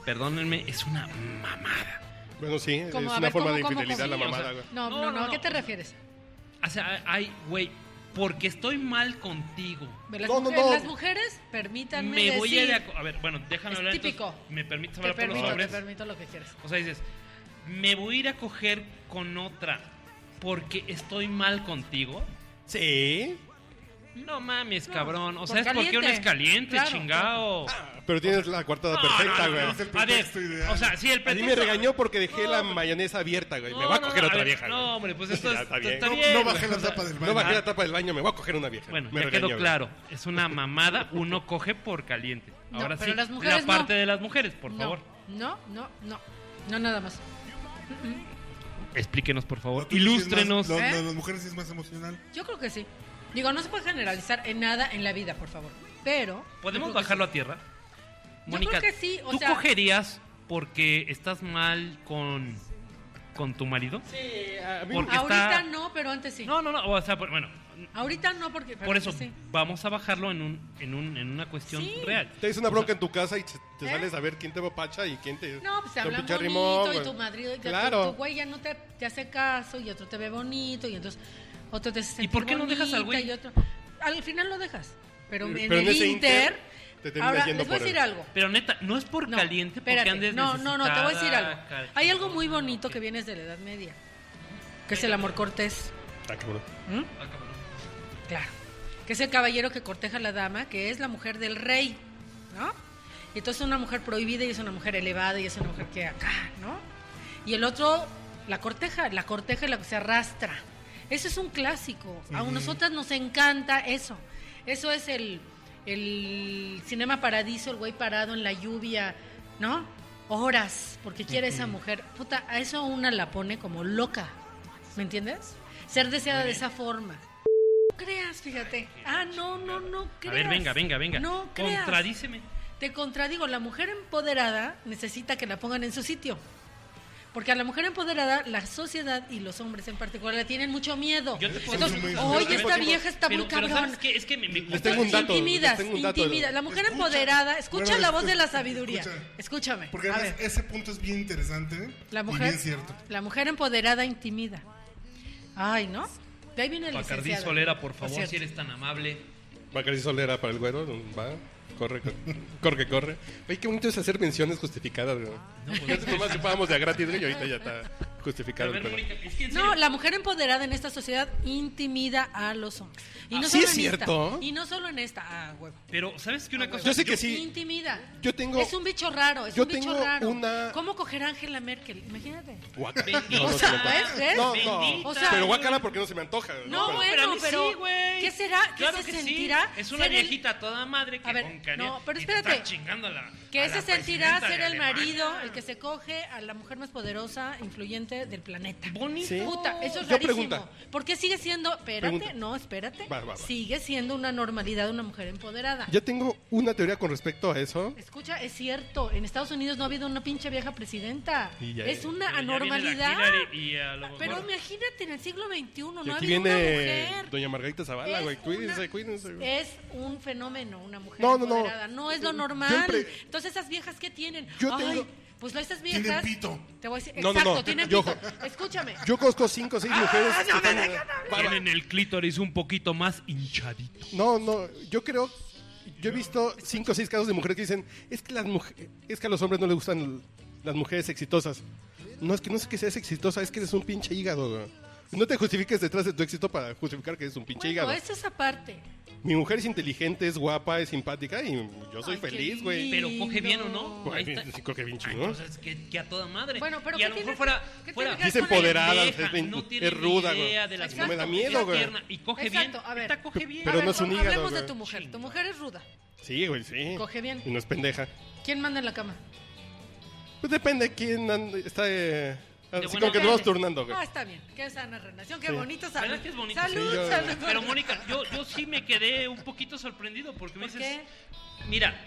Speaker 4: perdónenme, es una mamada.
Speaker 3: Bueno, sí, es
Speaker 2: Como, a
Speaker 3: una
Speaker 2: ver,
Speaker 3: forma
Speaker 2: ¿cómo,
Speaker 3: de
Speaker 2: cómo,
Speaker 3: infidelidad
Speaker 2: cómo?
Speaker 3: la
Speaker 4: Sí, o
Speaker 3: mamada,
Speaker 4: sea,
Speaker 3: güey.
Speaker 2: no,
Speaker 4: No,
Speaker 2: no, no,
Speaker 4: no,
Speaker 2: ¿a qué
Speaker 4: no.
Speaker 2: te refieres?
Speaker 4: O sea, ay, güey, porque estoy mal contigo.
Speaker 2: Las,
Speaker 3: No, no,
Speaker 2: mujeres,
Speaker 3: no.
Speaker 2: las mujeres, permítanme
Speaker 4: Me voy a ir
Speaker 2: decir-
Speaker 4: a... co- A ver, bueno, déjame
Speaker 2: Es
Speaker 4: hablar. entonces,
Speaker 2: típico.
Speaker 4: ¿Me permites
Speaker 2: Te
Speaker 4: hablar por los
Speaker 2: permito, te
Speaker 4: hombres?
Speaker 2: permito lo que quieras.
Speaker 4: O sea, dices, me voy a ir a coger con otra porque estoy mal contigo.
Speaker 3: Sí.
Speaker 4: No mames,
Speaker 2: No,
Speaker 4: cabrón. O
Speaker 2: por
Speaker 4: sea, es porque uno
Speaker 2: caliente.
Speaker 4: es caliente,
Speaker 2: Claro,
Speaker 4: chingado.
Speaker 1: Ah,
Speaker 3: Pero tienes la cuartada perfecta, güey.
Speaker 1: Es el
Speaker 4: A ver,
Speaker 1: pretexto ideal.
Speaker 4: o sea, sí,
Speaker 3: A
Speaker 4: el
Speaker 3: mí
Speaker 4: pretexto.
Speaker 3: me regañó porque dejé
Speaker 4: No,
Speaker 3: la
Speaker 4: pero-
Speaker 3: mayonesa abierta, güey.
Speaker 4: No,
Speaker 3: me voy a
Speaker 4: no,
Speaker 3: coger
Speaker 4: no,
Speaker 3: otra
Speaker 4: ver,
Speaker 3: vieja.
Speaker 4: No,
Speaker 3: güey.
Speaker 4: hombre, pues
Speaker 3: <laughs>
Speaker 4: esto
Speaker 3: Ya
Speaker 4: es-
Speaker 3: está
Speaker 4: está
Speaker 3: bien.
Speaker 4: bien.
Speaker 3: No-
Speaker 1: no
Speaker 4: güey.
Speaker 1: bajé la
Speaker 4: O sea,
Speaker 1: tapa del baño.
Speaker 3: No bajé
Speaker 4: Ah.
Speaker 3: la tapa del baño, me voy a coger una vieja.
Speaker 4: Bueno,
Speaker 3: me
Speaker 4: ya quedó
Speaker 3: regañó,
Speaker 4: claro. Es una mamada. Uno coge por caliente.
Speaker 2: No,
Speaker 4: Ahora
Speaker 2: pero
Speaker 4: sí,
Speaker 2: las mujeres
Speaker 4: la parte
Speaker 2: no.
Speaker 4: de las mujeres, por
Speaker 2: No,
Speaker 4: favor.
Speaker 2: No, no, no. No nada más.
Speaker 4: Explíquenos, por favor.
Speaker 1: Lo tuyo sí es más-
Speaker 4: Ilústrenos.
Speaker 1: lo-
Speaker 2: ¿eh?
Speaker 1: lo de las mujeres sí es más emocional.
Speaker 2: Yo creo que sí. Digo, no se puede generalizar en nada en la vida, por favor. Pero.
Speaker 4: ¿Podemos
Speaker 2: yo creo que
Speaker 4: bajarlo
Speaker 2: sí.
Speaker 4: a tierra?
Speaker 2: Yo creo que sí, o
Speaker 4: ¿tú
Speaker 2: sea-
Speaker 4: cogerías porque estás mal con, con tu marido?
Speaker 3: güey.
Speaker 4: Porque
Speaker 2: Ahorita
Speaker 4: está-
Speaker 2: no, pero antes sí.
Speaker 4: No, no, no. O sea, por- bueno,
Speaker 2: Ahorita no, porque. pero
Speaker 4: por eso
Speaker 2: antes sí.
Speaker 4: vamos a bajarlo en, un, en, un, en una cuestión
Speaker 2: Sí.
Speaker 4: real.
Speaker 3: Te hizo una bronca en tu casa y te te
Speaker 2: ¿Eh?
Speaker 3: sales a ver quién te pacha y quién te.
Speaker 2: No, pues te
Speaker 3: te
Speaker 2: hablan bonito
Speaker 3: pinche arrimó,
Speaker 2: y
Speaker 3: güey.
Speaker 2: tu marido, ya tu- tu,
Speaker 3: Claro.
Speaker 2: güey ya no te, te hace caso y otro te ve bonito y entonces otro te hace sentir
Speaker 4: por qué no dejas al
Speaker 2: bonita
Speaker 4: güey?
Speaker 2: y otro- al final lo dejas, pero en
Speaker 3: Pero en
Speaker 2: el
Speaker 3: ese
Speaker 2: inter,
Speaker 3: inter, te terminas
Speaker 2: ahora
Speaker 3: yendo
Speaker 2: les voy a
Speaker 3: por
Speaker 2: decir
Speaker 3: él.
Speaker 2: algo.
Speaker 4: Pero neta, no es por
Speaker 2: No,
Speaker 4: caliente porque
Speaker 2: espérate,
Speaker 4: andes
Speaker 2: No, no, no, te voy a decir algo.
Speaker 4: necesitada, cal-
Speaker 2: Hay algo muy bonito que viene desde la Edad Media, que es el amor cortés.
Speaker 3: Ah, cabrón.
Speaker 2: ¿m?
Speaker 4: Ah, cabrón.
Speaker 2: Claro. Que es el caballero que corteja a la dama, que es la mujer del rey, ¿no? Y entonces es una mujer prohibida y es una mujer elevada y es una mujer que acá, ¿no? Y el otro, la corteja, la corteja y la que se arrastra. Eso es un clásico. A nosotras nos encanta eso. Eso es el, el cinema paradiso, el güey parado en la lluvia, ¿no? Horas, porque quiere esa mujer. Puta, a eso una la pone como loca. ¿Me entiendes? Ser deseada de esa forma. No creas, fíjate. Ah, no, no, no
Speaker 4: A
Speaker 2: creas.
Speaker 4: ver, venga, venga, venga.
Speaker 2: No creas.
Speaker 4: Contradíceme.
Speaker 2: Te contradigo, la mujer empoderada necesita que la pongan en su sitio. Porque a la mujer empoderada, la sociedad y los hombres en particular le tienen mucho miedo.
Speaker 4: Yo te puedo
Speaker 2: Entonces,
Speaker 1: decir-
Speaker 2: hoy
Speaker 4: Pero-
Speaker 2: esta vieja está
Speaker 4: pero-
Speaker 2: muy
Speaker 4: pero
Speaker 2: cabrón.
Speaker 4: ¿sabes qué? Es que me, me-
Speaker 3: Les tengo un dato.
Speaker 2: intimidas,
Speaker 3: les tengo un dato.
Speaker 2: intimidas. La mujer
Speaker 1: Escucha.
Speaker 2: empoderada, escucha
Speaker 1: Bueno,
Speaker 2: la voz
Speaker 1: escucha,
Speaker 2: de la sabiduría.
Speaker 1: escucha.
Speaker 2: Escúchame.
Speaker 1: Porque
Speaker 2: a
Speaker 1: además
Speaker 2: ver.
Speaker 1: ese punto es bien interesante.
Speaker 2: La
Speaker 1: Y
Speaker 2: mujer,
Speaker 1: bien cierto.
Speaker 2: la mujer empoderada intimida. Ay, ¿no? De ahí viene el
Speaker 4: Bacardí
Speaker 2: licenciado.
Speaker 4: Solera, por
Speaker 2: es
Speaker 4: favor,
Speaker 2: cierto.
Speaker 4: si eres tan amable.
Speaker 3: Bacardí Solera para el güero. Va, corre, co- <laughs> corre, corre. Oye, qué bonito es hacer menciones justificadas, güey. <laughs> Antes nomás chupábamos de a gratis, güey, y ahorita ya está
Speaker 4: A
Speaker 3: justificado. el
Speaker 4: ver,
Speaker 3: pedo.
Speaker 4: Mónica, es que en
Speaker 2: No,
Speaker 4: serio,
Speaker 2: la mujer empoderada en esta sociedad intimida a los hombres. Y no
Speaker 3: Ah, sí
Speaker 2: solo
Speaker 3: es
Speaker 2: en esta,
Speaker 3: cierto.
Speaker 2: y no solo en esta. Ah, huevo.
Speaker 4: Pero, ¿sabes qué? Una cosa.
Speaker 3: Yo sé que sí.
Speaker 2: Intimida.
Speaker 3: Yo tengo-
Speaker 2: Es un bicho raro, es
Speaker 3: yo
Speaker 2: un bicho
Speaker 3: tengo
Speaker 2: raro.
Speaker 3: una-
Speaker 2: ¿Cómo coger a Angela Merkel? Imagínate. <laughs>
Speaker 4: Pues,
Speaker 3: Guácala. No,
Speaker 2: O
Speaker 3: no,
Speaker 2: sea,
Speaker 3: se me antoja.
Speaker 2: ¿ves? ¿ves?
Speaker 3: No,
Speaker 4: Bendita.
Speaker 3: no.
Speaker 2: O sea-
Speaker 3: Pero guácala porque no se me antoja.
Speaker 2: No,
Speaker 3: Pero-
Speaker 2: güey.
Speaker 4: pero a mí
Speaker 2: Bueno, pero-
Speaker 4: sí, güey.
Speaker 2: ¿qué será? ¿Qué
Speaker 4: Claro
Speaker 2: se
Speaker 4: que sí.
Speaker 2: sentirá
Speaker 4: Es una
Speaker 2: ser el-
Speaker 4: viejita a toda madre que
Speaker 2: A ver,
Speaker 4: con cariño-
Speaker 2: no, pero
Speaker 4: y te está
Speaker 2: espérate.
Speaker 4: chingando a la- a
Speaker 2: Que ese
Speaker 4: la
Speaker 2: sentirá
Speaker 4: presidenta
Speaker 2: ser
Speaker 4: de
Speaker 2: el
Speaker 4: Alemania.
Speaker 2: marido, el que se coge a la mujer más poderosa, influyente parte del planeta.
Speaker 4: Bonito.
Speaker 7: Sí.
Speaker 2: Puta, eso es
Speaker 3: Yo
Speaker 2: rarísimo.
Speaker 3: pregunta.
Speaker 2: ¿Por qué sigue siendo, espérate,
Speaker 3: Pregunta.
Speaker 2: no, espérate,
Speaker 3: Va, va, va.
Speaker 2: sigue siendo una normalidad una mujer empoderada?
Speaker 3: Yo tengo una teoría con respecto a eso.
Speaker 2: Escucha, es cierto, en Estados Unidos no ha habido una pinche vieja presidenta.
Speaker 3: Y ya-
Speaker 2: es una
Speaker 4: Pero ya
Speaker 2: anormalidad.
Speaker 4: viene la Hillary y a lo
Speaker 2: Pero
Speaker 4: mejor-
Speaker 2: imagínate en el siglo XXI, no
Speaker 3: y
Speaker 2: ha
Speaker 3: aquí
Speaker 2: habido
Speaker 3: viene
Speaker 2: una mujer.
Speaker 3: Doña Margarita Zavala,
Speaker 2: Es
Speaker 3: güey. Cuídense,
Speaker 2: una-
Speaker 3: cuídense. güey.
Speaker 2: Es un fenómeno, una mujer
Speaker 3: No, no, no.
Speaker 2: empoderada. No, es lo normal.
Speaker 3: Siempre-
Speaker 2: Entonces, ¿esas viejas qué tienen?
Speaker 3: Yo
Speaker 2: Ay,
Speaker 3: tengo-
Speaker 2: Pues lo- esas viejas...
Speaker 1: Tienen pito.
Speaker 2: Te voy a decir...
Speaker 3: No, no, no,
Speaker 2: Exacto, tienen
Speaker 3: yo-
Speaker 2: pito. Escúchame.
Speaker 3: Yo conozco cinco o
Speaker 2: Ah,
Speaker 3: seis mujeres. que están- Va, va.
Speaker 4: Tienen el clítoris un poquito más hinchadito.
Speaker 3: No, no, yo creo. Yo he visto cinco o seis casos de mujeres que dicen: es que, las mujeres, es que a los hombres no les gustan l- las mujeres exitosas. No, es que no es que seas exitosa, es que eres un pinche hígado. güey. No te justifiques detrás de tu éxito para justificar que eres un pinche
Speaker 2: Bueno,
Speaker 3: hígado.
Speaker 2: es esa parte.
Speaker 3: Mi mujer es inteligente, es guapa, es simpática y yo soy
Speaker 2: Ay, qué
Speaker 3: feliz, güey.
Speaker 2: lindo.
Speaker 4: Pero coge bien o no.
Speaker 3: Coge
Speaker 4: Ahí
Speaker 3: bien,
Speaker 4: está.
Speaker 3: Pues, sí, coge bien
Speaker 4: Ah,
Speaker 3: chingón.
Speaker 4: Entonces, que, que a toda madre.
Speaker 2: Bueno, pero
Speaker 4: y a
Speaker 2: ¿qué
Speaker 4: lo mejor
Speaker 2: tiene-
Speaker 4: fuera.
Speaker 2: qué
Speaker 4: fuera
Speaker 2: tiene que
Speaker 3: Dice
Speaker 2: ver con
Speaker 3: empoderada,
Speaker 2: la
Speaker 3: es,
Speaker 4: pendeja,
Speaker 3: bien-
Speaker 4: no tiene
Speaker 3: es
Speaker 4: ni
Speaker 3: ruda, güey.
Speaker 4: idea de las
Speaker 2: Exacto.
Speaker 3: No me da
Speaker 4: mujeres,
Speaker 3: miedo,
Speaker 4: es
Speaker 3: güey.
Speaker 4: tierna Y coge
Speaker 2: Exacto,
Speaker 4: bien.
Speaker 2: a ver.
Speaker 4: Esta coge bien.
Speaker 3: Pero
Speaker 2: A ver,
Speaker 3: no es un
Speaker 2: Juan,
Speaker 3: hígado,
Speaker 2: Hablemos de
Speaker 3: güey.
Speaker 2: tu mujer. Tu mujer es ruda.
Speaker 3: Sí, güey, sí.
Speaker 2: Coge bien.
Speaker 3: Y no es pendeja.
Speaker 2: ¿Quién manda en la cama?
Speaker 3: Pues depende de quién and- está. Eh, así
Speaker 4: buena
Speaker 3: como que
Speaker 4: cara.
Speaker 3: nos vamos turnando, güey.
Speaker 2: Ah, está bien. Qué sana relación, qué
Speaker 3: Sí.
Speaker 2: bonito salud.
Speaker 4: ¿Verdad que es bonito?
Speaker 2: Salud,
Speaker 3: Sí, yo-
Speaker 2: salud.
Speaker 4: Pero Mónica, yo, yo sí me quedé un poquito sorprendido porque me
Speaker 2: ¿Por
Speaker 4: dices,
Speaker 2: qué?
Speaker 4: mira,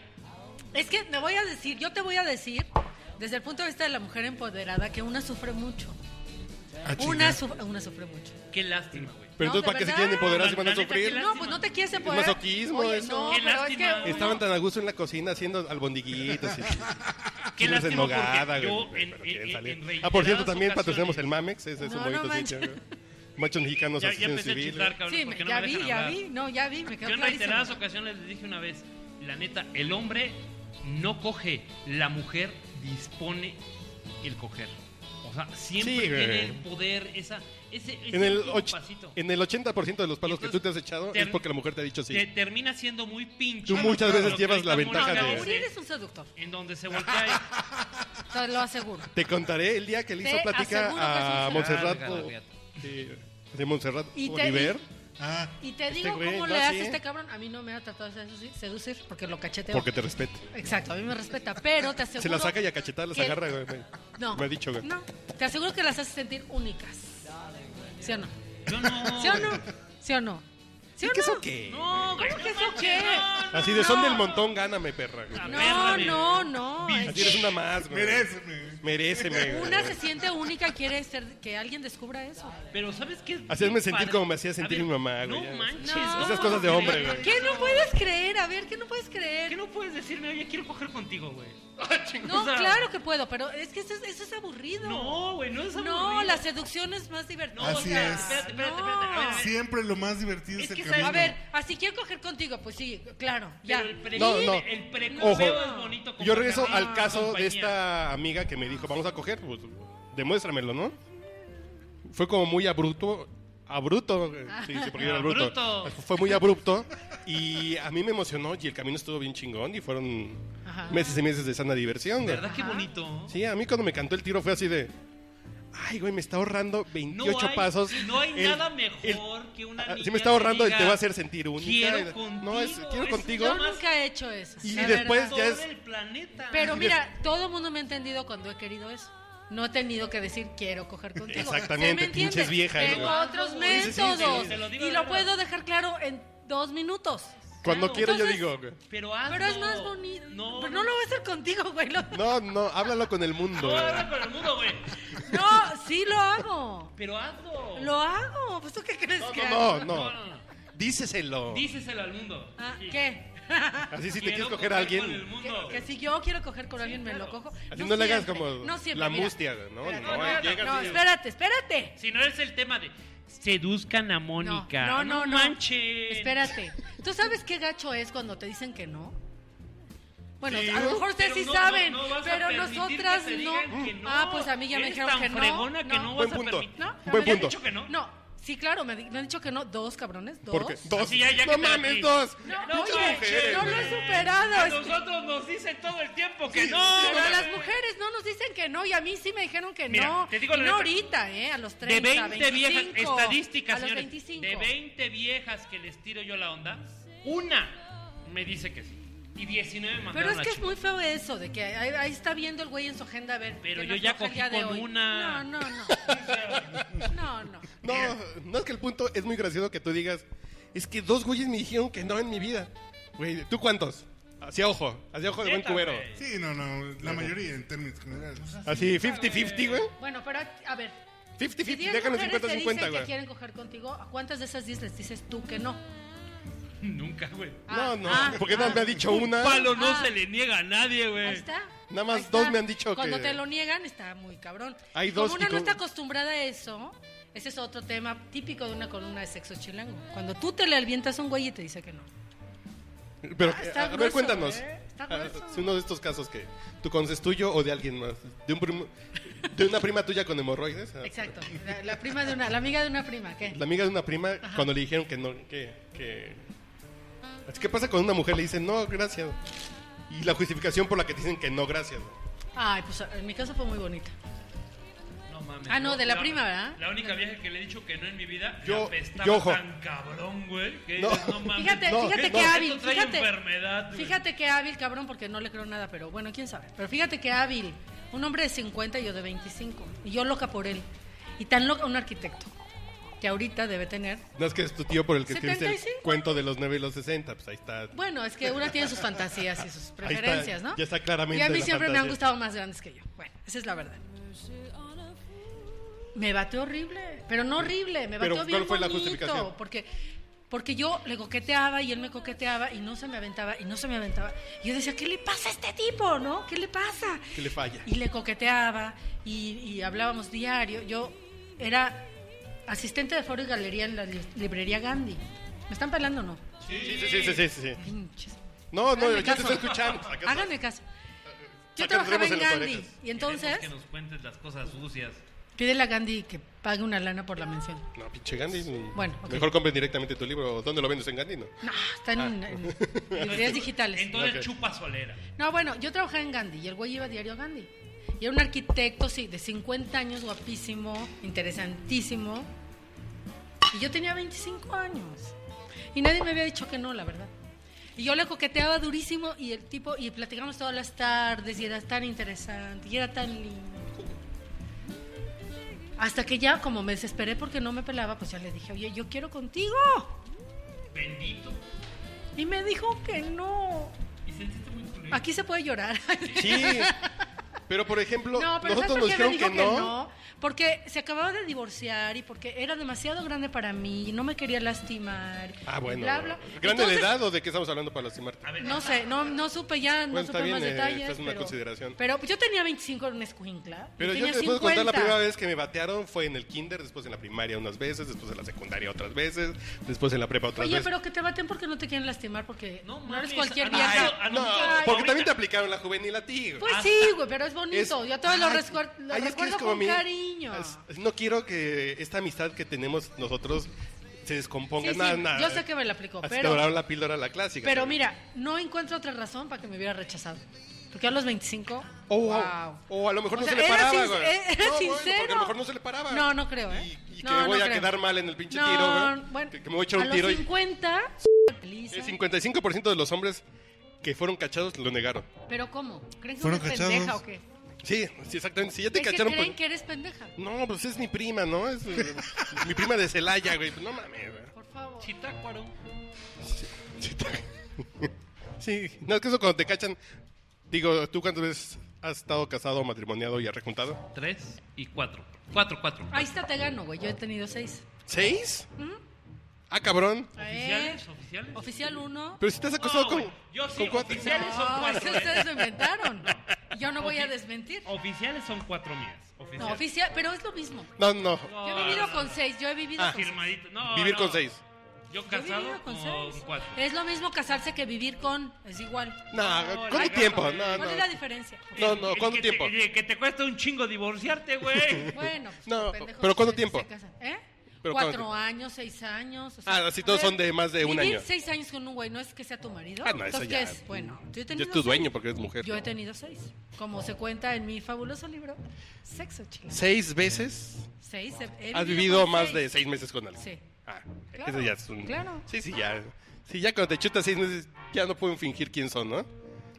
Speaker 2: Es que me voy a decir, yo te voy a decir, desde el punto de vista de la mujer empoderada, que una sufre mucho.
Speaker 1: Ah, chinga.
Speaker 2: Una, sufre- una sufre mucho.
Speaker 4: qué lástima, güey.
Speaker 3: Pero
Speaker 2: No,
Speaker 3: entonces,
Speaker 2: de
Speaker 3: ¿para qué se
Speaker 2: verdad.
Speaker 3: quieren empoderar si van a
Speaker 4: La neta, qué
Speaker 3: sufrir?
Speaker 4: lástima.
Speaker 2: No, pues no te quieres empoderar.
Speaker 3: masoquismo
Speaker 2: Oye,
Speaker 3: eso.
Speaker 2: No,
Speaker 4: Qué
Speaker 2: pero es
Speaker 4: lástima.
Speaker 2: que
Speaker 3: Estaban tan a gusto en la cocina haciendo albondiguitas y
Speaker 4: <laughs>
Speaker 3: chiles
Speaker 4: Qué
Speaker 3: en
Speaker 4: lástima porque
Speaker 3: nogada,
Speaker 4: yo
Speaker 3: güey,
Speaker 4: en-
Speaker 3: pero quieren
Speaker 4: en-
Speaker 3: salir.
Speaker 4: en reiteradas
Speaker 3: Ah, por cierto, también
Speaker 4: ocasiones-
Speaker 3: patrocinamos el Mamex, ese es
Speaker 2: No, no
Speaker 3: un bonito
Speaker 2: manches.
Speaker 3: sitio. güey. Machos mexicanos,
Speaker 4: Ya, ya
Speaker 3: asociación
Speaker 4: empecé a
Speaker 3: civil. ¿eh?
Speaker 4: chingar, cabrón,
Speaker 2: Sí,
Speaker 4: porque no
Speaker 2: ya
Speaker 4: me
Speaker 2: vi,
Speaker 4: dejan
Speaker 2: ya
Speaker 4: hablar.
Speaker 2: vi, no, ya vi, me quedó
Speaker 4: Yo en reiteradas
Speaker 2: clarísimo.
Speaker 4: ocasiones les dije una vez, la neta, el hombre no coge, la mujer dispone el coger. O sea, siempre
Speaker 3: Sí, güey.
Speaker 4: tiene el poder, esa, ese, ese
Speaker 3: En el,
Speaker 4: último
Speaker 3: och-
Speaker 4: pasito.
Speaker 3: en el 80% de los palos
Speaker 4: Entonces,
Speaker 3: que tú te has echado
Speaker 4: ter-
Speaker 3: es porque la mujer te ha dicho sí.
Speaker 4: Te termina siendo muy pinche.
Speaker 3: Tú muchas veces
Speaker 4: Lo que
Speaker 3: llevas
Speaker 4: ahorita
Speaker 3: la ventaja
Speaker 4: Mónica
Speaker 3: de-
Speaker 2: No,
Speaker 4: dice,
Speaker 2: Uriel es un seductor,
Speaker 4: En donde se voltea y...
Speaker 2: te lo aseguro.
Speaker 3: Te contaré el día que le
Speaker 2: Te
Speaker 3: hizo plática
Speaker 2: aseguro que
Speaker 3: a
Speaker 2: es un
Speaker 3: Montserrat
Speaker 4: Ah,
Speaker 3: o-
Speaker 4: Galarrieta.
Speaker 3: sí, de Montserrat
Speaker 2: Y te-
Speaker 3: Oliver.
Speaker 1: Ah,
Speaker 2: Y te
Speaker 3: Este
Speaker 2: digo
Speaker 3: güey,
Speaker 2: cómo
Speaker 3: no,
Speaker 2: le hace
Speaker 3: sí.
Speaker 2: este cabrón. A mí no me ha tratado de seducir- seducir porque lo cacheteo.
Speaker 3: Porque te respete.
Speaker 2: Exacto, a mí me respeta, pero te aseguro.
Speaker 3: Se la saca y a cachetar las
Speaker 2: que-
Speaker 3: agarra, güey. me-
Speaker 2: No.
Speaker 3: Me ha dicho, güey.
Speaker 2: No, te aseguro que las hace sentir únicas. ¿Sí o no?
Speaker 4: Yo no.
Speaker 2: ¿Sí o no? ¿Sí o no? ¿Sí o
Speaker 3: ¿Qué eso
Speaker 2: no?
Speaker 3: qué?
Speaker 4: No, güey.
Speaker 2: ¿Qué eso qué?
Speaker 3: Así de son del montón, gáname, perra.
Speaker 2: Ah,
Speaker 3: güey.
Speaker 2: No, no, no.
Speaker 3: Así eres una más, güey.
Speaker 1: meréceme.
Speaker 3: Meréceme, güey.
Speaker 2: Una se siente única, quiere ser que alguien descubra eso.
Speaker 4: Pero ¿sabes qué?
Speaker 3: Hacerme
Speaker 4: Bien
Speaker 3: sentir
Speaker 4: padre.
Speaker 3: como me hacía
Speaker 4: A
Speaker 3: sentir
Speaker 4: ver,
Speaker 3: mi mamá, güey, ya.
Speaker 4: No manches.
Speaker 2: No.
Speaker 4: ¿cómo
Speaker 3: Esas cosas de
Speaker 4: vas a
Speaker 3: hombre,
Speaker 4: creer?
Speaker 3: güey.
Speaker 2: ¿Qué no puedes creer? A ver, ¿qué no puedes
Speaker 4: ¿Qué
Speaker 2: creer?
Speaker 4: no puedes decirme? Oye, quiero coger contigo, güey. <laughs> Ah,
Speaker 2: No,
Speaker 4: O sea,
Speaker 2: claro que puedo, pero es que eso es, eso es aburrido.
Speaker 4: No, güey, no es
Speaker 2: No,
Speaker 4: aburrido.
Speaker 2: la seducción es más divertida.
Speaker 4: No,
Speaker 1: Así
Speaker 4: o sea,
Speaker 1: es.
Speaker 4: Espérate, espérate, espérate. A ver, a ver.
Speaker 1: Siempre lo más divertido es,
Speaker 4: Es
Speaker 1: el
Speaker 4: que
Speaker 1: camino.
Speaker 2: A ver, así quiero coger contigo, pues sí, claro, ya.
Speaker 4: Pero el pre-
Speaker 3: No, no.
Speaker 4: el precopeo
Speaker 3: Ojo,
Speaker 4: es bonito. como
Speaker 3: yo regreso
Speaker 4: compañía.
Speaker 3: al caso
Speaker 4: compañía.
Speaker 3: de esta amiga que me dijo, vamos a coger, pues demuéstramelo, ¿no? Fue como muy abrupto, abrupto, eh, sí, sí, porque yo era abrupto.
Speaker 4: Abrupto.
Speaker 3: Fue muy abrupto y a mí me emocionó y el camino estuvo bien chingón y fueron
Speaker 2: Ajá.
Speaker 3: meses y meses de sana diversión. güey.
Speaker 4: ¿Verdad? Qué bonito.
Speaker 3: Sí, a mí cuando me cantó el tiro fue así de, ay, güey, me está ahorrando 28
Speaker 4: hay-
Speaker 3: pasos.
Speaker 4: No hay
Speaker 3: El-
Speaker 4: nada
Speaker 3: el-
Speaker 4: mejor que una
Speaker 3: Ah,
Speaker 4: niña.
Speaker 3: sí me está ahorrando
Speaker 4: que
Speaker 3: el
Speaker 4: diga,
Speaker 3: te voy a hacer sentir única.
Speaker 4: Quiero
Speaker 3: No, es,
Speaker 4: contigo,
Speaker 3: quiero
Speaker 4: es
Speaker 3: contigo.
Speaker 4: lo
Speaker 2: Yo
Speaker 4: más-
Speaker 2: nunca he hecho eso.
Speaker 3: Y
Speaker 2: la
Speaker 3: después
Speaker 2: verdad.
Speaker 3: ya es-
Speaker 4: Todo el planeta.
Speaker 2: Pero mira, todo el mundo me ha entendido cuando he querido eso. No he tenido que decir quiero coger contigo.
Speaker 3: Exactamente,
Speaker 2: ¿Se me entiende?
Speaker 3: pinches viejas,
Speaker 2: Tengo
Speaker 3: güey.
Speaker 2: otros
Speaker 4: Sí,
Speaker 3: sí, sí,
Speaker 2: métodos.
Speaker 3: sí, sí. Te
Speaker 4: lo digo
Speaker 2: Y
Speaker 4: de
Speaker 2: lo
Speaker 4: verdad.
Speaker 2: puedo dejar claro en dos minutos.
Speaker 3: Cuando
Speaker 4: Claro.
Speaker 3: quiero
Speaker 2: Entonces-
Speaker 3: yo digo.
Speaker 4: Pero, hazlo.
Speaker 2: Pero es más bonito.
Speaker 4: No,
Speaker 2: Pero no lo voy a hacer contigo, güey.
Speaker 3: <laughs>
Speaker 2: lo-
Speaker 3: No, no, háblalo con el mundo.
Speaker 4: No,
Speaker 3: güey.
Speaker 4: habla con el mundo, güey.
Speaker 2: No, sí lo hago.
Speaker 4: Pero hazlo.
Speaker 2: Lo hago. ¿Pues tú qué crees que hago?
Speaker 3: No, no, no. Díceselo.
Speaker 4: Díceselo al mundo.
Speaker 2: Ah, ¿Qué?
Speaker 3: Así si te
Speaker 4: Quiero
Speaker 3: quieres coger a
Speaker 4: con el
Speaker 3: alguien.
Speaker 4: mundo.
Speaker 2: Que si yo quiero coger con alguien, me lo
Speaker 4: claro.
Speaker 2: cojo.
Speaker 3: Así no le hagas
Speaker 2: siempre,
Speaker 3: como
Speaker 2: no siempre,
Speaker 3: la
Speaker 2: mira.
Speaker 3: mustia. No, no, eh,
Speaker 2: Espérate,
Speaker 3: no. llegas
Speaker 2: no,
Speaker 3: y-
Speaker 2: espérate, espérate.
Speaker 4: Si no es el tema de seduzcan a Mónica.
Speaker 2: No, no, no. no.
Speaker 4: manches.
Speaker 2: Espérate. ¿Tú sabes qué gacho es cuando te dicen que no? Bueno,
Speaker 3: Sí,
Speaker 2: a lo mejor ustedes sí
Speaker 4: Pero no-
Speaker 2: saben,
Speaker 4: no- no vas a
Speaker 2: pero
Speaker 4: permitir que
Speaker 2: nosotras
Speaker 4: te
Speaker 2: no.
Speaker 4: digan que no.
Speaker 2: Ah, pues a mí ya me
Speaker 4: Eres
Speaker 2: dijeron
Speaker 4: tan
Speaker 2: que no.
Speaker 4: fregona que no
Speaker 3: Buen
Speaker 4: vas a
Speaker 3: punto.
Speaker 4: permitir-
Speaker 2: ¿No?
Speaker 3: Buen
Speaker 2: ¿Me han
Speaker 3: punto.
Speaker 4: dicho que no?
Speaker 2: No, sí, claro, me, di- me han dicho que no. Dos cabrones, dos.
Speaker 3: Porque dos.
Speaker 4: Así ya- ya que
Speaker 3: no
Speaker 4: te
Speaker 3: mames,
Speaker 4: metí.
Speaker 3: dos.
Speaker 2: No,
Speaker 4: No,
Speaker 2: oye,
Speaker 4: muchas mujeres,
Speaker 2: no lo he superado.
Speaker 4: A
Speaker 2: es que-
Speaker 4: nosotros nos dicen todo el tiempo que no.
Speaker 2: pero a
Speaker 4: güey.
Speaker 2: las mujeres no nos dicen que no y a mí sí me dijeron que
Speaker 4: Mira,
Speaker 2: no.
Speaker 4: te digo
Speaker 2: Y no
Speaker 4: la neta.
Speaker 2: ahorita, ¿eh? A los 30,
Speaker 4: de 20 viejas,
Speaker 2: 25,
Speaker 4: estadísticas,
Speaker 2: A los
Speaker 4: señores.
Speaker 2: 25.
Speaker 4: De 20 viejas que les tiro yo la onda, una me dice que sí. Y 19 mandaron
Speaker 2: Pero es
Speaker 4: a
Speaker 2: que es
Speaker 4: chingar.
Speaker 2: muy feo eso, de que ahí, ahí está viendo el güey en su agenda a ver.
Speaker 4: Pero
Speaker 2: qué
Speaker 4: yo
Speaker 2: nos
Speaker 4: ya
Speaker 2: toca el
Speaker 4: cogí
Speaker 2: día de
Speaker 4: con
Speaker 2: hoy.
Speaker 4: una.
Speaker 2: No, no, no.
Speaker 4: <laughs>
Speaker 2: No, no.
Speaker 3: No, no es que el punto es muy gracioso que tú digas, es que dos güeyes me dijeron que no en mi vida. Güey, ¿tú cuántos? Hacia ojo, hacia ojo de buen
Speaker 4: Neta,
Speaker 3: cubero.
Speaker 4: güey.
Speaker 1: Sí, no, no, la mayoría en términos generales.
Speaker 3: Así, 50-50, güey.
Speaker 2: Bueno, pero a ver. Si
Speaker 3: 50-50,
Speaker 2: 10
Speaker 3: déjalo en
Speaker 2: mujeres te
Speaker 3: 50-50,
Speaker 2: dicen que
Speaker 3: güey.
Speaker 2: quieren coger contigo, ¿a cuántas de esas 10 les dices tú que no?
Speaker 4: Nunca, güey.
Speaker 2: Ah,
Speaker 3: No, no,
Speaker 2: ah,
Speaker 4: Pues,
Speaker 3: porque
Speaker 2: ah.
Speaker 3: no me ha dicho una.
Speaker 4: Palo no
Speaker 2: Ah.
Speaker 4: se le niega a nadie,
Speaker 2: Ahí
Speaker 4: güey.
Speaker 2: está.
Speaker 3: Nada más
Speaker 2: Ahí está.
Speaker 3: dos me han dicho
Speaker 2: Cuando
Speaker 3: que-
Speaker 2: te lo niegan está muy cabrón.
Speaker 3: Hay
Speaker 2: Y
Speaker 3: dos
Speaker 2: Como
Speaker 3: y
Speaker 2: una no
Speaker 3: con-
Speaker 2: está acostumbrada a eso, ese es otro tema típico de una columna de sexo chilango. Cuando tú te le alvientas a un güey y te dice que no.
Speaker 3: Pero,
Speaker 2: Ah, está
Speaker 3: a- a ver,
Speaker 2: grueso,
Speaker 3: cuéntanos.
Speaker 2: ¿eh? Está
Speaker 3: Ah,
Speaker 2: grueso.
Speaker 3: Es uno de estos casos que tu cons es tuyo o de alguien más. De, un primo- de una prima tuya con hemorroides. ah.
Speaker 2: Exacto. La, la prima de una, la amiga de una prima, ¿qué?
Speaker 3: La amiga de una prima, cuando le dijeron que no, que, que... Así que pasa cuando una mujer le dice no, gracias. Y la justificación por la que te dicen que no, gracias.
Speaker 2: Ay, pues en mi caso fue muy bonita.
Speaker 4: No mames.
Speaker 2: Ah, no, de la prima, ¿verdad?
Speaker 4: La única vieja que le he dicho que no en mi vida.
Speaker 3: Yo-
Speaker 4: Yo. Apestaba
Speaker 3: yo, ojo.
Speaker 4: tan cabrón, güey. Que
Speaker 3: No.
Speaker 4: dices, Ah, no mames.
Speaker 2: Fíjate,
Speaker 3: No,
Speaker 2: fíjate
Speaker 3: no.
Speaker 2: que
Speaker 3: Esto
Speaker 2: hábil,
Speaker 4: trae
Speaker 2: fíjate.
Speaker 4: enfermedad, güey.
Speaker 2: Fíjate que hábil, cabrón, porque no le creo nada, pero bueno, quién sabe. Pero fíjate que hábil, un hombre de 50 y yo de 25, y yo loca por él. Y tan loca un arquitecto, que ahorita debe tener.
Speaker 3: No es que es tu tío por el que escribiste el
Speaker 2: 75.
Speaker 3: cuento de los 9 y los 60, pues ahí está.
Speaker 2: Bueno, es que una tiene sus fantasías y sus
Speaker 3: Ahí está,
Speaker 2: preferencias, ¿no?
Speaker 3: ya está claramente
Speaker 2: Y a mí
Speaker 3: la
Speaker 2: siempre me han
Speaker 3: fantasía.
Speaker 2: gustado más grandes que yo. Bueno, esa es la verdad. Me bateó horrible, pero no horrible, me
Speaker 3: Pero,
Speaker 2: bateó bien
Speaker 3: ¿cuál fue la
Speaker 2: bonito,
Speaker 3: justificación?
Speaker 2: porque porque yo le coqueteaba y él me coqueteaba y no se me aventaba y no se me aventaba. Y yo decía, ¿qué le pasa a este tipo, no? ¿Qué le pasa?
Speaker 3: Que le falla.
Speaker 2: Y le coqueteaba y, y hablábamos diario. Yo era asistente de foro y galería en la li- librería Gandhi. ¿Me están pelando o no?
Speaker 3: Sí, sí, sí, sí, sí, sí.
Speaker 2: Pinches.
Speaker 3: No, no,
Speaker 2: Háganme
Speaker 3: yo te
Speaker 2: caso.
Speaker 3: estoy escuchando. acá está.
Speaker 2: Háganme caso. Yo
Speaker 3: Acá nos
Speaker 2: trabajaba
Speaker 3: vemos
Speaker 2: en
Speaker 3: en las
Speaker 2: Gandhi
Speaker 3: orejas.
Speaker 2: y entonces
Speaker 4: Queremos que nos cuentes las cosas sucias.
Speaker 2: pídele a Gandhi que pague una lana por la mención.
Speaker 3: No, pinche Gandhi.
Speaker 2: Bueno, ok.
Speaker 3: Mejor compren directamente tu libro. ¿Dónde lo vendes en Gandhi? No.
Speaker 2: No, está en,
Speaker 3: Ah.
Speaker 2: en librerías digitales.
Speaker 4: Entonces
Speaker 3: Ok.
Speaker 4: chupa solera.
Speaker 2: No, bueno, yo trabajaba en Gandhi y el güey iba diario a Gandhi. Y era un arquitecto, sí, de 50 años, guapísimo, interesantísimo. Y yo tenía 25 años. Y nadie me había dicho que no, la verdad. Y yo le coqueteaba durísimo y el tipo, y platicamos todas las tardes y era tan interesante y era tan lindo. Hasta que ya, como me desesperé porque no me pelaba, pues ya le dije, oye, yo quiero contigo.
Speaker 4: Bendito.
Speaker 2: Y me dijo que no.
Speaker 4: Y sentiste muy culero.
Speaker 2: Aquí se puede llorar.
Speaker 3: Sí. Pero, por ejemplo,
Speaker 2: No, pero ¿sabes
Speaker 3: nosotros nos
Speaker 2: por qué me
Speaker 3: dijeron
Speaker 2: dijo que
Speaker 3: que no.
Speaker 2: no? Porque se acababa de divorciar y porque era demasiado grande para mí y no me quería lastimar.
Speaker 3: Ah,
Speaker 2: y
Speaker 3: bueno.
Speaker 2: bla, bla.
Speaker 3: ¿Grande
Speaker 2: Entonces, Ah,
Speaker 3: de edad o de qué estamos hablando para lastimarte?
Speaker 4: A ver,
Speaker 2: No sé, no, no supe ya, no
Speaker 3: Bueno,
Speaker 2: supe
Speaker 3: está bien,
Speaker 2: más
Speaker 3: eh,
Speaker 2: detalles.
Speaker 3: esta es una
Speaker 2: pero,
Speaker 3: consideración.
Speaker 2: Pero pues, yo tenía 25 en una escuincla.
Speaker 3: Pero yo
Speaker 2: tenía
Speaker 3: te puedo contar la
Speaker 2: 50.
Speaker 3: primera vez que me batearon fue en el kinder, después en la primaria unas veces, después en la secundaria otras veces, después en la prepa otras
Speaker 2: Oye,
Speaker 3: veces.
Speaker 2: pero que te baten porque no te quieren lastimar, porque no,
Speaker 4: mames,
Speaker 2: eres cualquier
Speaker 4: a nosotros-
Speaker 2: vieja.
Speaker 4: a
Speaker 3: Ah, No,
Speaker 4: nosotros
Speaker 2: Ay.
Speaker 3: porque
Speaker 4: ahorita-
Speaker 3: también te aplicaron la juvenil a ti. güey.
Speaker 2: Pues sí, güey, pero es bonito.
Speaker 3: Es-
Speaker 2: yo todavía lo,
Speaker 3: ay,
Speaker 2: rescuer- lo
Speaker 3: ay, es que
Speaker 2: recuerdo
Speaker 3: es como
Speaker 2: con
Speaker 3: mi-
Speaker 2: cariño.
Speaker 3: es- No quiero que esta amistad que tenemos nosotros se descomponga.
Speaker 2: Sí,
Speaker 3: nada,
Speaker 2: sí,
Speaker 3: nada.
Speaker 2: yo sé que me la aplicó,
Speaker 3: Así
Speaker 2: pero-
Speaker 3: te doraron la píldora la clásica.
Speaker 2: Pero
Speaker 3: ¿sabes?
Speaker 2: mira, no encuentro otra razón para que me hubiera rechazado. Porque a los 25.
Speaker 3: O
Speaker 2: wow.
Speaker 3: a lo mejor
Speaker 2: O
Speaker 3: no
Speaker 2: sea,
Speaker 3: se le
Speaker 2: era
Speaker 3: paraba,
Speaker 2: sin-
Speaker 3: güey.
Speaker 2: era
Speaker 3: No, bueno,
Speaker 2: sincero.
Speaker 3: porque a lo mejor no se le paraba.
Speaker 2: No, no creo, ¿eh?
Speaker 3: Y, y que
Speaker 2: No, no
Speaker 3: voy a
Speaker 2: creo.
Speaker 3: quedar mal en el pinche
Speaker 2: No,
Speaker 3: tiro, güey.
Speaker 2: bueno,
Speaker 3: que, que me voy a echar un
Speaker 2: los ¿eh?
Speaker 3: tiro. y-
Speaker 2: 50.
Speaker 3: El
Speaker 2: Lisa.
Speaker 3: 55% de los hombres que fueron cachados lo negaron.
Speaker 2: Pero ¿cómo? ¿Creen que
Speaker 1: Fueron
Speaker 2: eres
Speaker 1: cachados.
Speaker 2: pendeja o qué?
Speaker 3: Sí, sí, exactamente. Si ya te
Speaker 2: es que
Speaker 3: cacharon,
Speaker 2: creen
Speaker 3: pues-
Speaker 2: que eres pendeja.
Speaker 3: No, pues es mi prima, ¿no? Es eh, <laughs> mi prima de Celaya, güey. Pues no mames, güey.
Speaker 2: Por favor.
Speaker 4: Chitácuaro.
Speaker 3: <laughs> Sí, no es que eso cuando te cachan. Digo, ¿tú cuántas veces has estado casado, matrimoniado y arrejuntado?
Speaker 4: Tres y cuatro. Cuatro, cuatro.
Speaker 2: Ahí está, te gano, güey. Yo he tenido seis.
Speaker 3: ¿Seis? Ah, cabrón.
Speaker 2: A
Speaker 4: ¿Oficiales?
Speaker 2: ver.
Speaker 4: ¿Oficiales?
Speaker 2: Oficial uno.
Speaker 3: Pero si te has acostado
Speaker 4: No,
Speaker 3: con,
Speaker 4: güey, yo sí,
Speaker 3: con cuatro.
Speaker 4: oficial. Oficiales son
Speaker 2: No,
Speaker 4: cuatro,
Speaker 2: eso
Speaker 4: ¿eh?
Speaker 2: ustedes lo inventaron. Yo no voy a
Speaker 4: Ofi-
Speaker 2: desmentir.
Speaker 4: Oficiales son cuatro mías. Oficiales.
Speaker 2: No, oficial, pero es lo mismo.
Speaker 3: No, no.
Speaker 4: No,
Speaker 2: Yo he vivido
Speaker 4: no,
Speaker 2: con seis, yo he vivido
Speaker 3: Ah,
Speaker 2: con seis.
Speaker 4: Firmadito. No,
Speaker 3: Vivir
Speaker 4: no.
Speaker 3: con seis.
Speaker 4: Yo
Speaker 2: Yo he vivido
Speaker 4: casado con,
Speaker 2: seis.
Speaker 4: cuatro.
Speaker 2: Es lo mismo casarse que vivir con, es igual.
Speaker 3: No,
Speaker 4: No,
Speaker 3: ¿cuánto
Speaker 4: la-
Speaker 3: tiempo? No,
Speaker 2: ¿Cuál es la
Speaker 3: no.
Speaker 2: diferencia?
Speaker 3: No, no,
Speaker 4: El
Speaker 3: ¿cuánto
Speaker 4: que
Speaker 3: tiempo?
Speaker 4: Te, el que te cuesta un chingo divorciarte, güey.
Speaker 2: Bueno, pues,
Speaker 3: No,
Speaker 2: los pendejos
Speaker 3: pero ¿cuánto
Speaker 2: se-
Speaker 3: tiempo?
Speaker 2: se casan. ¿Eh?
Speaker 3: Pero
Speaker 2: cuatro
Speaker 3: ¿cómo
Speaker 2: años, seis años. o
Speaker 3: Ah, así todos
Speaker 2: a ver,
Speaker 3: son de más de un
Speaker 2: vivir
Speaker 3: año.
Speaker 2: seis años con un güey no es que sea tu marido.
Speaker 3: Ah, no, eso
Speaker 2: Entonces,
Speaker 3: ya-
Speaker 2: ¿qué es? Bueno, yo he
Speaker 3: Ya
Speaker 2: tenido
Speaker 3: es tu
Speaker 2: seis.
Speaker 3: dueño porque eres mujer.
Speaker 2: Yo he
Speaker 3: ¿no?
Speaker 2: tenido seis, como se cuenta en mi fabuloso libro Sexo Chingón.
Speaker 3: ¿Seis veces
Speaker 2: Seis. he- he
Speaker 3: has
Speaker 2: con
Speaker 3: vivido más
Speaker 2: seis.
Speaker 3: de seis meses con alguien?
Speaker 2: Sí.
Speaker 3: Ah,
Speaker 2: Claro,
Speaker 3: eso ya es un...
Speaker 2: claro.
Speaker 3: Sí, sí, ya. Sí, ya cuando te chutas seis meses ya no pueden fingir quién son, ¿no?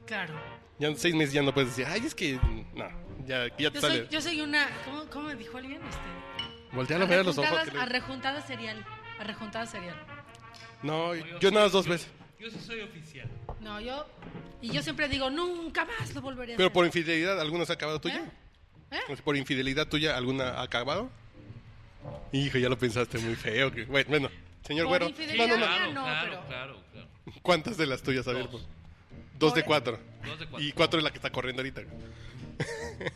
Speaker 2: Claro.
Speaker 3: Ya en seis meses ya no puedes decir, ay, es que... No, ya, ya te
Speaker 2: Yo soy,
Speaker 3: sale.
Speaker 2: yo soy una. ¿Cómo, cómo me dijo alguien? Este,
Speaker 3: Voltea a ver a los ojos.
Speaker 2: arrejuntada-
Speaker 3: que le-
Speaker 2: arrejuntada serial. Arrejuntada serial.
Speaker 3: No, yo nada más dos veces.
Speaker 4: Yo sí soy oficial.
Speaker 2: No, yo. Y yo siempre digo, nunca más lo volveré a
Speaker 3: Pero
Speaker 2: hacer.
Speaker 3: por infidelidad, ¿alguna se ha acabado tuya?
Speaker 2: ¿Eh? ¿Eh?
Speaker 3: O sea, ¿Por infidelidad tuya alguna ha acabado? Hijo, ya lo pensaste muy feo. que- Bueno, bueno, señor
Speaker 2: Por
Speaker 3: Güero. No,
Speaker 2: infidelidad.
Speaker 3: no, no.
Speaker 4: Claro,
Speaker 2: no,
Speaker 4: claro,
Speaker 2: pero-
Speaker 4: claro, claro.
Speaker 3: ¿Cuántas de las tuyas, a ver?
Speaker 4: Dos.
Speaker 3: por- Dos de cuatro.
Speaker 4: Dos de cuatro.
Speaker 3: Y cuatro es la que está corriendo ahorita. <laughs>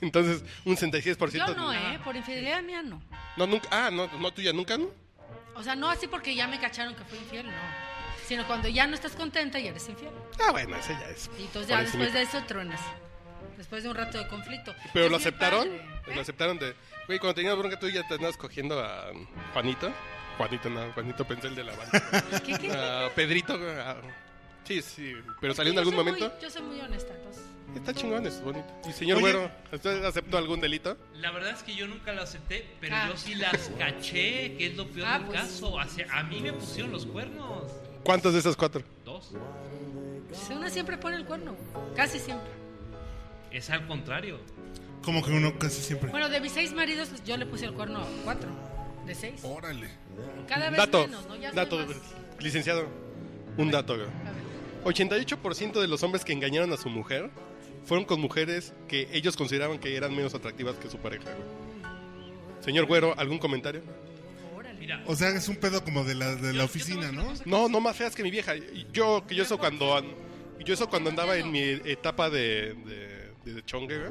Speaker 3: Entonces, un 66%.
Speaker 2: Yo no,
Speaker 3: Ah,
Speaker 2: ¿eh? Por infidelidad mía no.
Speaker 3: No, nunca. Ah, no, no tuya, nunca, ¿no?
Speaker 2: O sea, no así porque ya me cacharon que fui infiel, no. Sino cuando ya no estás contenta y eres infiel.
Speaker 3: Ah, bueno, ese ya es.
Speaker 2: Y entonces ya
Speaker 3: Por
Speaker 2: después
Speaker 3: encimita.
Speaker 2: de eso truenas. Después de un rato de conflicto.
Speaker 3: Pero
Speaker 2: Es
Speaker 3: lo
Speaker 2: bien
Speaker 3: aceptaron.
Speaker 2: padre, ¿eh?
Speaker 3: Lo aceptaron de. Güey, cuando tenías bronca tú ya te andabas cogiendo a Juanito. Juanito, no, Juanito pensé el de la banda.
Speaker 2: ¿Qué, qué, qué?
Speaker 3: <laughs> Ah, Pedrito. ah, sí, sí. Pero salió en
Speaker 2: Yo
Speaker 3: algún
Speaker 2: soy
Speaker 3: momento.
Speaker 2: muy- yo soy muy honesta, entonces.
Speaker 3: Está chingón, es bonito. Y señor
Speaker 1: Oye.
Speaker 3: Güero, ¿usted aceptó algún delito?
Speaker 4: La verdad es que yo nunca la acepté, pero
Speaker 2: Ah.
Speaker 4: yo sí las caché, que es lo peor
Speaker 2: Ah,
Speaker 4: del
Speaker 2: pues.
Speaker 4: caso. Hacia- a mí me pusieron los cuernos.
Speaker 3: ¿Cuántas de esas cuatro?
Speaker 4: Dos.
Speaker 2: Pues uno siempre pone el cuerno, casi siempre.
Speaker 4: Es al contrario.
Speaker 1: Como que uno casi siempre.
Speaker 2: Bueno, de mis seis maridos, pues, yo le puse el cuerno a cuatro. De seis.
Speaker 1: Órale.
Speaker 2: Cada vez
Speaker 3: Dato,
Speaker 2: menos, ¿no? Ya soy
Speaker 3: dato,
Speaker 2: más-
Speaker 3: licenciado. Un dato. güey.
Speaker 2: A ver.
Speaker 3: 88% de los hombres que engañaron a su mujer fueron con mujeres que ellos consideraban que eran menos atractivas que su pareja. güey. Señor Güero, ¿algún comentario?
Speaker 2: Órale.
Speaker 4: Mira,
Speaker 1: O sea, es un pedo como de la, de la
Speaker 4: yo
Speaker 1: oficina,
Speaker 4: te voy a decir
Speaker 1: ¿no?
Speaker 4: una cosa.
Speaker 3: No, no más feas que mi vieja. Y Yo, que yo eso cuando, an- yo eso cuando andaba en mi etapa de, de, de chongue, güey.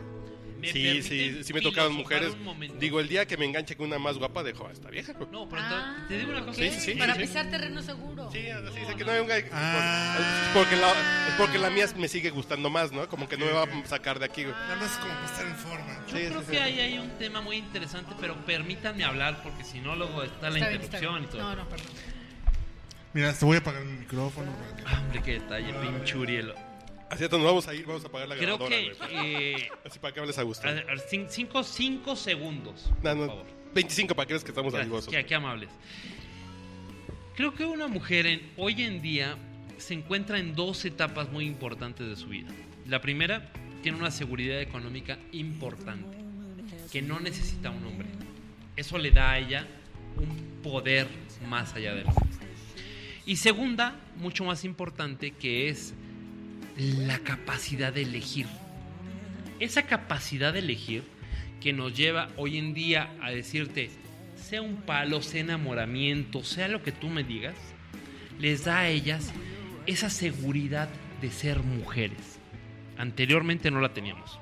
Speaker 4: ¿me
Speaker 3: Sí, sí,
Speaker 4: permiten
Speaker 3: sí me tocaban
Speaker 4: filosofar
Speaker 3: mujeres.
Speaker 4: un momento?
Speaker 3: Digo, el día que me enganche con una más guapa, dejo a esta vieja, güey.
Speaker 4: No, pero entonces, te digo una cosa.
Speaker 2: Ah,
Speaker 4: ¿eh?
Speaker 2: ok.
Speaker 3: Sí, sí, sí.
Speaker 2: Para pisar terreno seguro.
Speaker 3: Sí, así dice que no venga. y-
Speaker 1: Ah.
Speaker 3: por- Porque, la, es porque la mía me sigue gustando más, ¿no? Como que no me va a sacar de aquí, güey.
Speaker 1: Nada más como para estar en forma.
Speaker 4: Yo
Speaker 3: Sí,
Speaker 4: creo
Speaker 3: sí,
Speaker 4: que
Speaker 3: sí.
Speaker 4: ahí hay un tema muy interesante, pero permítanme hablar porque si no luego está la
Speaker 2: Está bien, está
Speaker 4: interrupción
Speaker 2: bien.
Speaker 4: y todo.
Speaker 2: No, no, perdón.
Speaker 1: Mira, te voy a apagar mi micrófono. para que-
Speaker 4: Ah, Hombre, qué detalle, pinchurielo.
Speaker 3: Así es, nos vamos a ir, vamos a apagar la
Speaker 4: Creo
Speaker 3: grabadora,
Speaker 4: que
Speaker 3: güey.
Speaker 4: eh,
Speaker 3: Así para que hables a gusto.
Speaker 4: a ver, cin- cinco, cinco segundos,
Speaker 3: No,
Speaker 4: por
Speaker 3: no,
Speaker 4: favor.
Speaker 3: 25 para que veas que estamos
Speaker 4: Gracias,
Speaker 3: amigos.
Speaker 4: qué, qué amables. Creo que una mujer en- hoy en día se encuentra en dos etapas muy importantes de su vida. La primera, tiene una seguridad económica importante, que no necesita un hombre. Eso le da a ella un poder más allá del hombre. Y segunda, mucho más importante, que es la capacidad de elegir. Esa capacidad de elegir que nos lleva hoy en día a decirte, sea un palo, sea enamoramiento, sea lo que tú me digas, les da a ellas esa seguridad de ser mujeres. Anteriormente no la teníamos.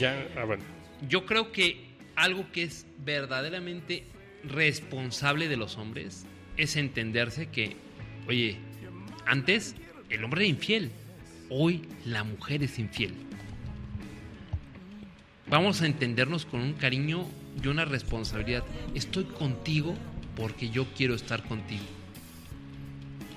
Speaker 3: Ya, ah, bueno.
Speaker 4: Yo creo que algo que es verdaderamente responsable de los hombres es entenderse que, oye, antes el hombre era infiel, hoy la mujer es infiel. Vamos a entendernos con un cariño y una responsabilidad. Estoy contigo porque yo quiero estar contigo.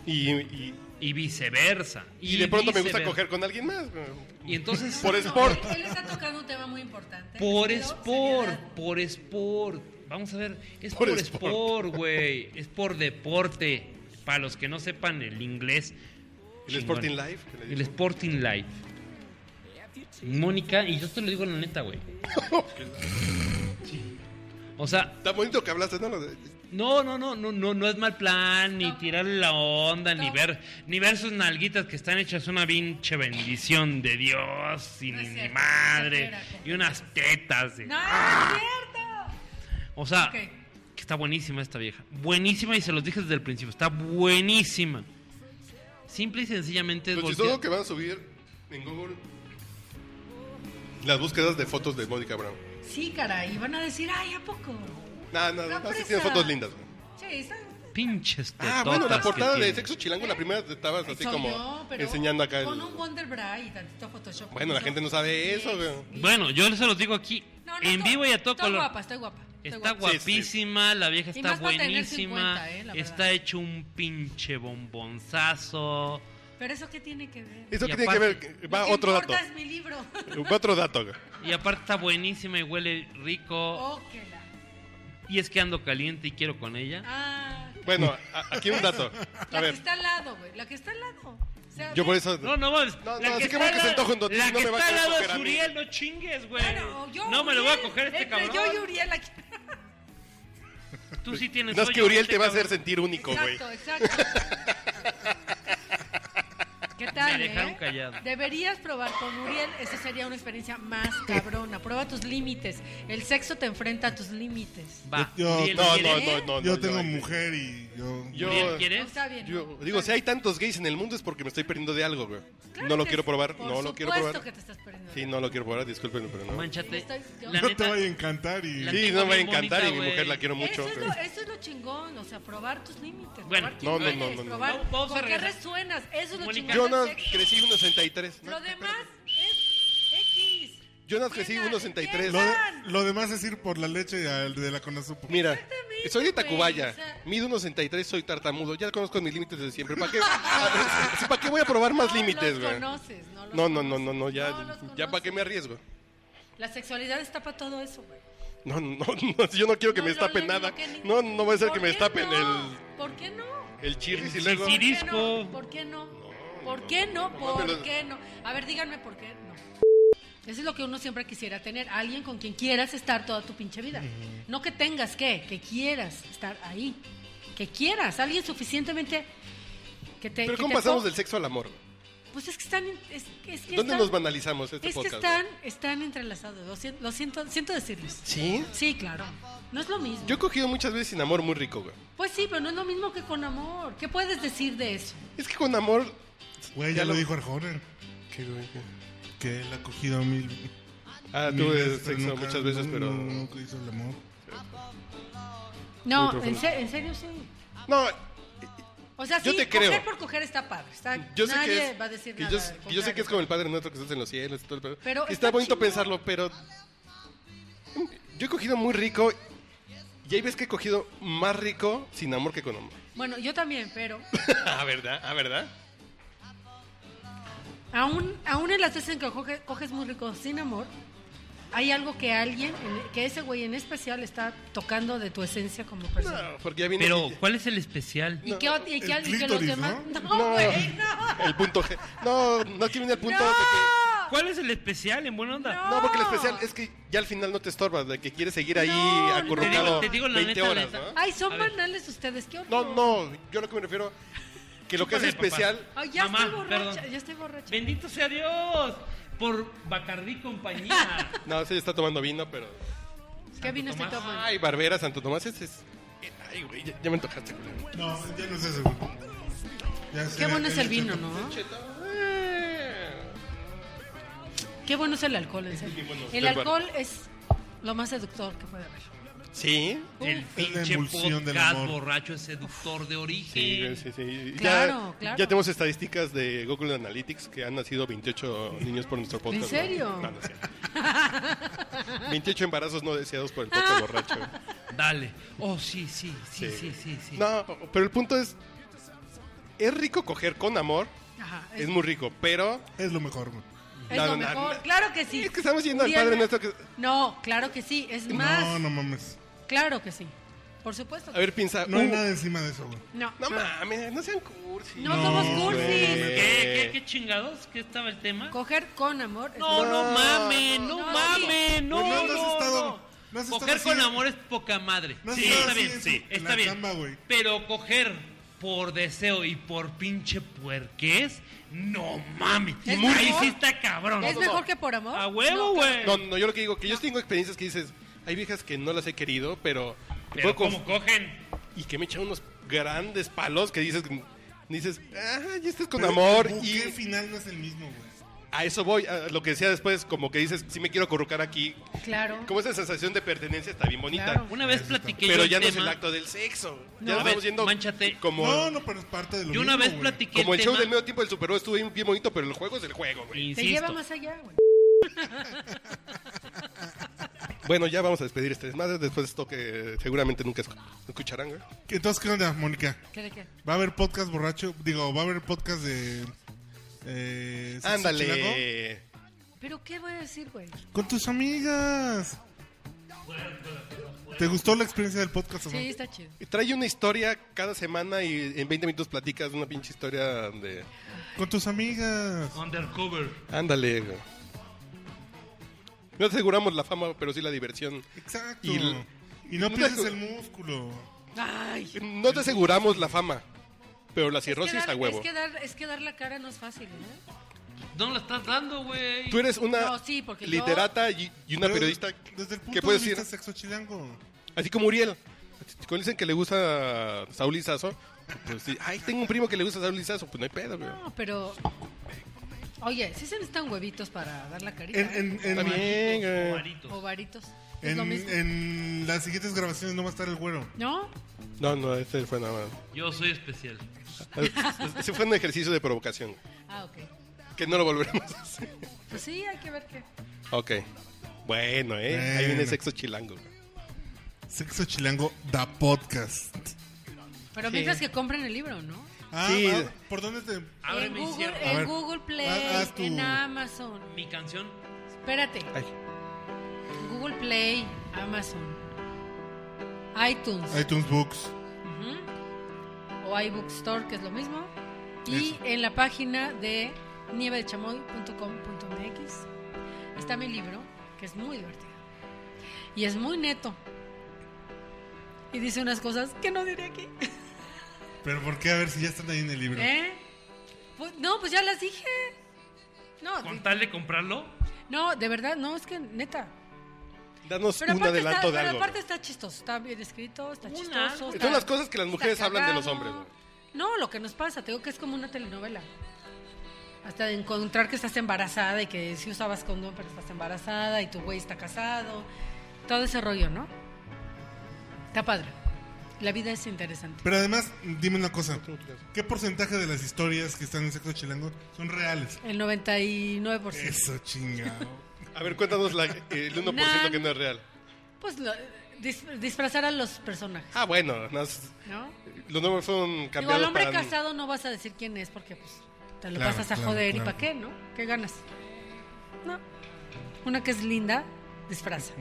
Speaker 3: Y, y,
Speaker 4: Y viceversa.
Speaker 3: y de pronto me gusta
Speaker 4: viceversa.
Speaker 3: coger con alguien más. güey.
Speaker 4: Y entonces...
Speaker 3: Por sport.
Speaker 2: Él, él está tocando un tema muy importante.
Speaker 4: Por
Speaker 2: Pero,
Speaker 4: sport,
Speaker 2: seriedad.
Speaker 4: por sport. Vamos a ver, es
Speaker 3: Por
Speaker 4: por,
Speaker 3: sport.
Speaker 4: sport, güey. Es por deporte. Para los que no sepan el inglés.
Speaker 3: El
Speaker 4: chingón.
Speaker 3: Sporting Life, que le
Speaker 4: El
Speaker 3: dicen.
Speaker 4: Sporting Life. Mónica, y yo te lo digo la
Speaker 3: <laughs>
Speaker 4: neta, güey. Sí. O sea,
Speaker 3: Tan bonito que hablaste, ¿no? Lo de-
Speaker 4: no, no, no, no, no, no es mal plan, ni
Speaker 2: No.
Speaker 4: tirarle la onda, ni
Speaker 2: No.
Speaker 4: ver, ni ver sus nalguitas que están hechas una pinche bendición de Dios y
Speaker 2: No es
Speaker 4: ni
Speaker 2: cierto,
Speaker 4: madre.
Speaker 2: exagera, compa.
Speaker 4: Y unas tetas de-
Speaker 2: No, no es cierto.
Speaker 4: o sea,
Speaker 2: Ok.
Speaker 4: que está buenísima esta vieja. Buenísima y se los dije desde el principio. Está buenísima. Simple y sencillamente es
Speaker 3: Lo
Speaker 4: voltear-
Speaker 3: chistoso que van a subir en Google las búsquedas de fotos de Mónica Brown.
Speaker 2: Sí, caray, y van a decir, ay, ¿a poco?
Speaker 3: No, no,
Speaker 2: La
Speaker 3: no, sí
Speaker 2: presa.
Speaker 3: tienen fotos lindas. güey.
Speaker 2: Sí, están...
Speaker 4: Pinches
Speaker 3: Ah,
Speaker 4: tetotas
Speaker 3: bueno, la
Speaker 4: que
Speaker 3: portada de
Speaker 4: tiene.
Speaker 3: Sexo Chilango, la primera te estabas así
Speaker 2: soy
Speaker 3: como
Speaker 2: yo, pero
Speaker 3: enseñando acá. el-
Speaker 2: Con un Wonder Bra y tantito Photoshop.
Speaker 3: Bueno, la gente no sabe eso, güey.
Speaker 4: Bueno, yo se los digo aquí
Speaker 2: No, no,
Speaker 4: en
Speaker 2: tú-
Speaker 4: vivo y a todo
Speaker 2: Estoy
Speaker 4: color.
Speaker 2: guapa, estoy guapa.
Speaker 4: Está
Speaker 2: guapa.
Speaker 1: Sí, sí.
Speaker 4: guapísima, la vieja
Speaker 2: Y
Speaker 4: está
Speaker 2: más para tener
Speaker 4: buenísima.
Speaker 2: 50, eh, la
Speaker 4: está
Speaker 2: verdad.
Speaker 4: hecho un pinche bombonzazo.
Speaker 2: Pero eso qué tiene que ver.
Speaker 3: Eso
Speaker 4: Y
Speaker 3: que tiene que
Speaker 4: aparte-
Speaker 3: ver, va
Speaker 2: Lo que
Speaker 3: otro dato.
Speaker 2: importa es mi libro. <laughs>
Speaker 3: Va otro dato.
Speaker 4: Y aparte está buenísima y huele rico.
Speaker 2: Oh, que la-
Speaker 4: Y es que ando caliente y quiero con ella.
Speaker 2: Ah,
Speaker 3: Bueno, a- aquí
Speaker 2: <laughs>
Speaker 3: un dato.
Speaker 2: la
Speaker 3: A
Speaker 2: que
Speaker 3: ver,
Speaker 2: está al lado, güey. La que está al lado. O sea,
Speaker 3: yo por
Speaker 2: ve-
Speaker 3: eso.
Speaker 4: No, no, mames.
Speaker 3: No, no,
Speaker 4: la que
Speaker 3: sí que
Speaker 4: está
Speaker 3: bueno
Speaker 4: al
Speaker 3: que se
Speaker 4: lado-
Speaker 3: antoja, entonces
Speaker 4: La
Speaker 3: no
Speaker 4: que
Speaker 3: me va
Speaker 4: está
Speaker 3: a
Speaker 4: al
Speaker 3: querer
Speaker 4: lado
Speaker 3: coger a
Speaker 4: es
Speaker 3: mí.
Speaker 4: Uriel, no chingues, güey.
Speaker 2: Claro, yo,
Speaker 4: no me lo voy a
Speaker 2: Uriel,
Speaker 4: coger a este
Speaker 2: entre
Speaker 4: cabrón.
Speaker 2: Yo y Uriel aquí.
Speaker 4: Tú sí tienes
Speaker 3: No es que
Speaker 4: hoyo,
Speaker 3: Uriel
Speaker 4: este
Speaker 3: te va a
Speaker 4: cabrón.
Speaker 3: hacer
Speaker 2: <laughs>
Speaker 3: sentir único, güey.
Speaker 2: Exacto, exacto. ¿Qué tal?
Speaker 4: Me dejaron
Speaker 2: eh?
Speaker 4: callado.
Speaker 2: Deberías probar con Uriel, esa sería una experiencia más cabrona. Prueba tus límites. El sexo te enfrenta a tus límites.
Speaker 4: Va,
Speaker 1: Yo-
Speaker 4: Uriel,
Speaker 3: No,
Speaker 4: ¿quieres?
Speaker 3: no, no, no.
Speaker 1: yo
Speaker 3: no,
Speaker 1: tengo
Speaker 3: no.
Speaker 1: mujer y yo.
Speaker 3: Yo-
Speaker 4: ¿Uriel,
Speaker 2: No,
Speaker 4: ¿quieres?
Speaker 2: está bien. ¿no?
Speaker 3: Yo digo, si hay tantos gays en el mundo es porque me estoy perdiendo de algo, güey.
Speaker 2: Claro
Speaker 3: no lo
Speaker 2: que
Speaker 3: quiero
Speaker 2: sí,
Speaker 3: probar,
Speaker 2: por
Speaker 3: no lo quiero probar.
Speaker 2: supuesto que te estás perdiendo.
Speaker 3: Sí, no lo quiero probar, discúlpenme, pero no.
Speaker 4: Manchate.
Speaker 2: Estoy- yo-
Speaker 4: La
Speaker 1: no
Speaker 4: neta,
Speaker 1: te vaya a encantar y.
Speaker 4: la-
Speaker 3: Sí,
Speaker 4: tengo
Speaker 3: no me va a
Speaker 4: bien
Speaker 3: encantar y
Speaker 4: bonita,
Speaker 3: mi
Speaker 4: güey.
Speaker 3: mujer la quiero mucho.
Speaker 2: Eso es,
Speaker 3: pero-
Speaker 2: lo, eso es lo chingón, o sea, probar tus límites.
Speaker 4: Bueno,
Speaker 2: probar
Speaker 3: no,
Speaker 2: quién
Speaker 3: no, no,
Speaker 2: eres,
Speaker 3: no, no.
Speaker 2: probar
Speaker 4: Vamos- vamos a
Speaker 2: con qué
Speaker 4: regresar.
Speaker 2: resuenas. Eso es lo
Speaker 4: Mónica.
Speaker 2: chingón.
Speaker 3: Yo
Speaker 2: del
Speaker 3: no
Speaker 2: sexo.
Speaker 3: crecí 1.63.
Speaker 2: Lo
Speaker 3: ¿no?
Speaker 2: demás es X.
Speaker 3: Yo no crecí
Speaker 2: Llegan,
Speaker 3: 1.63.
Speaker 1: Lo, de-
Speaker 2: llegan.
Speaker 1: lo demás es ir por la leche al- de la conazupo.
Speaker 3: Mira,
Speaker 2: Exactamente,
Speaker 3: soy de
Speaker 2: güey,
Speaker 3: Tacubaya,
Speaker 2: o sea-
Speaker 3: mido 1.63, soy tartamudo, ya conozco mis límites de siempre. ¿Para qué, sí, ¿para qué voy a probar más
Speaker 2: No
Speaker 3: límites,
Speaker 2: los
Speaker 3: güey?
Speaker 2: conoces, no los
Speaker 3: No, no, no,
Speaker 2: conoces.
Speaker 3: no, no, ya,
Speaker 2: No los
Speaker 3: ya
Speaker 2: conoces.
Speaker 3: para qué me arriesgo.
Speaker 2: La sexualidad está para todo eso, güey.
Speaker 3: No, no, no, <laughs> yo no quiero que me
Speaker 2: No,
Speaker 3: estapen
Speaker 2: Lola,
Speaker 3: nada.
Speaker 2: que ni-
Speaker 3: No, no va a ser que
Speaker 2: ¿Por
Speaker 3: me
Speaker 2: qué
Speaker 3: estapen
Speaker 2: no?
Speaker 3: el,
Speaker 2: ¿Por qué no?
Speaker 3: el chirris y luego...
Speaker 4: sí, sí.
Speaker 2: ¿Por qué no?
Speaker 4: Disco.
Speaker 2: ¿Por qué no? ¿Por qué no?
Speaker 3: no,
Speaker 2: ¿Por
Speaker 3: me lo-
Speaker 2: qué no? A ver, díganme por qué no. Eso es lo que uno siempre quisiera tener, alguien con quien quieras estar toda tu pinche vida. No que tengas que, que quieras estar ahí. Que quieras, alguien suficientemente que te...
Speaker 3: Pero
Speaker 2: que
Speaker 3: ¿cómo
Speaker 2: te
Speaker 3: pasamos
Speaker 2: co-
Speaker 3: del sexo al amor?
Speaker 2: Pues es que están... en- Es, es que
Speaker 3: ¿Dónde
Speaker 2: están-
Speaker 3: nos banalizamos este
Speaker 2: Es que
Speaker 3: podcast?
Speaker 2: están, están entrelazados, lo siento, lo siento, siento decirles.
Speaker 3: ¿Sí?
Speaker 2: Sí, claro. No es lo mismo.
Speaker 3: Yo he cogido muchas veces sin amor muy rico, güey.
Speaker 2: Pues sí, pero no es lo mismo que con amor. ¿Qué puedes decir de eso?
Speaker 3: Es que con amor...
Speaker 1: Güey, ya,
Speaker 3: Ya
Speaker 1: lo
Speaker 3: lo-
Speaker 1: dijo Arjona.
Speaker 3: ¿Qué, güey? qué?
Speaker 1: Que él ha cogido mil.
Speaker 3: Ah,
Speaker 1: mil
Speaker 3: tuve
Speaker 1: veces, pero
Speaker 3: sexo
Speaker 1: nunca-
Speaker 3: muchas veces,
Speaker 1: no,
Speaker 3: pero...
Speaker 1: no, Nunca hizo el amor.
Speaker 2: No,
Speaker 3: Muy
Speaker 2: en,
Speaker 3: profundo.
Speaker 2: se- en serio sí.
Speaker 3: No,
Speaker 2: O sea,
Speaker 3: Yo
Speaker 2: sí,
Speaker 3: te
Speaker 2: coger
Speaker 3: creo.
Speaker 2: por coger está padre. está-
Speaker 3: Yo sé
Speaker 2: nadie
Speaker 3: que es,
Speaker 2: va a decir
Speaker 3: que
Speaker 2: nada.
Speaker 3: yo,
Speaker 2: al
Speaker 3: que yo sé que
Speaker 2: contrario.
Speaker 3: es como el Padre Nuestro que estás en los cielos y todo el pedo.
Speaker 2: Pero
Speaker 3: Que
Speaker 2: está
Speaker 3: está bonito
Speaker 2: chingón.
Speaker 3: pensarlo, pero yo he cogido muy rico y ahí ves que he cogido más rico sin amor que con amor.
Speaker 2: Bueno, yo también, pero
Speaker 3: <laughs> ah, verdad, ah, verdad.
Speaker 2: aún, aún en las veces en que coge- coges muy rico sin amor, hay algo que alguien, en- e, que ese güey en especial está tocando de tu esencia como persona.
Speaker 3: No, porque ya viene
Speaker 4: Pero,
Speaker 3: el-
Speaker 4: ¿cuál es el especial?
Speaker 2: Y, que, ot- y
Speaker 1: el
Speaker 2: que alguien que los
Speaker 1: clítoris,
Speaker 2: demás...
Speaker 1: ¿no?
Speaker 2: <laughs> No, güey, no.
Speaker 3: el punto G. No, no aquí viene el punto
Speaker 2: No.
Speaker 3: de que-
Speaker 4: ¿Cuál es el especial en buena onda?
Speaker 3: no, porque el especial es que ya al final no te estorbas, de que quieres seguir ahí
Speaker 2: No,
Speaker 3: acurrucado
Speaker 2: no. Te
Speaker 4: digo la
Speaker 3: 20
Speaker 4: neta,
Speaker 3: horas,
Speaker 4: la neta.
Speaker 3: ¿no?
Speaker 2: Ay, son
Speaker 4: A ver.
Speaker 2: banales ustedes, qué horror.
Speaker 3: No, no, yo lo que me refiero que lo que es
Speaker 4: Chúpale, papá.
Speaker 3: especial
Speaker 2: Ay, ya
Speaker 4: Mamá,
Speaker 2: estoy borracha,
Speaker 4: perdón.
Speaker 2: ya estoy borracha.
Speaker 4: Bendito sea Dios por Bacardí
Speaker 1: <laughs>
Speaker 4: compañía.
Speaker 3: No, se está tomando vino, pero
Speaker 2: ¿Qué vino estoy
Speaker 4: Tomás.
Speaker 2: tomando?
Speaker 3: Ay, Barbera, Santo Tomás, ese es. Ay, güey, ya, ya me antojaste, güey.
Speaker 1: No, ya no es eso. güey. Ya
Speaker 2: Qué
Speaker 1: sería-
Speaker 2: bueno es el
Speaker 1: ya
Speaker 2: vino,
Speaker 1: está-
Speaker 2: ¿no? Qué bueno es el alcohol, en serio. El
Speaker 3: del bar.
Speaker 2: alcohol es lo más seductor que puede haber.
Speaker 3: Sí.
Speaker 4: El
Speaker 1: Es la
Speaker 4: pinche
Speaker 1: emulsión del
Speaker 4: podcast
Speaker 1: amor.
Speaker 4: borracho es seductor de origen.
Speaker 3: Sí, güey, sí, sí.
Speaker 2: Claro,
Speaker 3: ya,
Speaker 2: claro.
Speaker 3: ya tenemos estadísticas de Google Analytics que han nacido 28 niños por nuestro podcast.
Speaker 2: ¿En serio?
Speaker 3: güey. No, no es
Speaker 2: <laughs>
Speaker 3: cierto. 28 embarazos no deseados por el podcast borracho. güey.
Speaker 4: Dale. Oh, sí, sí, sí, sí,
Speaker 3: Sí.
Speaker 4: sí, sí.
Speaker 3: No, pero el punto es. Es rico coger con amor,
Speaker 2: Ajá, es,
Speaker 3: es muy rico, pero.
Speaker 1: Es lo mejor, güey.
Speaker 2: es
Speaker 3: no,
Speaker 2: lo
Speaker 3: no, no.
Speaker 2: mejor. Claro que sí.
Speaker 3: Es que estamos yendo al
Speaker 2: Diana-
Speaker 3: padre nuestro que.
Speaker 2: No, claro que sí. Es más,
Speaker 1: No, no mames.
Speaker 2: claro que sí. Por supuesto.
Speaker 3: A ver, piensa.
Speaker 1: No hay
Speaker 3: uh,
Speaker 1: nada encima de eso, güey.
Speaker 2: No.
Speaker 3: No mames, no sean cursis.
Speaker 2: No somos cursis.
Speaker 4: ¿Qué,
Speaker 3: güey.
Speaker 4: qué, qué chingados? ¿Qué estaba el tema?
Speaker 2: Coger con amor. es-
Speaker 4: No, no,
Speaker 3: No.
Speaker 4: mames, no,
Speaker 2: No,
Speaker 4: mames, no,
Speaker 1: Güey, no, no
Speaker 4: no,
Speaker 1: has
Speaker 4: no.
Speaker 1: estado- no has
Speaker 4: coger
Speaker 1: estado
Speaker 4: con
Speaker 1: así.
Speaker 4: amor es poca madre.
Speaker 1: No has
Speaker 4: sí,
Speaker 1: estado
Speaker 4: está
Speaker 1: así
Speaker 4: bien,
Speaker 1: en
Speaker 4: sí,
Speaker 1: su- en
Speaker 4: está
Speaker 1: la
Speaker 4: bien.
Speaker 1: chamba, güey.
Speaker 4: Pero coger por deseo y por pinche puerqués, no mames.
Speaker 2: Es
Speaker 4: Muy- Ahí
Speaker 2: mejor-
Speaker 4: sí está cabrón.
Speaker 2: ¿Es mejor que por amor?
Speaker 4: A huevo,
Speaker 2: No,
Speaker 4: güey.
Speaker 3: No, no, yo lo que digo, que yo tengo experiencias que dices, hay viejas que no las he querido, pero...
Speaker 4: Pero
Speaker 3: puedo conf-
Speaker 4: como cogen.
Speaker 3: y que me echan unos grandes palos que dices, dices, ah, ya estás con
Speaker 1: Pero
Speaker 3: amor.
Speaker 1: El
Speaker 3: Y
Speaker 1: buque final no es el mismo, güey.
Speaker 3: a eso voy, a lo que decía después, como que dices, sí me quiero corrucar aquí.
Speaker 2: Claro.
Speaker 3: Como esa sensación de pertenencia está bien bonita.
Speaker 2: Claro.
Speaker 4: Una vez platiqué yo
Speaker 3: Pero
Speaker 4: el
Speaker 3: ya no es
Speaker 4: tema-
Speaker 3: el acto del sexo.
Speaker 2: No.
Speaker 3: Ya
Speaker 2: A
Speaker 3: nos
Speaker 4: ver,
Speaker 3: estamos yendo
Speaker 4: mánchate.
Speaker 3: como,
Speaker 1: No, no, pero es parte de lo
Speaker 4: Yo
Speaker 1: mismo,
Speaker 4: una vez
Speaker 1: güey.
Speaker 4: platiqué
Speaker 3: como el show
Speaker 4: tema-
Speaker 3: del medio tiempo del Super Bowl estuvo bien, bien bonito, pero el juego es el juego, güey.
Speaker 2: Te
Speaker 4: Insisto.
Speaker 2: lleva más allá, güey.
Speaker 3: Bueno, ya vamos a despedir este desmadre. Después de esto que seguramente nunca escu- escucharán, güey.
Speaker 1: Entonces, ¿qué onda, Mónica?
Speaker 2: ¿Qué de qué?
Speaker 1: ¿Va a haber podcast borracho? Digo, ¿va a haber podcast de. Eh, sexo chilango?
Speaker 3: Ándale.
Speaker 2: ¿Pero qué voy a decir, güey?
Speaker 1: Con tus amigas. ¿Te gustó la experiencia del podcast o no?
Speaker 2: Sí, está chido.
Speaker 3: Trae una historia cada semana y en 20 minutos platicas una pinche historia de...
Speaker 1: Con tus amigas.
Speaker 4: Undercover.
Speaker 3: Ándale, güey. No aseguramos la fama, pero sí la diversión.
Speaker 1: Exacto.
Speaker 3: Y
Speaker 1: Y,
Speaker 3: l-
Speaker 1: no
Speaker 3: una <laughs>
Speaker 1: pierdes
Speaker 3: co-
Speaker 1: el músculo.
Speaker 2: Ay.
Speaker 3: No te aseguramos la fama, pero la cirrosis
Speaker 2: es que dar,
Speaker 3: a huevo.
Speaker 2: Es que, dar, es que dar la cara no es fácil, ¿eh?
Speaker 4: No la estás dando, güey.
Speaker 3: Tú eres una
Speaker 2: No, sí, porque yo-
Speaker 3: literata y, y una
Speaker 1: Pero
Speaker 3: periodista
Speaker 1: Desde el punto
Speaker 3: que puede
Speaker 1: de vista
Speaker 3: decir,
Speaker 1: sexo chilango.
Speaker 3: así como Uriel. Cuando dicen que le gusta Saúl Izazo, pues sí, ay, tengo un primo que le gusta Saúl Izazo, pues no hay pedo, güey.
Speaker 2: No, pero. Oye, sí se necesitan huevitos para dar la carita.
Speaker 1: En,
Speaker 2: ¿eh?
Speaker 1: en, en,
Speaker 3: Está bien, güey.
Speaker 4: Ovaritos.
Speaker 2: O varitos. Es
Speaker 1: en-
Speaker 2: lo mismo.
Speaker 1: en las siguientes grabaciones no va a estar el güero.
Speaker 2: ¿No?
Speaker 3: No, no, ese fue nada más. <laughs>
Speaker 4: Yo soy especial.
Speaker 3: Ese fue un ejercicio de provocación,
Speaker 2: Ah, ok.
Speaker 3: que no lo volveremos a hacer.
Speaker 2: Pues sí, hay que ver qué.
Speaker 3: Ok. Bueno, ¿eh? Ahí
Speaker 1: Bueno.
Speaker 3: viene sexo chilango. güey.
Speaker 1: Sexo chilango da podcast.
Speaker 2: Pero mientras que compren el libro, ¿no?
Speaker 1: Ah,
Speaker 3: Sí.
Speaker 1: ah, ¿por dónde te.?
Speaker 2: En
Speaker 4: Ábreme y
Speaker 2: Google, eh,
Speaker 4: cierra.
Speaker 1: A
Speaker 2: en
Speaker 1: ver,
Speaker 2: Google Play,
Speaker 1: haz- haz tu-
Speaker 2: en Amazon.
Speaker 4: Mi canción.
Speaker 2: Espérate.
Speaker 3: Ay,
Speaker 2: Google Play, Amazon, iTunes
Speaker 1: iTunes Books.
Speaker 2: ujú, o iBookstore, que es lo mismo. Y
Speaker 1: Eso.
Speaker 2: en la página de nievedechamoy.com.mx está mi libro, que es muy divertido. Y es muy neto. Y dice unas cosas que no diré aquí.
Speaker 1: Pero ¿por qué? A ver si ya están ahí en el libro.
Speaker 2: ¿Eh? Pues, no, pues ya las dije. No,
Speaker 4: Con
Speaker 2: di-
Speaker 4: tal de comprarlo,
Speaker 2: no, de verdad, no, es que neta.
Speaker 3: Danos
Speaker 2: Pero
Speaker 3: un
Speaker 2: aparte,
Speaker 3: adelanto
Speaker 2: está,
Speaker 3: de
Speaker 2: pero
Speaker 3: algo.
Speaker 2: aparte está chistoso, está bien escrito, está
Speaker 4: Un
Speaker 2: chistoso.
Speaker 4: algo.
Speaker 2: está-
Speaker 3: Son las cosas que las
Speaker 2: está
Speaker 3: mujeres hablan de los
Speaker 2: cagado.
Speaker 3: hombres, güey.
Speaker 2: No, lo que nos pasa, te digo que es como una telenovela. Hasta de encontrar que estás embarazada y que si usabas condón pero estás embarazada y tu güey está casado. Todo ese rollo, ¿no? Está padre. La vida es interesante.
Speaker 1: Pero además, dime una cosa. ¿Qué porcentaje de las historias que están en Sexo Chilango son reales?
Speaker 2: El 99%.
Speaker 1: Eso, chingado.
Speaker 2: <laughs>
Speaker 3: A ver, cuéntanos la- el 1% que no es real.
Speaker 2: Pues lo- dis- disfrazar a los personajes,
Speaker 3: Ah, bueno, nada más,
Speaker 2: ¿no?
Speaker 3: los nombres fueron
Speaker 2: Digo, al
Speaker 3: cambiados
Speaker 2: hombre
Speaker 3: para-
Speaker 2: casado no vas a decir quién es porque pues te lo
Speaker 1: Claro,
Speaker 2: pasas a
Speaker 1: claro,
Speaker 2: joder y
Speaker 1: claro.
Speaker 2: para qué, ¿no? ¿Qué ganas? No. Una que es linda, disfraza.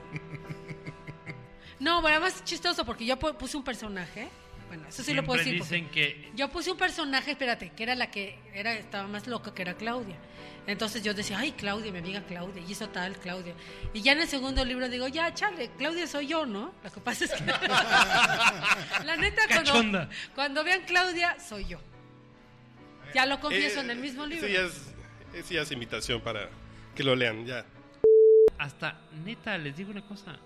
Speaker 2: no, bueno, además es chistoso porque yo pu- puse un personaje. Bueno, eso sí lo puedo
Speaker 4: siempre
Speaker 2: decir. porque-
Speaker 4: dicen que
Speaker 2: yo puse un personaje, espérate, que era la que era estaba más loca, que era Claudia. Entonces yo decía, ay, Claudia, mi amiga Claudia, y hizo tal Claudia. Y ya en el segundo libro digo, ya, chale, Claudia soy yo, ¿no? Lo que pasa es
Speaker 1: <laughs>
Speaker 2: que... la
Speaker 4: <laughs>
Speaker 2: neta, cuando,
Speaker 4: Cachonda.
Speaker 2: cuando vean Claudia, soy yo. Ya lo
Speaker 3: Eh,
Speaker 2: confieso en el mismo libro.
Speaker 3: Ese ya, es, ese ya es invitación para que lo lean, ya.
Speaker 4: hasta neta les digo una cosa.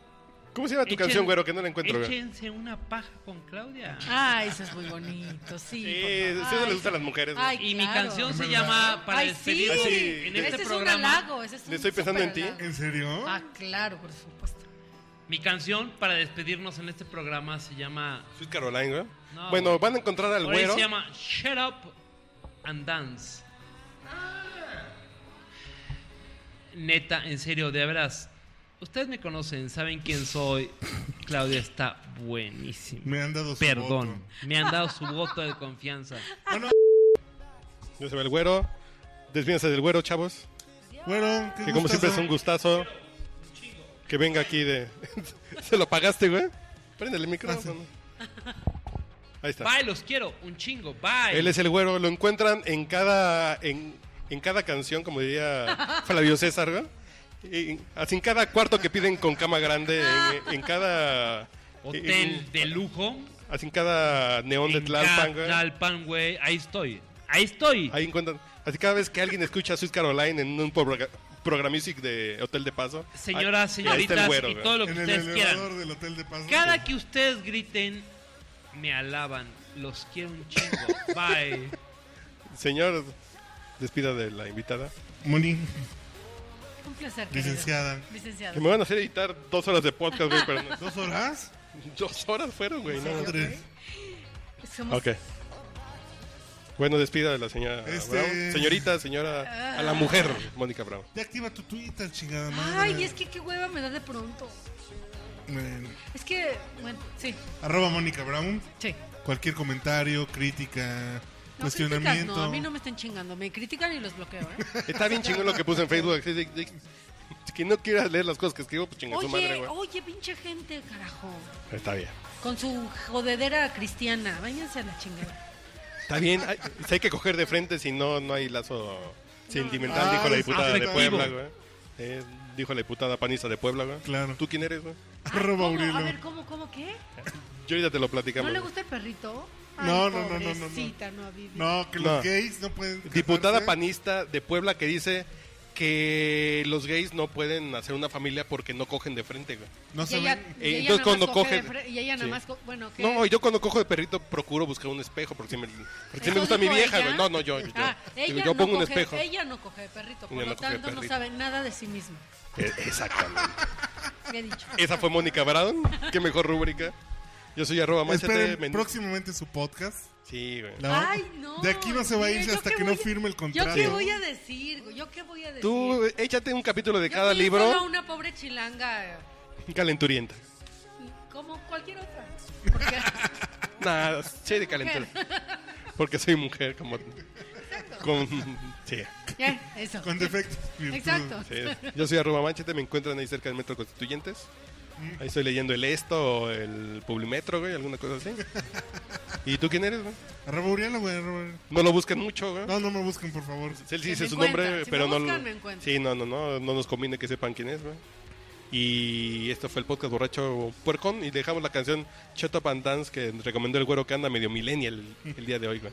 Speaker 3: ¿Cómo se llama tu
Speaker 4: Echen-
Speaker 3: canción, güero? Que no la encuentro, güey.
Speaker 4: Échense una paja con Claudia.
Speaker 2: Ay, eso es muy bonito, sí.
Speaker 3: Sí,
Speaker 2: por favor.
Speaker 3: eso
Speaker 2: Ay,
Speaker 3: le gusta a las mujeres, güey.
Speaker 2: Ay,
Speaker 4: y mi
Speaker 2: claro.
Speaker 4: canción se
Speaker 1: ¿Verdad?
Speaker 4: llama Para
Speaker 2: Ay, sí.
Speaker 4: despedirme
Speaker 3: Así,
Speaker 4: en
Speaker 2: ese
Speaker 4: este
Speaker 2: es
Speaker 4: programa.
Speaker 2: un halago, ese es un
Speaker 3: Le estoy pensando en ti.
Speaker 2: superhalago.
Speaker 1: ¿En serio?
Speaker 2: Ah, claro, por supuesto.
Speaker 4: Mi canción para despedirnos en este programa se llama
Speaker 3: Sweet Caroline, güey.
Speaker 4: No,
Speaker 3: bueno,
Speaker 4: güey.
Speaker 3: van a encontrar al
Speaker 4: por ahí
Speaker 3: güero.
Speaker 4: se llama Shut Up and Dance. Neta, en serio, de veras. Ustedes me conocen, saben quién soy.
Speaker 3: <laughs>
Speaker 4: Claudia está buenísima.
Speaker 1: Me han dado su
Speaker 4: Perdón,
Speaker 1: voto.
Speaker 4: me han dado su voto de
Speaker 3: <laughs>
Speaker 4: confianza.
Speaker 3: Ya se va el güero. Despídense del güero, chavos.
Speaker 1: Bueno, ¿qué
Speaker 3: Que como siempre es un gustazo. Que venga aquí de... <laughs> ¿Se lo pagaste, güey? Prendele el micrófono. Ahí está.
Speaker 4: Bye, los quiero, un chingo, bye.
Speaker 3: Él es el güero, lo encuentran en cada en, en cada canción, como diría Flavio César, ¿no? Y- así en cada cuarto que piden con cama grande, en, en cada
Speaker 4: Hotel
Speaker 3: en-
Speaker 4: de lujo.
Speaker 3: así en cada neón de
Speaker 4: en
Speaker 3: Tlalpan, güey.
Speaker 4: Tlalpan, güey. Ahí estoy, ahí estoy.
Speaker 3: Ahí encuentran. Así cada vez que alguien escucha a Sweet Caroline en un programa music de Hotel de Paso.
Speaker 4: Señoras,
Speaker 3: ahí- ahí está el
Speaker 4: señoritas
Speaker 3: güero,
Speaker 4: y
Speaker 3: güey.
Speaker 4: todo lo que
Speaker 1: En el
Speaker 4: ustedes quieran.
Speaker 1: elevador del Hotel de Paso.
Speaker 4: Cada que ustedes griten, me alaban. Los quiero un chingo. Bye.
Speaker 3: Señor, despida de la invitada.
Speaker 1: Moni,
Speaker 2: Un placer. querido.
Speaker 1: licenciada.
Speaker 2: Licenciada.
Speaker 3: Que me van a hacer editar dos horas de podcast, güey,
Speaker 1: <laughs>
Speaker 3: pero no-
Speaker 1: ¿Dos horas?
Speaker 3: dos horas fueron, güey. no.
Speaker 1: Madre.
Speaker 2: Somos
Speaker 3: Ok. Bueno, despida de la señora
Speaker 1: Este-
Speaker 3: Brown. Señorita, señora, a la mujer, Mónica Brown.
Speaker 1: Ya activa tu Twitter, chingada madre.
Speaker 2: Ay, es que qué hueva me da de pronto.
Speaker 1: Bueno,
Speaker 2: Es que, bueno, sí,
Speaker 1: arroba Mónica Brown.
Speaker 2: sí.
Speaker 1: Cualquier comentario, crítica,
Speaker 2: No críticas,
Speaker 1: cuestionamiento.
Speaker 2: no, a mí no me estén chingando. Me critican y los bloqueo, ¿eh?
Speaker 3: Está bien chingón lo que puse en Facebook. Sí, sí, sí. Quien no quiera leer las cosas que escribo, pues <laughs> chinga su madre,
Speaker 2: Oye, oh.
Speaker 3: güey.
Speaker 2: oye, pinche gente, carajo.
Speaker 3: Está bien.
Speaker 2: Con su jodedera cristiana. Váyanse a la
Speaker 3: <laughs>
Speaker 2: chingada.
Speaker 3: Está bien. Hay, si hay que coger de frente, si no, no hay lazo sentimental,
Speaker 1: Ah,
Speaker 3: dijo la
Speaker 1: es
Speaker 3: diputada de
Speaker 4: afectivo.
Speaker 3: Puebla, güey. Eh, dijo la diputada panista de Puebla, güey.
Speaker 1: Claro.
Speaker 3: ¿Tú quién eres, güey?
Speaker 1: Arroba
Speaker 2: ¿Cómo?
Speaker 1: Aurelio.
Speaker 2: A ver, ¿cómo, cómo, qué?
Speaker 3: Yo ahorita te lo
Speaker 2: ¿No
Speaker 3: platicamos.
Speaker 2: le
Speaker 3: güey.
Speaker 2: gusta el perrito?
Speaker 1: No, no, no, no, no, no.
Speaker 2: pobrecita, no, ha vivido.
Speaker 1: No, que los
Speaker 3: No.
Speaker 1: gays no pueden. casarse.
Speaker 3: Diputada panista de Puebla que dice que los gays no pueden hacer una familia porque no cogen de frente, güey.
Speaker 1: No
Speaker 2: Y
Speaker 1: se
Speaker 2: ella,
Speaker 1: ven-
Speaker 2: y ella
Speaker 3: Eh, entonces
Speaker 2: nada más
Speaker 3: cuando
Speaker 2: coge de
Speaker 3: coge-
Speaker 2: fre- Y ella nada
Speaker 3: sí.
Speaker 2: más. co- Bueno, ¿qué?
Speaker 3: No, yo cuando cojo de perrito procuro buscar un espejo porque si me, porque sí me
Speaker 2: ¿Eso
Speaker 3: gusta mi
Speaker 2: dijo
Speaker 3: vieja,
Speaker 2: ella?
Speaker 3: güey. No, no, yo. Yo,
Speaker 2: Ah,
Speaker 3: digo,
Speaker 2: ella
Speaker 3: yo
Speaker 2: no
Speaker 3: pongo un
Speaker 2: coge-
Speaker 3: espejo.
Speaker 2: Ella no coge de perrito, por
Speaker 3: Ella
Speaker 2: lo
Speaker 3: no coge de
Speaker 2: tanto no
Speaker 3: perrito.
Speaker 2: sabe nada de sí misma.
Speaker 3: Eh, Exactamente.
Speaker 2: Me he dicho.
Speaker 3: Esa fue Mónica Brown. Qué mejor rúbrica. Yo soy arroba machete.
Speaker 1: Esperen
Speaker 3: men-
Speaker 1: próximamente su podcast.
Speaker 3: Sí, güey.
Speaker 1: La-
Speaker 2: Ay, no.
Speaker 1: De aquí no se va a
Speaker 2: Mira,
Speaker 1: irse
Speaker 2: ¿yo
Speaker 1: hasta
Speaker 2: qué
Speaker 1: que no
Speaker 2: voy a-
Speaker 1: firme el contrato.
Speaker 2: ¿Yo qué voy a decir? güey? ¿Yo qué voy a decir?
Speaker 3: Tú eh, échate un capítulo de
Speaker 2: Yo
Speaker 3: cada
Speaker 2: soy
Speaker 3: libro.
Speaker 2: solo una pobre chilanga, eh,
Speaker 3: Calenturienta.
Speaker 2: como cualquier otra. Porque,
Speaker 3: <laughs> Nada, sí de calenturienta. Porque soy mujer, como. Con, sí,
Speaker 2: <laughs> ya, eso.
Speaker 1: Con defectos. virtudes.
Speaker 2: Exacto.
Speaker 3: sí. Yo soy arroba manchete, me encuentran ahí cerca del Metro Constituyentes. Ahí estoy leyendo el esto o el Publimetro, güey, alguna cosa así. ¿Y tú quién eres, güey?
Speaker 1: Arroba Uriela, güey. arroba-
Speaker 3: No lo busquen mucho, güey.
Speaker 1: No, no me busquen, por favor.
Speaker 3: Él sí
Speaker 2: Que
Speaker 3: dice
Speaker 2: me
Speaker 3: su
Speaker 2: encuentran.
Speaker 3: nombre,
Speaker 2: Si
Speaker 3: pero
Speaker 2: me
Speaker 3: no,
Speaker 2: buscan, me encuentran.
Speaker 3: sí, no, no, no, no nos conviene que sepan quién es, güey. Y esto fue el podcast borracho puercón y dejamos la canción Shut Up and Dance que recomendó el güero que anda medio millennial el día de hoy, güey.